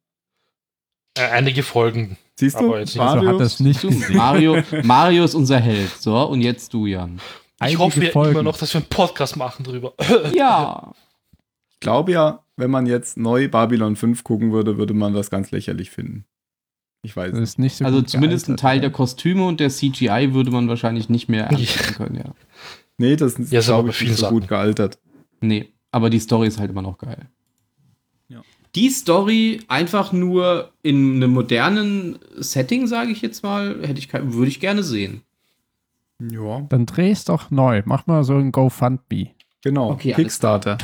Äh, einige Folgen. Siehst du? Aber jetzt nicht. Also hat das nicht Du, gesehen. Mario, Mario ist unser Held. So, und jetzt du, Jan. Ich Einige hoffe ja Folgen. immer noch, dass wir einen Podcast machen drüber. <laughs> Ja. Ich glaube ja, wenn man jetzt neu Babylon 5 gucken würde, würde man das ganz lächerlich finden. Ich weiß. Das nicht. ist nicht so Also gut zumindest ein gealtert, Teil ja. der Kostüme und der CGI würde man wahrscheinlich nicht <laughs> mehr angucken können, ja. Nee, das ist, Ja, ist aber glaube bei ich, vielen nicht so Sachen. gut gealtert. Nee, aber die Story ist halt immer noch geil. Ja. Die Story einfach nur in einem modernen Setting, sage ich jetzt mal, hätte ich würde ich gerne sehen. Ja. Dann dreh's doch neu. Mach mal so ein GoFundMe. Genau. Okay, alles Kickstarter.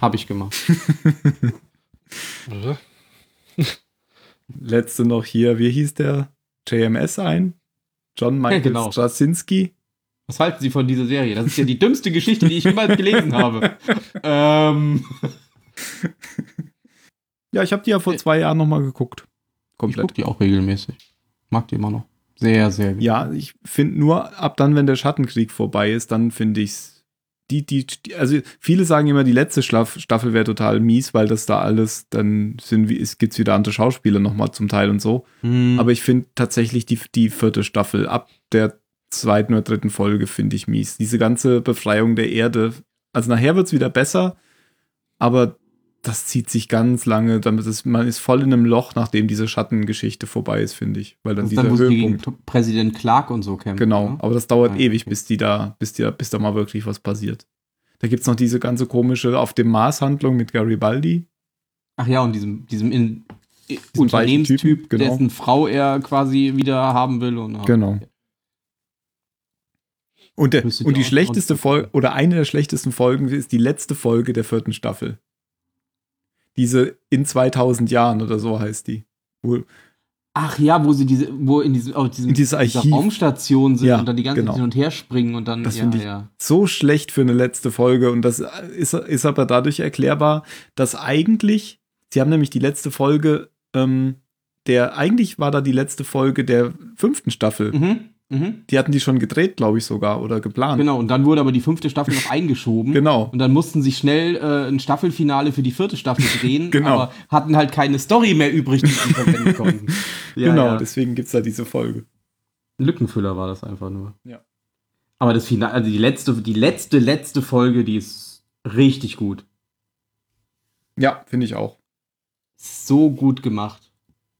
Habe ich gemacht. Oder? Letzte noch hier, wie hieß der? JMS ein? <laughs> John Michael Ja, genau. Straczynski? Was halten Sie von dieser Serie? Das ist ja die dümmste Geschichte, die ich jemals gelesen <laughs> habe. Ähm, Ja, ich habe die ja Äh. vor zwei Jahren nochmal geguckt. ich gucke Komplett. die auch regelmäßig. Mag die immer noch. Sehr, sehr gut. Ja, ich finde nur, ab dann, wenn der Schattenkrieg vorbei ist, dann finde ich's. Die, die, die, also viele sagen immer, die letzte Schlaf, Staffel wäre total mies, weil das da alles, dann sind wie, es gibt's wieder andere Schauspieler nochmal zum Teil und so. Hm. Aber ich finde tatsächlich die, die vierte Staffel ab der zweiten oder dritten Folge finde ich mies. Diese ganze Befreiung der Erde. Also nachher wird es wieder besser, aber das zieht sich ganz lange. Damit ist, man ist voll in einem Loch, nachdem diese Schattengeschichte vorbei ist, finde ich. Weil dann Also dieser dann muss die gegen Höhepunkt. T- Präsident Clark und so kämpfen. Genau, ne? aber das dauert Ah, ewig, okay. bis die da, bis die, bis da mal wirklich was passiert. Da gibt es noch diese ganze komische auf dem Mars-Handlung mit Garibaldi. Ach ja, und diesem, diesem in, weichen Unternehmenstyp, Typen, genau. dessen Frau er quasi wieder haben will. Und, Genau. Und, der, Müsstet und ihr die auch- schlechteste auch- Folge, oder eine der schlechtesten Folgen ist die letzte Folge der vierten Staffel. Diese in 2000 Jahren oder so heißt die. Ach ja, wo sie diese, wo in diesem, auf diesem In dieses dieser Archiv. Raumstation sind Ja, und dann die ganze genau. Zeit hin und her springen und dann Das ja, finde ich- ja. so schlecht für eine letzte Folge. Und das ist, ist aber dadurch erklärbar, dass eigentlich, sie haben nämlich die letzte Folge, ähm, der, eigentlich war da die letzte Folge der fünften Staffel. Mhm, mhm. Die hatten die schon gedreht, glaube ich, sogar, oder geplant. Genau, und dann wurde aber die fünfte Staffel <laughs> noch eingeschoben. Genau. Und dann mussten sie schnell äh, ein Staffelfinale für die vierte Staffel drehen, <laughs> Genau. aber hatten halt keine Story mehr übrig, die sie verwenden <laughs> konnten. Ja, genau, ja. deswegen gibt es da diese Folge. Ein Lückenfüller war das einfach nur. Ja. Aber das Finale, also die letzte, die letzte, letzte Folge, die ist richtig gut. Ja, finde ich auch. So gut gemacht.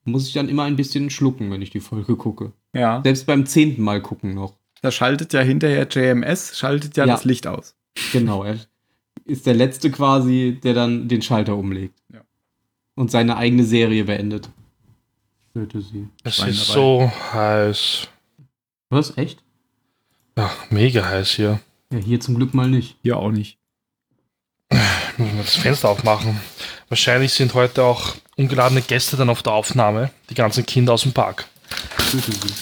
Muss ich dann immer ein bisschen schlucken, wenn ich die Folge gucke. Ja. Selbst beim zehnten Mal gucken noch. Da schaltet ja hinterher JMS, schaltet ja, Ja. das Licht aus. Genau, er ist der Letzte quasi, der dann den Schalter umlegt. Ja. Und seine eigene Serie beendet. Töte sie. Es Schwein ist dabei. so heiß. Was? Echt? Ach, mega heiß hier. Ja, hier zum Glück mal nicht. Hier auch nicht. Ich muss mal das Fenster aufmachen. Wahrscheinlich sind heute auch ungeladene Gäste dann auf der Aufnahme. Die ganzen Kinder aus dem Park. Töte sie.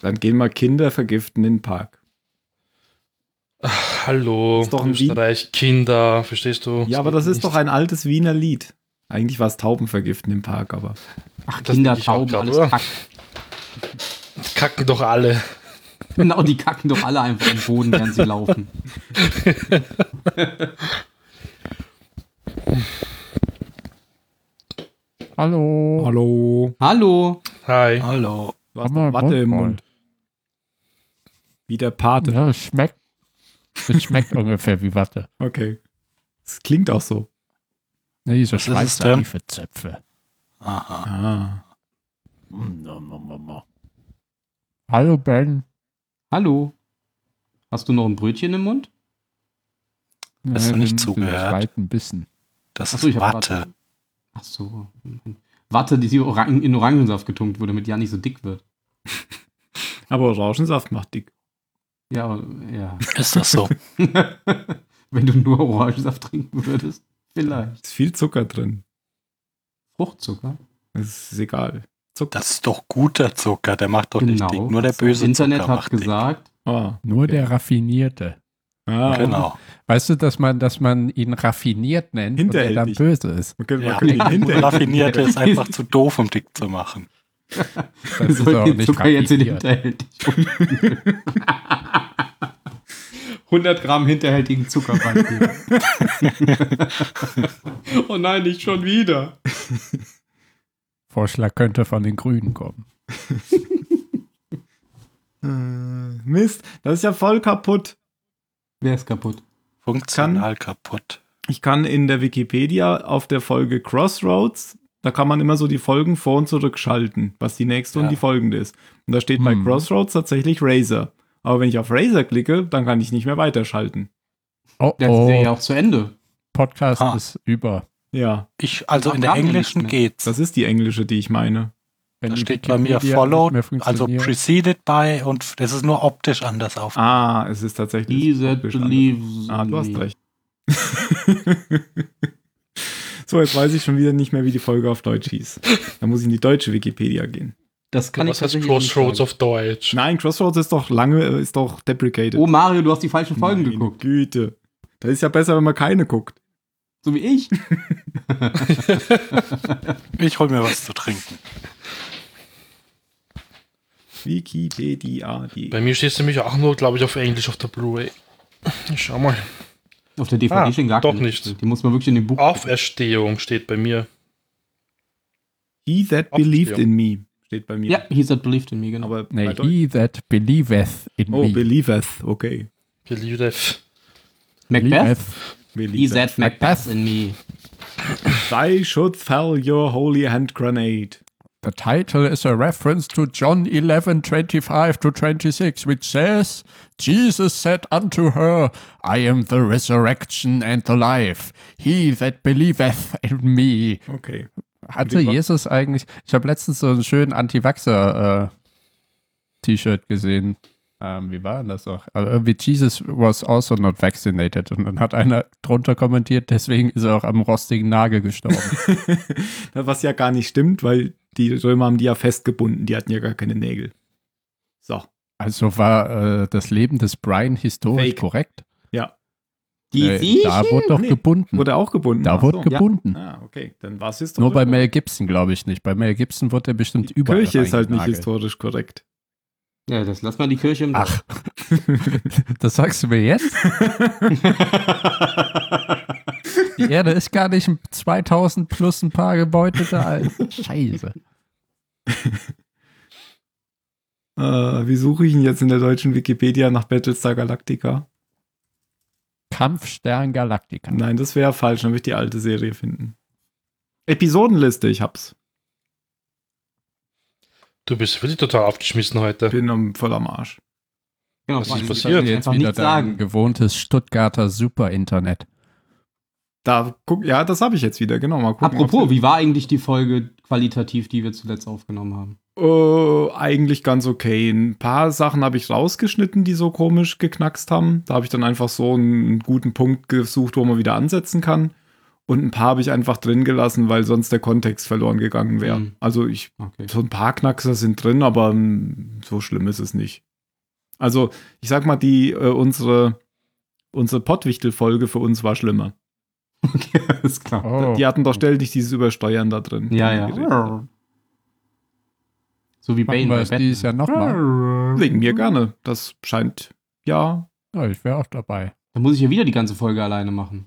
Dann gehen mal Kinder vergiften in den Park. Hallo, Ist doch ein Wien- Österreich, Kinder, verstehst du? Ja, aber das ist Nicht- doch ein altes Wiener Lied. Eigentlich war es Tauben vergiften im Park, aber. Ach, Das Kinder, denk ich auch Tauben, grad, alles oder? kack. Kacken doch alle. Genau, die kacken doch alle einfach am Boden, während sie <laughs> laufen. Hallo. Hallo. Hallo! Ah, Hi. Hallo. Du hast Hab mal noch Watte im Bock, Mund. Wie der Pate. Ja, es schmeckt. Es schmeckt <laughs> ungefähr wie Watte. Okay. Das klingt auch so. Ne, diese Was ist es denn? Schweizer Zöpfe. Aha. Ah. Mm, Hallo Ben. Hallo! Hast du noch ein Brötchen im Mund? Hast du Ja, nicht den- den zugehört? Zweiten Bissen. Das Ach so, ist hab Watte. Ach so. Watte, die sie orang in Orangensaft getunkt wurde, damit die ja nicht so dick wird. Aber Orangensaft macht dick. Ja, aber, <laughs> ja. <laughs> Ist das so? Wenn du nur Orangensaft trinken würdest, vielleicht. Ist viel Zucker drin. Fruchtzucker. Das ist egal. Das ist doch guter Zucker. Der macht doch nicht dick. Nur Genau. der Das böse Internet Zucker hat macht dick. gesagt, Ah. Nur Okay. der raffinierte. ah. <laughs> Genau. Weißt du, dass man, dass man ihn raffiniert nennt und er dann Hinterhältig. böse <laughs> ist? Man könnte, Ja, man <laughs> könnte ihn hinterher. raffinierte ist einfach zu doof, um dick zu machen. Das wir ist auch sollten den nicht Zucker jetzt in raffiniert. hinterhältig. 100 Gramm hinterhältigen Zucker reingeben. oh nein, nicht schon wieder. Vorschlag könnte von den Grünen kommen. Äh, Mist, das ist ja voll kaputt. Wer ist kaputt? Funktional kaputt. Ich kann in der Wikipedia auf der Folge Crossroads, da kann man immer so die Folgen vor und zurückschalten, was die nächste Ja. und die folgende ist. Und da steht bei Hm. Crossroads tatsächlich Razer. Aber wenn ich auf Razer klicke, dann kann ich nicht mehr weiterschalten. Oh, Der ist ja oh auch zu Ende. Podcast Ah. ist über. Ja, Ich, also in der Programm nicht englischen mehr. geht's. das ist die englische, die ich meine. Wenn da die steht bei mir Wikipedia nicht followed, mehr also funktioniert. preceded by und das ist nur optisch anders auf. Ah, es ist tatsächlich. He that optisch anders. believes Ah, du hast in me. recht. <laughs> so, jetzt weiß ich schon wieder nicht mehr, wie die Folge auf Deutsch hieß. Da muss ich in die deutsche Wikipedia gehen. Das kann ich Was heißt tatsächlich nicht Crossroads sagen. auf Deutsch? Nein, Crossroads ist doch lange, äh, ist doch deprecated. Oh Mario, du hast die falschen Folgen Meine geguckt. Güte. Das ist ja besser, wenn man keine guckt. So wie ich. Ich hol mir was zu <laughs> trinken. Wikipedia. Die Bei mir steht es nämlich auch nur, glaube ich, auf Englisch auf der Blu-ray. Ich schau mal. Auf der DVD Ah, stehen gar doch Ah. keine. nicht. Die muss man wirklich in dem Buch. Auferstehung steht bei mir. He that Aufklärung. believed in me steht bei mir. Ja, he said believed in me, genau. aber Nee, bei Deutsch- he that believeth in Oh, me. believeth, okay. Believeth. Macbeth? believeth. He said Macbeth Macbeth. in me. Thy should fell your holy hand grenade. The title is a reference to John 11, 25 to 26, which says, Jesus said unto her, I am the resurrection and the life. He that believeth in me. Okay. Hatte Jesus eigentlich, ich habe letztens so einen schönen Anti-Vaxxer-T-Shirt gesehen. Ähm, wie war denn das auch? Also irgendwie Jesus was also not vaccinated. Und dann hat einer drunter kommentiert, deswegen ist er auch am rostigen Nagel <laughs> gestorben. Was ja gar nicht stimmt, weil die Römer haben die ja festgebunden, die hatten ja gar keine Nägel. So. also war äh, das Leben des Brian historisch Fake. korrekt? Die Äh, sie? da wurde doch Nee. gebunden. Wurde auch gebunden. da Ach wurde so. gebunden. Ja. Ah, okay. Dann war es historisch. Nur bei korrekt. Mel Gibson glaube ich nicht. Bei Mel Gibson wurde er bestimmt Die überall Kirche ist halt nicht reingenagelt. historisch korrekt. Ja, das lass mal die Kirche im <laughs> Ach, <laughs> das sagst du mir jetzt? <laughs> Die Erde ist gar nicht ein 2000 plus ein paar Gebäudete alt. <laughs> Scheiße. Äh, wie suche ich ihn jetzt in der deutschen Wikipedia nach Battlestar Galactica? Kampfstern Galactica. Nein, das wäre falsch, dann würde ich die alte Serie finden. Episodenliste, ich hab's. Du bist wirklich total aufgeschmissen heute. Bin am, voll am Arsch. Genau, was vor allem, ist ich kann passiert? Jetzt Einfach wieder nichts dein sagen. gewohntes Stuttgarter Super-Internet. Da guck, ja, das habe ich jetzt wieder, genau. Mal gucken, Apropos, ob's- wie war eigentlich die Folge qualitativ, die wir zuletzt aufgenommen haben? Äh, eigentlich ganz okay. Ein paar Sachen habe ich rausgeschnitten, die so komisch geknackst haben. Da habe ich dann einfach so einen guten Punkt gesucht, wo man wieder ansetzen kann. Und ein paar habe ich einfach drin gelassen, weil sonst der Kontext verloren gegangen wäre. Mhm. Also ich, Okay. so ein paar Knackser sind drin, aber mm, so schlimm ist es nicht. Also ich sag mal, die äh, unsere unsere Pottwichtel-Folge für uns war schlimmer. <laughs> okay, alles klar. Oh. Die hatten doch ständig dieses Übersteuern da drin. Ja, Geredet. ja. So wie Machen Bane wir bei es dieses Batman. Jahr nochmal. Wegen mir gerne. Das scheint ja Ja, ich wäre auch dabei. Da muss ich ja wieder die ganze Folge alleine machen.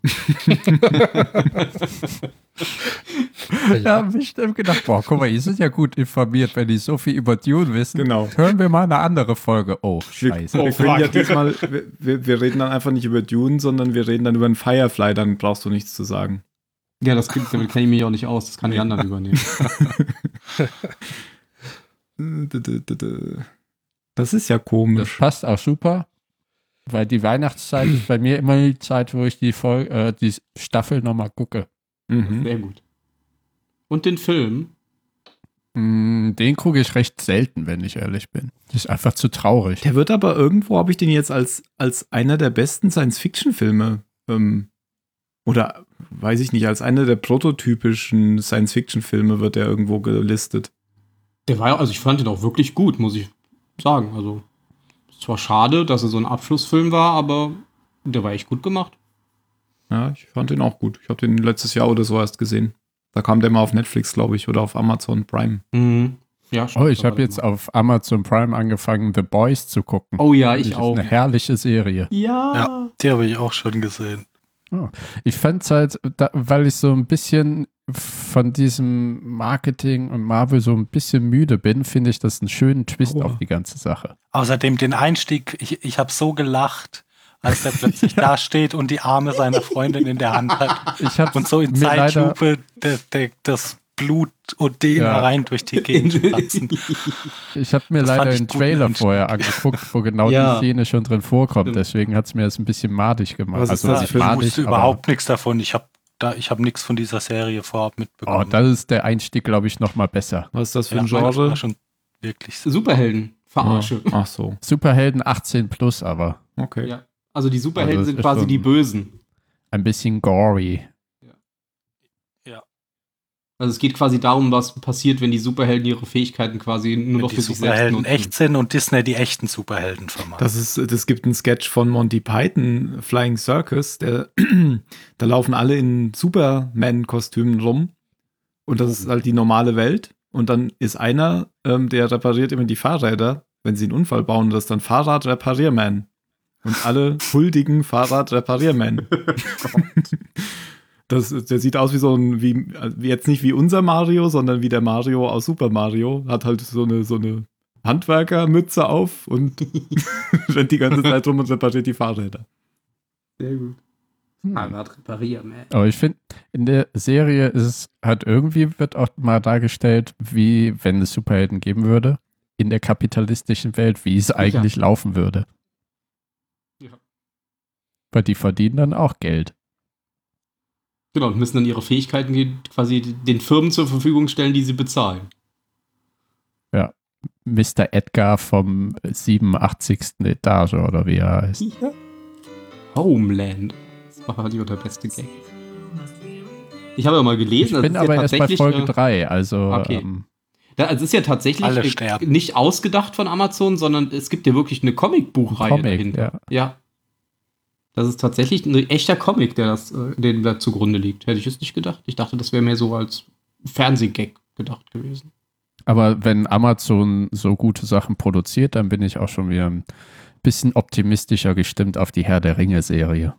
Ja, hab ich hab gedacht, boah, guck mal, die sind ja gut informiert, wenn die so viel über Dune wissen. genau. Hören wir mal eine andere Folge. Oh, Wir, scheiße. wir können fuck. ja diesmal, wir- wir, wir reden dann einfach nicht über Dune, sondern wir reden dann über einen Firefly, dann brauchst du nichts zu sagen. <laughs> Ja, das gibt, damit kenne ich mich auch nicht aus. Das kann die <laughs> anderen übernehmen. Das ist ja Das komisch. passt auch super, weil die Weihnachtszeit ist bei mir immer die Zeit, wo ich die, Folge, äh, die Staffel nochmal gucke. Mhm. Sehr gut. Und den Film? Mm, Den gucke ich recht selten, wenn ich ehrlich bin. Das ist einfach zu traurig. Der wird aber irgendwo, habe ich den jetzt als, als einer der besten Science-Fiction-Filme ähm, oder weiß ich nicht, als einer der prototypischen Science-Fiction-Filme wird er irgendwo gelistet. Der war ja, also ich fand den auch wirklich gut, muss ich sagen. Also, es war schade, dass er so ein Abschlussfilm war, aber der war echt gut gemacht. Ja, ich fand den auch gut. Ich habe den letztes Jahr oder so erst gesehen. Da kam der mal auf Netflix, glaube ich, oder auf Amazon Prime. Mhm. Ja, stimmt, Oh, ich da war habe der jetzt gemacht. auf Amazon Prime angefangen, The Boys zu gucken. Oh ja, ich Das ist auch. Eine herrliche Serie. Ja. Die habe ich auch schon gesehen. Ich fand es halt, da, weil ich so ein bisschen von diesem Marketing und Marvel so ein bisschen müde bin, finde ich das einen schönen Twist Oh. auf die ganze Sache. Außerdem den Einstieg, ich, ich habe so gelacht, als der plötzlich da steht und die Arme seiner Freundin in der Hand hat Ich <laughs> habe und so in mir leider, Zeitlupe der, der, das Blut und den Ja. rein durch die Gegend platzen. ich hab mir Das fand leider ich den guten Trailer Einstieg. vorher angeguckt, wo <laughs> genau Ja. die Szene schon drin vorkommt. Stimmt. Deswegen hat es mir jetzt ein bisschen madig gemacht. Was ist das nicht für ich ein madig, wusste aber- überhaupt nichts davon. Ich habe da, ich habe nichts von dieser Serie vorab Oh, mitbekommen. das ist der Einstieg, glaube ich, nochmal besser. Was ist das für Ja, ein das Genre? war schon wirklich so. Superhelden. Verarsche. Ah, Ach so, Superhelden 18 plus, aber okay. Ja. Also die Superhelden Also das sind ist quasi schon- die Bösen. ein bisschen gory. Also es geht quasi darum, was passiert, wenn die Superhelden ihre Fähigkeiten quasi nur Wenn noch die für sich selbst Superhelden nutzen. echt sind und Disney die echten Superhelden vermacht. Das ist, das gibt einen Sketch von Monty Python, Flying Circus, der, <clears throat> da laufen alle in Superman-Kostümen rum und das ist halt die normale Welt und dann ist einer, ähm, der repariert immer die Fahrräder, wenn sie einen Unfall bauen, das ist dann Fahrradreparierman und alle huldigen Fahrradreparierman. Das, der sieht aus wie so ein, wie, also jetzt nicht wie unser Mario, sondern wie der Mario aus Super Mario. Hat halt so eine, so eine Handwerkermütze auf und <laughs> rennt die ganze Zeit rum und repariert die Fahrräder. Sehr gut. Fahrrad reparieren, ey. Aber ich finde, in der Serie ist es halt irgendwie wird auch mal dargestellt, wie wenn es Superhelden geben würde, in der kapitalistischen Welt, wie es eigentlich laufen würde. Ja. Weil die verdienen dann auch Geld. Genau, und müssen dann ihre Fähigkeiten die- quasi den Firmen zur Verfügung stellen, die sie bezahlen. Mr. Edgar vom 87. Etage oder wie er heißt. Homeland. Das war lieber der beste Gag. Ich habe ja mal gelesen, Ich bin das ist aber ja erst bei tatsächlich Folge eine- 3, also Okay. ähm, Da- also es ist ja tatsächlich Alle äh, sterben. nicht ausgedacht von Amazon, sondern es gibt ja wirklich eine Comicbuchreihe Comic, dahinter. ja. Ja. Das ist tatsächlich ein echter Comic, der das, äh, dem da zugrunde liegt. Hätte ich es nicht gedacht. Ich dachte, das wäre mehr so als Fernsehgag gedacht gewesen. Aber wenn Amazon so gute Sachen produziert, dann bin ich auch schon wieder ein bisschen optimistischer gestimmt auf die Herr der Ringe-Serie.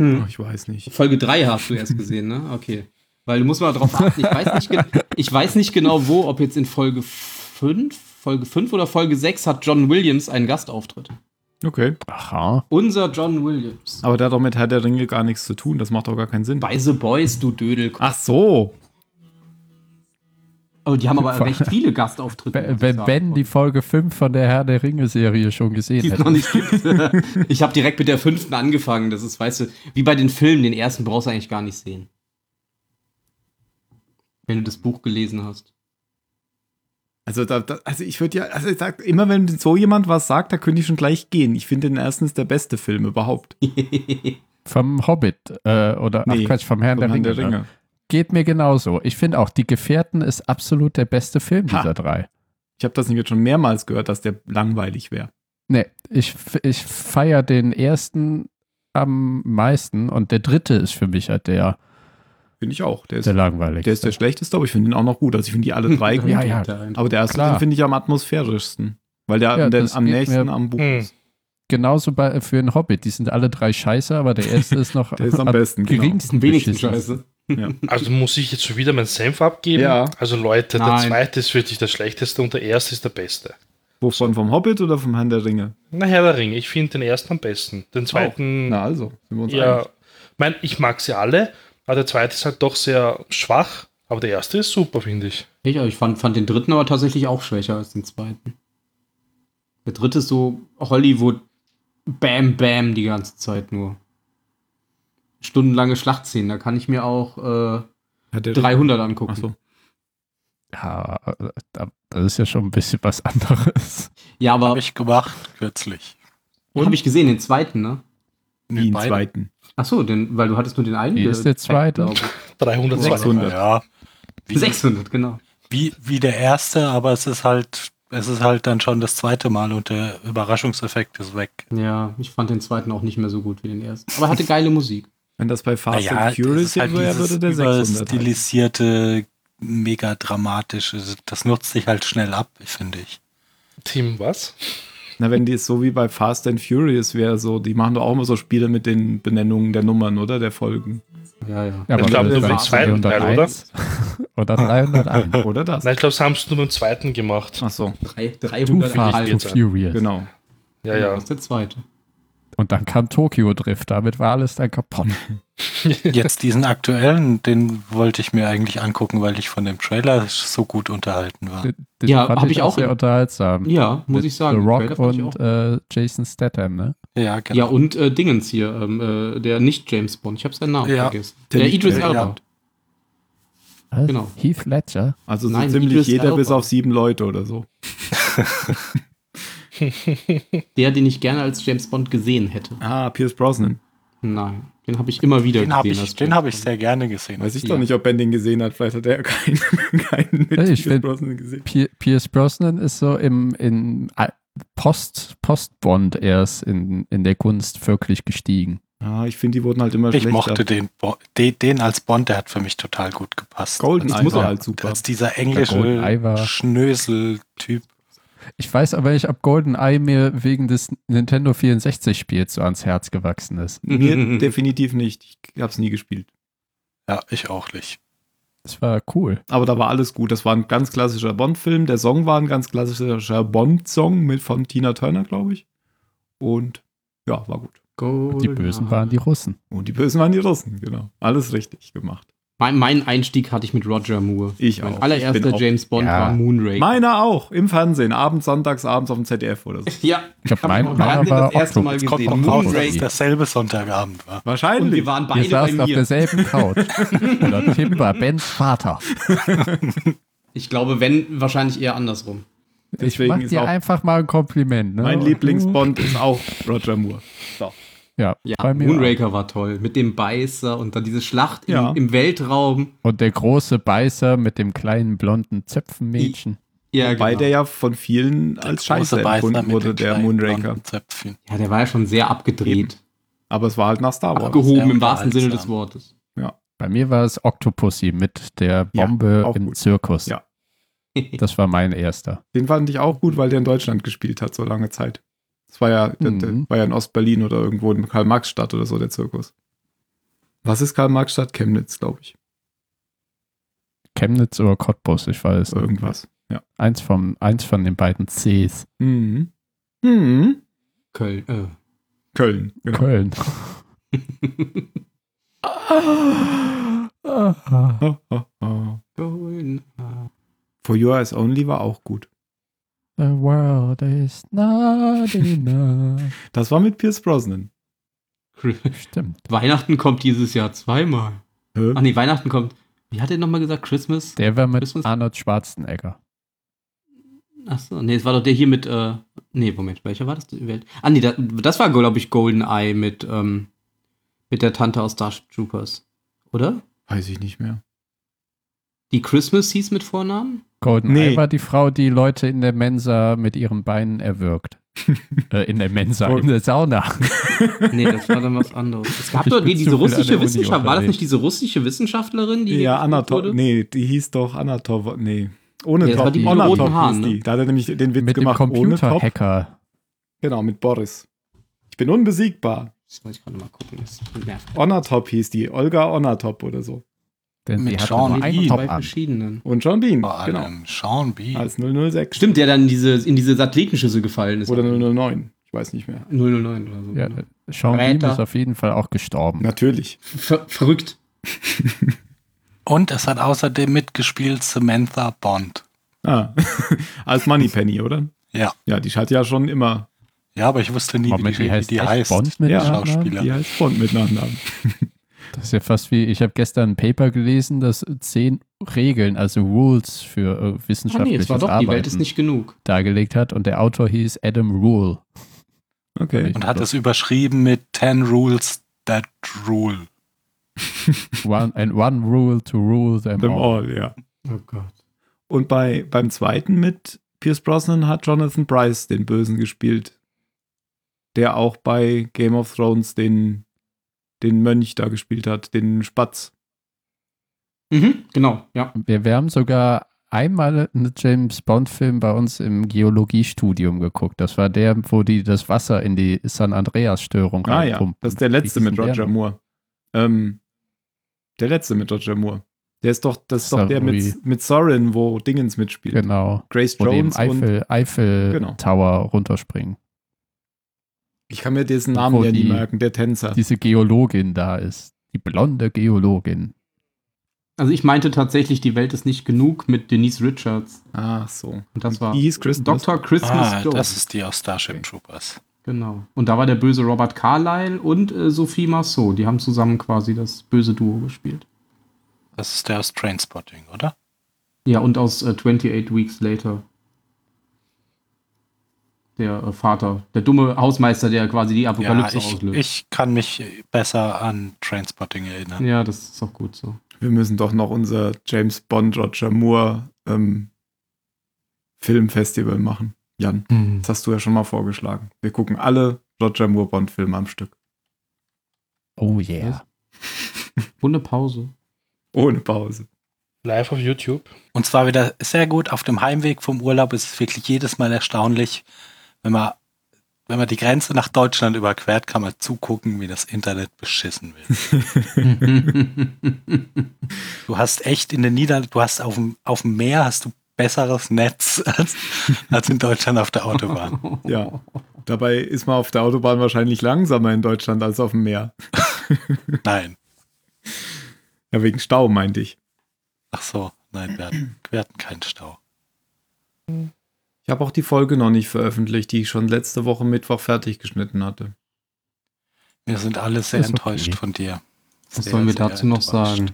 Hm. Oh, ich weiß nicht. Folge 3 hast du erst gesehen, ne? Okay. Weil du musst mal drauf achten. Ich weiß nicht, <laughs> ge- ich weiß nicht genau wo, ob jetzt in Folge 5, Folge 5 oder Folge 6 hat John Williams einen Gastauftritt. Okay. Aha. Unser John Williams. Aber der hat doch mit Herr der Ringe gar nichts zu tun. Das macht doch gar keinen Sinn. Bei The Boys, du Dödel. Ah, Ach so. Oh, die haben aber Vor- recht viele Gastauftritte. muss Wenn, ich wenn sagen. Ben die Folge 5 von der Herr der Ringe-Serie schon gesehen die es noch hätte. nicht gibt. ich habe direkt mit der fünften angefangen. Das ist, weißt du, wie bei den Filmen, den ersten brauchst du eigentlich gar nicht sehen. Wenn du das Buch gelesen hast. Also, da, da, also ich würde ja, also ich sag, immer wenn so jemand was sagt, da könnte ich schon gleich gehen. Ich finde den ersten ist der beste Film überhaupt. Vom Hobbit äh, oder Nee, ach Quatsch, vom Herrn Vom der, Herrn Ringe. ne? Geht mir genauso. Ich finde auch, Die Gefährten ist absolut der beste Film Ha. dieser drei. Ich habe das nämlich jetzt schon mehrmals gehört, dass der langweilig wäre. Nee, ich, f- ich feiere den ersten am meisten und der dritte ist für mich halt der, Finde ich auch. Der ist der der, langweiligste. ist der schlechteste, aber ich finde ihn auch noch gut. Also ich finde <laughs> die alle drei gut. Ja, ja. Aber der erste Klar. den finde ich am atmosphärischsten. Weil der, Ja, der das am geht nächsten mir- am Buch Hm. ist. genauso bei, für einen Hobbit. Die sind alle drei scheiße, aber der erste ist noch <laughs> Der ist am besten, genau. geringsten Wenigstens beschissen. scheiße. Also muss ich jetzt schon wieder meinen Senf abgeben? Ja. Also Leute, Nein. der zweite ist wirklich der schlechteste und der erste ist der beste. Wovon? Vom Hobbit oder vom Herrn der Ringe? Na, Herr der Ringe, ich finde den ersten am besten. Den zweiten, Na also, sind wir uns ja, einig. mein, ich mag sie alle, aber der zweite ist halt doch sehr schwach, aber der erste ist super, finde ich. Ich, ich fand, fand den dritten aber tatsächlich auch schwächer als den zweiten. Der dritte ist so Hollywood Bam Bam die ganze Zeit nur. Stundenlange Schlachtszenen, da kann ich mir auch äh, Herr der 300 angucken. Ach so. Ja, da- das ist ja schon ein bisschen was anderes. Ja, aber Habe habe ich, ich gemacht kürzlich. hab ich gesehen, den zweiten, ne? Wie den beide. zweiten. Ach so, denn, weil du hattest nur den einen. Wie ge- ist der zweite? glaub ich. 302. 600. Ja. Wie, 600, genau. Wie, wie der erste, aber es ist halt, es ist halt dann schon das zweite Mal und der Überraschungseffekt ist weg. Ja, ich fand den zweiten auch nicht mehr so gut wie den ersten. Aber er hatte geile Musik. Wenn das bei Fast Naja, and es ist Furious halt wäre, dieses würde der 600 heißen. überstilisierte, mega dramatische, das nutzt sich halt schnell ab, finde ich. Tim, was? Na, wenn die es so wie bei Fast and Furious wäre, so, die machen doch auch immer so Spiele mit den Benennungen der Nummern, oder? Der Folgen. Ja, ja. Ja, Ich glaube, das nur war beim zweiten Teil, 301 <laughs> oder 301. <laughs> Oder das? Nein, ich glaube, sie haben es nur beim zweiten gemacht. Ach so, Drei, Too 300 Fast, Too jetzt an. Furious. genau. Ja, ja. Das ist der zweite. Und dann kam Tokyo Drift, damit war alles dann kaputt. Jetzt diesen aktuellen, den wollte ich mir eigentlich angucken, weil ich von dem Trailer so gut unterhalten war. Den- den Ja, fand hab ich auch sehr in- unterhaltsam. Ja, muss Mit ich sagen. The Trailer Rock fand ich und auch. äh, Jason Statham, ne? Ja, ja, genau. und äh, Dingens hier, ähm, äh, der nicht James Bond. Ich habe seinen Namen Ja. vergessen. Der Der, nicht Idris James Elba. Bond. Was? Genau. Heath Ledger. Also so Nein, ziemlich Idris jeder Elba. bis auf sieben Leute oder so. Der, den ich gerne als James Bond gesehen hätte. Ah, Pierce Brosnan. Nein, den habe ich immer wieder Den habe gesehen. ich, als den James hab ich Bond. sehr gerne gesehen. Weiß ich Ja. doch nicht, ob Ben den gesehen hat. Vielleicht hat er <laughs> ja keinen, keinen mit Ich Pierce find- Brosnan gesehen. Pier Pierce Brosnan ist so im, in äh, Post, Post-Bond erst in, in der Kunst wirklich gestiegen. Ah, ich finde, die wurden halt immer Ich schlechter. mochte den, Bo den, den als Bond, der hat für mich total gut gepasst. Goldeneye als, war dieser- halt super. als dieser Der Goldeneye englische war- Schnösel-Typ. Ich weiß aber nicht, ob GoldenEye mir wegen des Nintendo 64-Spiels so ans Herz gewachsen ist. Mir definitiv nicht. Ich hab's nie gespielt. Ja, ich auch nicht. Das war cool. Aber da war alles gut. Das war ein ganz klassischer Bond-Film. Der Song war ein ganz klassischer Bond-Song mit von Tina Turner, glaube ich. Und ja, war gut. Die Bösen waren die Russen. Und die Bösen waren die Russen, genau. Alles richtig gemacht. Mein, mein Einstieg hatte ich mit Roger Moore. Ich mein auch. Ich bin allererster auch- James Bond Ja. war Moonraker. Meiner auch, im Fernsehen, abends, sonntags, abends auf dem ZDF oder so. ja, Ich glaube, Hab mein, ich auch meiner gerade war das erste Mal Octopus. gesehen. Kommt Gesehen. noch raus, dass Moonraker. derselbe Sonntagabend war. und Wahrscheinlich. wir waren Wir beide bei saßen auf mir. derselben Couch. <laughs> Oder Tim war Bens Vater. Ich glaube, wenn, wahrscheinlich eher andersrum. Ich Deswegen mach ist dir auch- einfach mal ein Kompliment. Ne? Mein Und- Lieblingsbond ist auch Roger Moore. Ja, Ja, bei mir. Moonraker war toll. Mit dem Beißer und dann diese Schlacht im, Ja. im Weltraum. auch. Und der große Beißer mit dem kleinen blonden Zöpfenmädchen. Ja, Wobei genau. der ja von vielen als scheiße empfunden wurde, der Moonraker. Zöpfchen. ja, der war ja schon sehr abgedreht. Aber es war halt nach Star Wars. Abgehoben sehr im wahrsten Sinne des unterhaltsam. Wortes. Bei mir war es Octopussy mit der Ja, Bombe auch im gut. Zirkus. Ja. <laughs> Das war mein erster. Den fand ich auch gut, weil der in Deutschland gespielt hat, so lange Zeit. Das war ja, der, der Mhm. war ja in Ostberlin oder irgendwo in Karl-Marx-Stadt oder so, der Zirkus. Was ist Karl-Marx-Stadt? Chemnitz, glaube ich. Chemnitz oder Cottbus, ich weiß. nicht. Irgendwas. Ja. Eins, vom, eins von den beiden Cs. Mhm. Mhm. Köln. Äh. Köln. Genau. Köln. Oh, oh, oh. <laughs> Köln. Ah. <laughs> For Your Eyes Only war auch gut. The world is not <laughs> enough. Das war mit Pierce Brosnan. Stimmt. Weihnachten kommt dieses Jahr zweimal. Hä? Ach nee, Weihnachten kommt. Wie hat er nochmal gesagt? Christmas? Der war mit Bist du's? Arnold Schwarzenegger. Achso, nee, es war doch der hier mit, äh, nee, Moment, welcher war das? denn überhaupt? Ah, nee, das, das war, glaube ich, GoldenEye mit, ähm, mit der Tante aus Starship Troopers. Oder? Weiß ich nicht mehr. Die Christmas hieß mit Vornamen? Golden Nee. nee. war die Frau, die Leute in der Mensa mit ihren Beinen <laughs> erwürgt. äh, in der Mensa, in der Sauna. Nee, das war dann was anderes. Es gab Ich doch bin nee, zu diese viel an der russische Uni Wissenschaft. War das unterwegs. nicht diese russische Wissenschaftlerin, die ja, hier Anatol. wurde? Nee, die hieß doch Anatol. Nee. Ohne Ja, das Top. war die mit den Onatop roten Haaren, hieß die. ne? Da hat er nämlich den Witz mit dem gemacht. Ohne Top. Computerhacker. Genau, mit Boris. Ich bin unbesiegbar. Das wollte ich gerade mal gucken. Das nervt. Onatop hieß die. Olga Onatop oder so. Denn Mit sie hatte Sean nur einen Bean. Top Bei an. verschiedenen. Und John Bean. Vor Genau. allem Sean B. Als 006. Stimmt, der dann diese, in diese Satellitenschüssel gefallen ist. Oder 009. Ich weiß nicht mehr. 009 oder so. Ja, genau. äh, Sean Bean Verräter. ist auf jeden Fall auch gestorben. Natürlich. Ver verrückt. Und es hat außerdem mitgespielt Samantha Bond. Ah. <laughs> Als Moneypenny, oder? Ja. Ja, die hat ja schon immer. Ja, aber ich wusste nie, Moment, wie die, die heißt wie die echt heißt. Bond mit Ja. Nachnamen? Schauspieler. Die heißt Bond mit Nachnamen. Das ist ja fast wie, ich habe gestern ein Paper gelesen, das zehn Regeln, also Rules für äh, Ah, nee, wissenschaftliches es war doch, Arbeiten die Welt ist nicht genug. dargelegt hat und der Autor hieß Adam Rule. Okay. Und hat es überschrieben mit 10 Rules That Rule. One, and one rule to rule them, Them all. all, ja. Oh Gott. Und bei, beim zweiten mit Pierce Brosnan hat Jonathan Price den Bösen gespielt, der auch bei Game of Thrones den, den Mönch da gespielt hat, den Spatz. Mhm, genau, ja. Wir, wir haben sogar einmal einen James Bond-Film bei uns im Geologiestudium geguckt. Das war der, wo die das Wasser in die San Andreas-Störung Ah ja, reinpumpen. das ist der letzte Wie mit hieß denn Roger der? Moore. Ähm, der letzte mit Roger Moore. Der ist doch, das ist doch der Sorry. mit, mit Sorin, wo Dingens mitspielt. Genau. Grace Wo die im Jones und Eiffel, Eiffel Genau. Tower runterspringen. ich kann mir diesen Namen Wo ja nie die- merken, der Tänzer. Diese Geologin da ist. Die blonde Geologin. Also ich meinte tatsächlich, die Welt ist nicht genug mit Denise Richards. Ach Ah, so. Und das war Die hieß Christmas. Dr. Christmas Ah, das Jones. ist die aus Starship Troopers. Genau. Und da war der böse Robert Carlyle und äh, Sophie Marceau. Die haben zusammen quasi das böse Duo gespielt. Das ist der aus Trainspotting, oder? Ja, und aus äh, 28 Weeks Later. Der äh, Vater, der dumme Hausmeister, der quasi die Ja, Apokalypse ich, auslöst. ich kann mich besser an Trainspotting erinnern. ja, das ist auch gut so. Wir müssen doch noch unser James Bond Roger Moore ähm, Filmfestival machen. Jan, Mhm. das hast du ja schon mal vorgeschlagen. Wir gucken alle Roger Moore Bond Filme am Stück. Oh yeah. Ohne Pause. <laughs> Ohne Pause. Live auf YouTube. Und zwar wieder sehr gut. Auf dem Heimweg vom Urlaub ist es wirklich jedes Mal erstaunlich, wenn man, wenn man die Grenze nach Deutschland überquert, kann man zugucken, wie das Internet beschissen <laughs> wird. du hast echt in den Niederlanden, du hast auf dem, auf dem Meer hast du besseres Netz <laughs> als, als in Deutschland auf <laughs> der Autobahn. Ja. Dabei ist man auf der Autobahn wahrscheinlich langsamer in Deutschland als auf dem Meer. Nein. Ja, wegen Stau, meinte ich. Ach so, nein, wir hatten, wir hatten keinen Stau. Ich habe auch die Folge noch nicht veröffentlicht, die ich schon letzte Woche Mittwoch fertig geschnitten hatte. Wir sind alle sehr Ist okay. enttäuscht von dir. Was Sehr, sollen wir sehr dazu noch enttäuscht. sagen?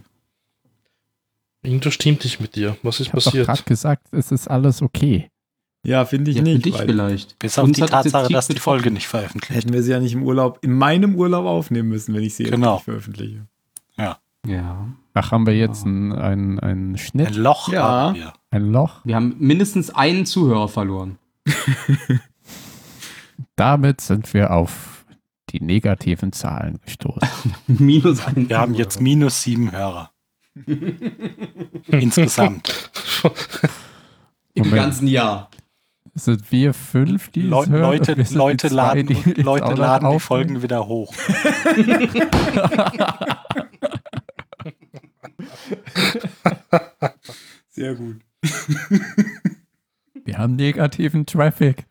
Irgendwas stimmt nicht mit dir. Was ist Ich habe doch passiert? gerade gesagt, es ist alles okay. Ja, finde ich Ja, für nicht. dich weil vielleicht. Bis auf Uns die hat es jetzt Tatsache, tief dass die getroffen. Folge nicht veröffentlicht Hätten wir sie ja nicht im Urlaub, in meinem Urlaub aufnehmen müssen, wenn ich sie jetzt Genau. nicht veröffentliche. Ja. Ach, haben wir jetzt einen ein, Äh, ein Ein Schnitt, Loch Ja. haben wir. ein Loch. Wir haben mindestens einen Zuhörer <laughs> verloren. Damit sind wir auf die negativen Zahlen <laughs> gestoßen. Minus einen. Wir haben jetzt minus sieben <laughs> Hörer. Insgesamt. im Moment. ganzen Jahr. Sind wir fünf, die Leu es hören? Leute, Wir sind die Leute zwei, laden, die jetzt auch Leute noch laden die aufnehmen? Folgen wieder hoch. Sehr gut. Wir haben negativen <laughs> Traffic.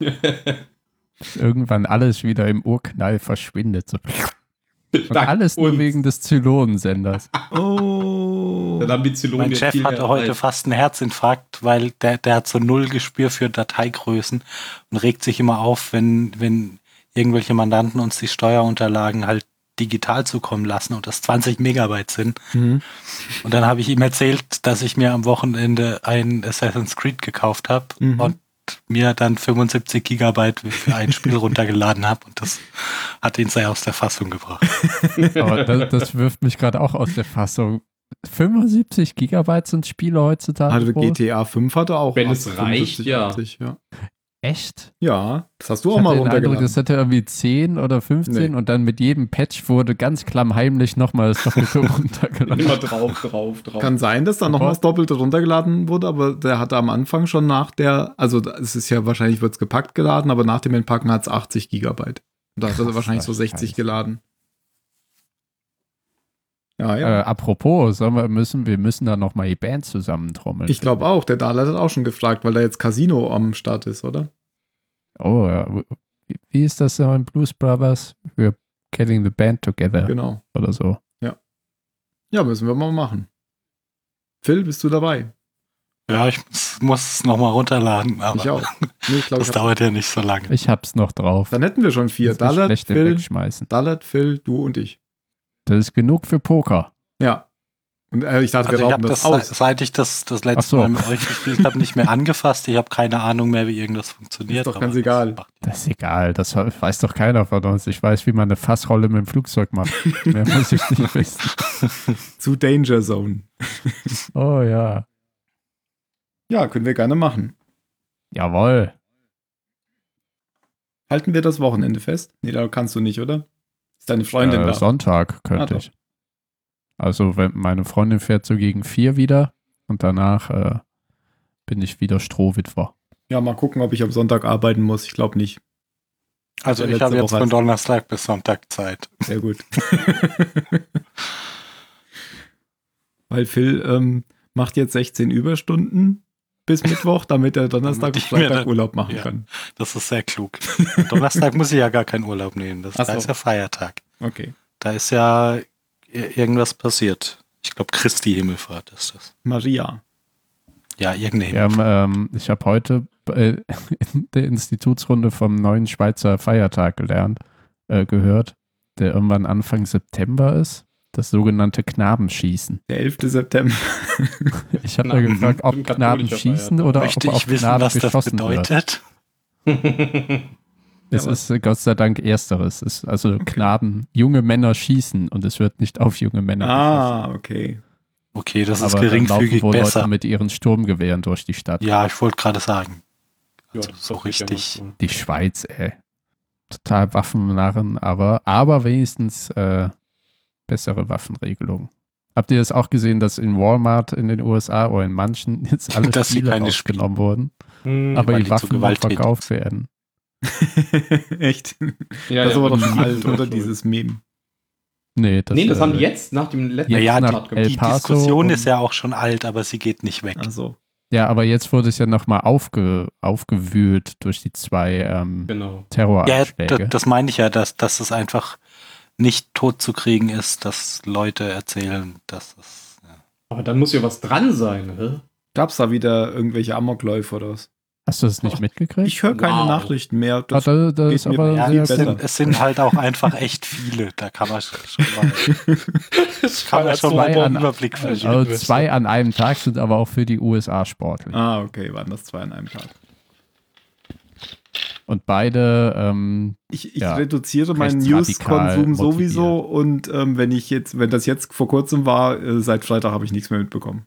Dass Irgendwann alles wieder im Urknall verschwindet. So. Und Dank alles nur uns. wegen des Zylonensenders. Oh. Dann haben die Zylonen Mein ja Chef viel mehr hatte heute erreicht. fast einen Herzinfarkt, weil der, der hat so null Gespür für Dateigrößen und regt sich immer auf, wenn, wenn irgendwelche Mandanten uns die Steuerunterlagen halt digital zukommen lassen und das 20 Megabyte sind. Mhm. Und dann habe ich ihm erzählt, dass ich mir am Wochenende ein Assassin's Creed gekauft habe Mhm. und mir dann 75 Gigabyte für ein Spiel <laughs> runtergeladen habe und das hat ihn sehr aus der Fassung gebracht. Aber das, das wirft mich gerade auch aus der Fassung. 75 Gigabyte sind Spiele heutzutage. Hatte groß? GTA 5 hatte auch. Wenn es 58, reicht, ja. 80, ja. Echt? Ja, das hast du Ich auch hatte mal den Eindruck, runtergeladen. das hätte irgendwie 10 oder 15 Nee. und dann mit jedem Patch wurde ganz klammheimlich nochmal das Doppelte <laughs> runtergeladen. <laughs> Immer drauf, drauf, drauf. Kann sein, dass dann noch Aber- was Doppelte runtergeladen wurde, aber der hatte am Anfang schon nach der, also da- es ist ja wahrscheinlich wird es gepackt geladen, aber nach dem Entpacken hat es 80 Gigabyte. Und da hat er Krasser wahrscheinlich so 60 Scheiß. geladen. Ja, ja. Äh, apropos, sollen wir müssen, wir müssen da nochmal die Band zusammentrommeln. ich glaube auch, der Dalat hat auch schon gefragt, weil da jetzt Casino am Start ist, oder? Oh, ja. Wie- wie ist das in Blues Brothers? We're getting the band together Genau. oder so. Ja, müssen wir mal machen. Phil, bist du dabei? Ja, ich muss- muss es nochmal runterladen, aber ich <laughs> auch. Nee, ich glaube, das ich hab, dauert ja nicht so lange. Ich hab's noch drauf. dann hätten wir schon Das vier. ist nicht Dalat, schlecht, den Phil, wegschmeißen. Dalat, Phil, du und ich. Das ist genug für Poker. Ja. Und äh, ich dachte, Also wir ich rauben habe das, das, aus. se- seit ich das das letzte Ach so. Mal mit euch gespielt habe, nicht mehr angefasst. Ich habe keine Ahnung mehr, wie irgendwas funktioniert. Ist doch aber ganz egal. das macht- Das ist egal, das weiß doch keiner von uns. Ich weiß, wie man eine Fassrolle mit dem Flugzeug macht. Mehr muss ich nicht <laughs> wissen. Zu Danger Zone. Oh ja. Ja, können wir gerne machen. Jawohl. Halten wir das Wochenende fest? Nee, da kannst du nicht, oder? Ist deine Freundin Äh, da? Sonntag könnte Ah, doch. ich. Also wenn meine Freundin fährt so gegen vier wieder und danach äh, bin ich wieder Strohwitwer. Ja, mal gucken, ob ich am Sonntag arbeiten muss. Ich glaube nicht. Also Ja, ich habe letzte jetzt Woche von hat's- Donnerstag bis Sonntag Zeit. <laughs> Sehr gut. Weil Phil ähm, macht jetzt 16 Überstunden bis Mittwoch, damit er Donnerstag und Damit ich mir Freitag dann- Urlaub machen ja. kann. Das ist sehr klug. Am Donnerstag muss ich ja gar keinen Urlaub nehmen. Das, Ach da so. ist ja Feiertag. Okay. Da ist ja i- irgendwas passiert. Ich glaube, Christi Himmelfahrt ist das. Maria. Ja, irgendeine Wir haben, ähm, ich habe heute äh, in der Institutsrunde vom neuen Schweizer Feiertag gelernt, äh, gehört, der irgendwann Anfang September ist. Das sogenannte Knabenschießen. Der 11. September. Ich habe da gefragt, ob Katholischer Knaben schießen Feiertag. oder Möchte ob auf ich wissen, Knaben was das geschossen wird. bedeutet? Es Ja, ist äh, Gott sei Dank Ersteres. Es ist also Knaben, junge Männer schießen und es wird nicht auf junge Genau. Männer geschossen. Ah, okay. <laughs> Okay, das Aber ist dann laufen geringfügig wohl besser. Leute mit ihren Sturmgewehren durch die Stadt. Ja, ich wollte gerade sagen. Ja, Also, so das geht ja richtig. noch so. Die Schweiz, ey. Total Waffennarren, aber, aber wenigstens äh, bessere Waffenregelungen. Habt ihr das auch gesehen, dass in Walmart in den USA oder in manchen <laughs> jetzt alle Dass sie Spiele keine Mhm, rausgenommen wurden, Hm, aber weil die die zu Waffen noch Gewalt täten. verkauft werden? Echt? Ja, das ist ja. <laughs> aber doch alt, oder? Dieses Meme. Nee, das, <laughs> nee, das äh, haben die jetzt nach dem letzten Ja, ja, nach Start El gemacht. Die Paso Diskussion und- ist ja auch schon alt, aber sie geht nicht weg. Also. Ja, aber jetzt wurde es ja nochmal aufge, aufgewühlt durch die zwei ähm, Genau. Ja, Terroranschläge. das, das meine ich ja, dass, dass es einfach nicht tot zu kriegen ist, dass Leute erzählen, dass es. Ja. Aber dann muss ja was dran sein, hä? Gab's da wieder irgendwelche Amokläufe oder was? Hast du das nicht mitgekriegt? Ich höre keine Wow. Nachrichten mehr. ah, Das, da, da geht ist mir aber Ja, sehr Ja, es, besser. sind, es sind halt auch einfach echt viele. Da kann man schon mal, <laughs> Das kann man war schon so mal zwei einen an- Überblick gut. Also- verlieren. Also zwei an einem Tag sind aber auch für die USA sportlich. ah, okay, waren das zwei an einem Tag. Und beide, ähm, Ich, ich Ja. reduziere meinen Recht News-Konsum radikal sowieso und ähm, wenn ich jetzt, wenn das jetzt vor kurzem war, äh, seit Freitag habe ich nichts mehr mitbekommen.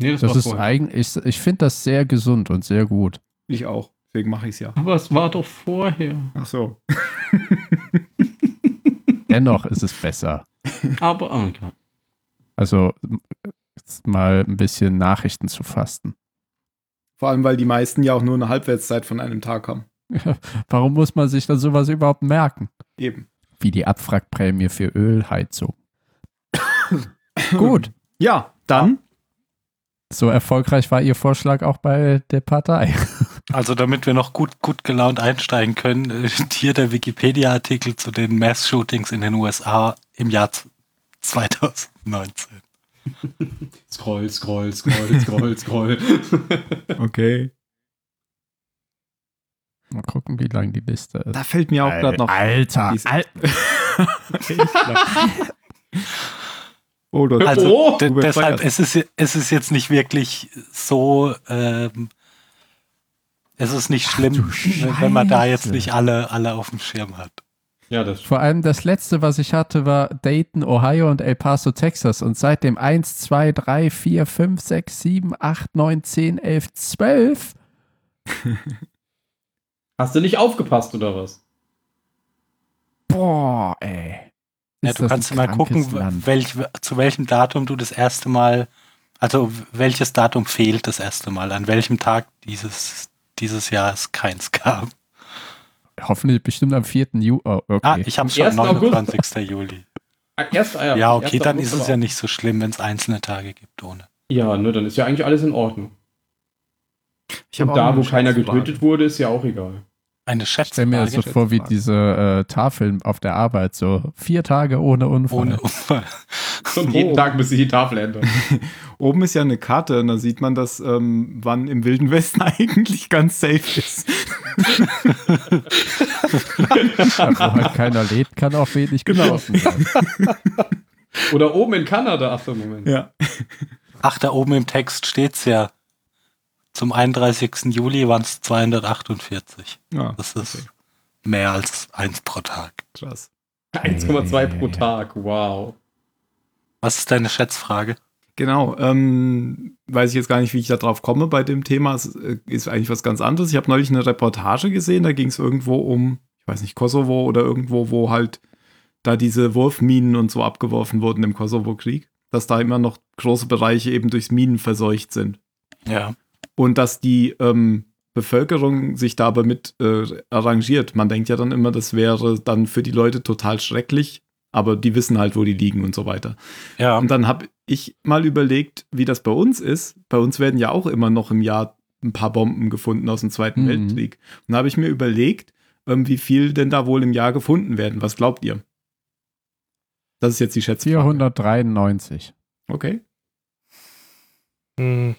Nee, das war ist vorher. eigentlich, ich, ich finde das sehr gesund und sehr gut. Ich auch. Deswegen mache ich es ja. Aber es war doch vorher. Ach so. Dennoch ist es besser. Aber, oh Gott. Also m- jetzt mal ein bisschen Nachrichten zu fasten. Vor allem, weil die meisten ja auch nur eine Halbwertszeit von einem Tag haben. Warum muss man sich dann sowas überhaupt merken? Eben. Wie die Abwrackprämie für <coughs> Ölheizung. gut. Ja, dann. So erfolgreich war Ihr Vorschlag auch bei der Partei. Also damit wir noch gut, gut gelaunt einsteigen können, äh, hier der Wikipedia-Artikel zu den Mass-Shootings in den USA im Jahr z- 2019. Scroll, scroll, scroll, scroll, scroll. Okay. Mal gucken, wie lang die Liste ist. Da fällt mir auch gerade noch. Alter, Diese- <laughs> Al <laughs> Oh, <laughs> das Also de- du bist deshalb, feuerst. es ist, es ist jetzt nicht wirklich so, ähm, es ist nicht schlimm, äh, du wenn man da Scheiße. jetzt nicht alle, alle auf dem Schirm hat. ja, das Vor allem das letzte, was ich hatte, war Dayton, Ohio und El Paso, Texas. Und seitdem 1, 2, 3, 4, 5, 6, 7, 8, 9, 10, 11, 12. Hast du nicht aufgepasst oder was? Boah, ey. Ja, Ist du das kannst ein mal krankes gucken, Land. welch, zu welchem Datum du das erste Mal, also welches Datum fehlt das erste Mal, an welchem Tag dieses, dieses Jahres keins gab. Hoffentlich bestimmt am 4. Juli. Oh, okay. Ah, ich habe Am schon 1. August. 29. Juli. Ah, Erst, ah, <laughs> Ja, okay, erst dann August ist es war- ja nicht so schlimm, wenn es einzelne Tage gibt ohne. Ja, ne, dann ist ja eigentlich alles in Ordnung. Ich hab Und auch da, eine wo keiner Schätzfrage. getötet wurde, ist ja auch <laughs> egal. Eine stelle mir das so Schätzfrage vor wie diese äh, Tafeln auf der Arbeit. So vier Tage ohne Unfall. ohne Unfall. Und jeden Tag müssen die Tafel ändern. Oben ist ja eine Karte und da sieht man, dass ähm, wann im Wilden Westen <laughs> eigentlich ganz safe ist. Ja, <laughs> Wo halt keiner lebt, kann auch wenig Genau. geschossen werden. Oder oben in Kanada. Ach so, <laughs> Moment. Ja. Ach, da oben im Text steht's ja. Zum 31. Juli waren es 248. Ja, Das ist mehr als eins pro Tag. krass. 1,2 pro Tag. Wow. Was ist deine Schätzfrage? Genau. Ähm, weiß ich jetzt gar nicht, wie ich da drauf komme bei dem Thema. Es äh, ist eigentlich was ganz anderes. Ich habe neulich eine Reportage gesehen, da ging es irgendwo um, ich weiß nicht, Kosovo oder irgendwo, wo halt da diese Wurfminen und so abgeworfen wurden im Kosovo-Krieg. Dass da immer noch große Bereiche eben durchs Minen verseucht sind. Ja. und dass die ähm, Bevölkerung sich dabei mit äh, arrangiert. Man denkt ja dann immer, das wäre dann für die Leute total schrecklich, aber die wissen halt, wo die liegen und so weiter. Ja. Und dann habe ich mal überlegt, wie das bei uns ist. Bei uns werden ja auch immer noch im Jahr ein paar Bomben gefunden aus dem Zweiten Mhm. Weltkrieg. Und da habe ich mir überlegt, ähm, wie viel denn da wohl im Jahr gefunden werden. Was glaubt ihr? Das ist jetzt die Schätzung. 493. Okay. Hm.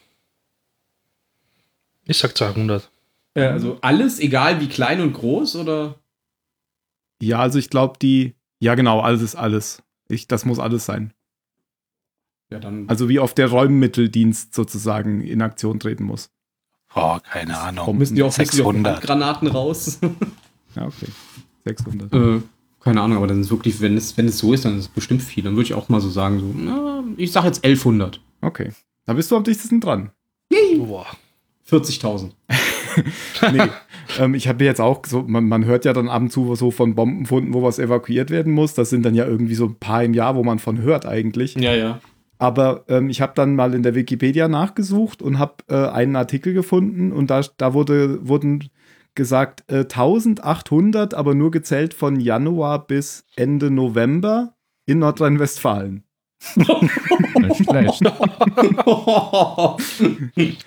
Ich sag 200. Äh, also alles, egal wie klein und groß, oder? Ja, also ich glaube, die. Ja, genau, alles ist alles. Ich, das muss alles sein. Ja, dann. Also wie oft der Räummitteldienst sozusagen in Aktion treten muss. Oh, keine Ahnung. müssen die auch, müssen die auch 600. Granaten raus. <laughs> Ja, okay. 600. Äh, keine Ahnung, aber dann ist wirklich, wenn es, wenn es so ist, dann ist es bestimmt viel. Dann würde ich auch mal so sagen, so, na, ich sag jetzt 1100. Okay. Da bist du am dichtesten dran. Boah. 40.000. Nee, Ähm, ich habe jetzt auch so, man, man hört ja dann ab und zu so von Bombenfunden, wo was evakuiert werden muss. Das sind dann ja irgendwie so ein paar im Jahr, wo man von hört eigentlich. Ja, ja. Aber ähm, ich habe dann mal in der Wikipedia nachgesucht und habe äh, einen Artikel gefunden und da, da wurde, wurden gesagt äh, 1800, aber nur gezählt von Januar bis Ende November in Nordrhein-Westfalen. Nicht <laughs> schlecht.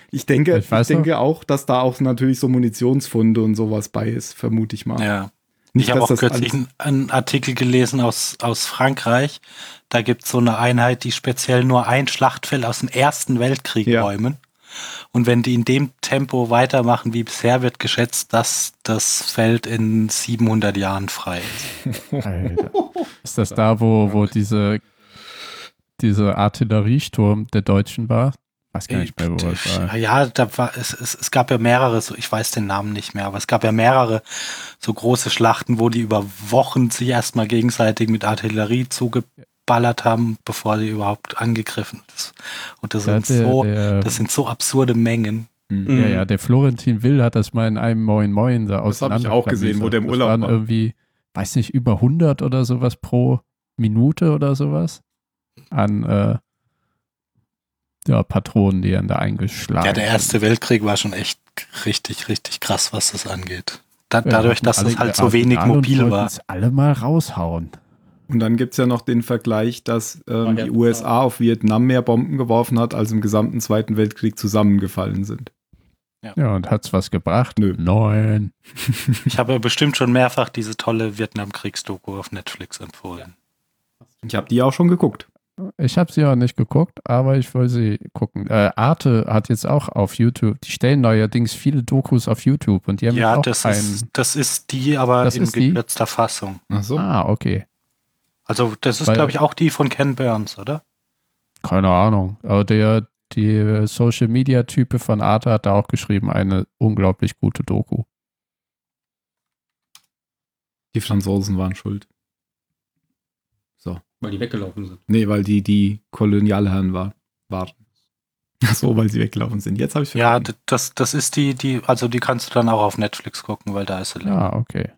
Ich denke, Ich ich, weiß denke auch, dass da auch natürlich so Munitionsfunde und sowas bei ist, vermute ich mal. Ja. Nicht, ich habe auch dass das kürzlich alles- einen, einen Artikel gelesen aus, aus Frankreich. Da gibt es so eine Einheit, die speziell nur ein Schlachtfeld aus dem Ersten Weltkrieg Ja. räumen. Und wenn die in dem Tempo weitermachen wie bisher, wird geschätzt, dass das Feld in 700 Jahren frei ist. Alter. Ist das da, wo, wo diese, diese Artilleriesturm der Deutschen war? Weiß gar nicht mehr, wo es war. ja, da war, es, es, es gab ja mehrere, so, ich weiß den Namen nicht mehr, aber es gab ja mehrere so große Schlachten, wo die über Wochen sich erstmal gegenseitig mit Artillerie zugeballert haben, bevor sie überhaupt angegriffen ist. Und das Da sind hat der, so, der, Das sind so absurde Mengen. ja, ja, der Florentin Will hat das mal in einem Moin Moin da Mhm. Das hab ich auch gesehen, wo der im das Urlaub waren war. irgendwie, weiß nicht, über 100 oder sowas pro Minute oder sowas an äh, ja, Patronen, die dann da eingeschlagen Ja, der Erste Weltkrieg war schon echt richtig, richtig krass, was das angeht. Da, dadurch, dass es es halt so wenig mobil war. alle mal raushauen. Und dann gibt es ja noch den Vergleich, dass ähm, der- die USA auf Vietnam mehr Bomben geworfen hat, als im gesamten Zweiten Weltkrieg zusammengefallen sind. Ja, und hat's was gebracht? Nö. Nein. Ich habe ja bestimmt schon mehrfach diese tolle Vietnamkriegsdoku auf Netflix empfohlen. Ich habe die auch schon geguckt. Ich habe sie auch nicht geguckt, aber ich will sie gucken. Äh, Arte hat jetzt auch auf YouTube, die stellen neuerdings viele Dokus auf YouTube und die haben Ja, jetzt auch das einen. ist, das ist die, aber Das in ist die? gekürzter Fassung. Ach so. ah, okay. Also das ist, Weil- glaube ich, auch die von Ken Burns, oder? Keine Ahnung. Aber der, die Social Media Type von Arte hat da auch geschrieben, eine unglaublich gute Doku. Die Franzosen waren schuld. Weil die weggelaufen sind. Nee, weil die die Kolonialherren war, waren. Ach so, weil sie weggelaufen sind. Jetzt habe ich Ja, d- das, das ist die, die, also die kannst du dann auch auf Netflix gucken, weil da ist sie. Ja, okay.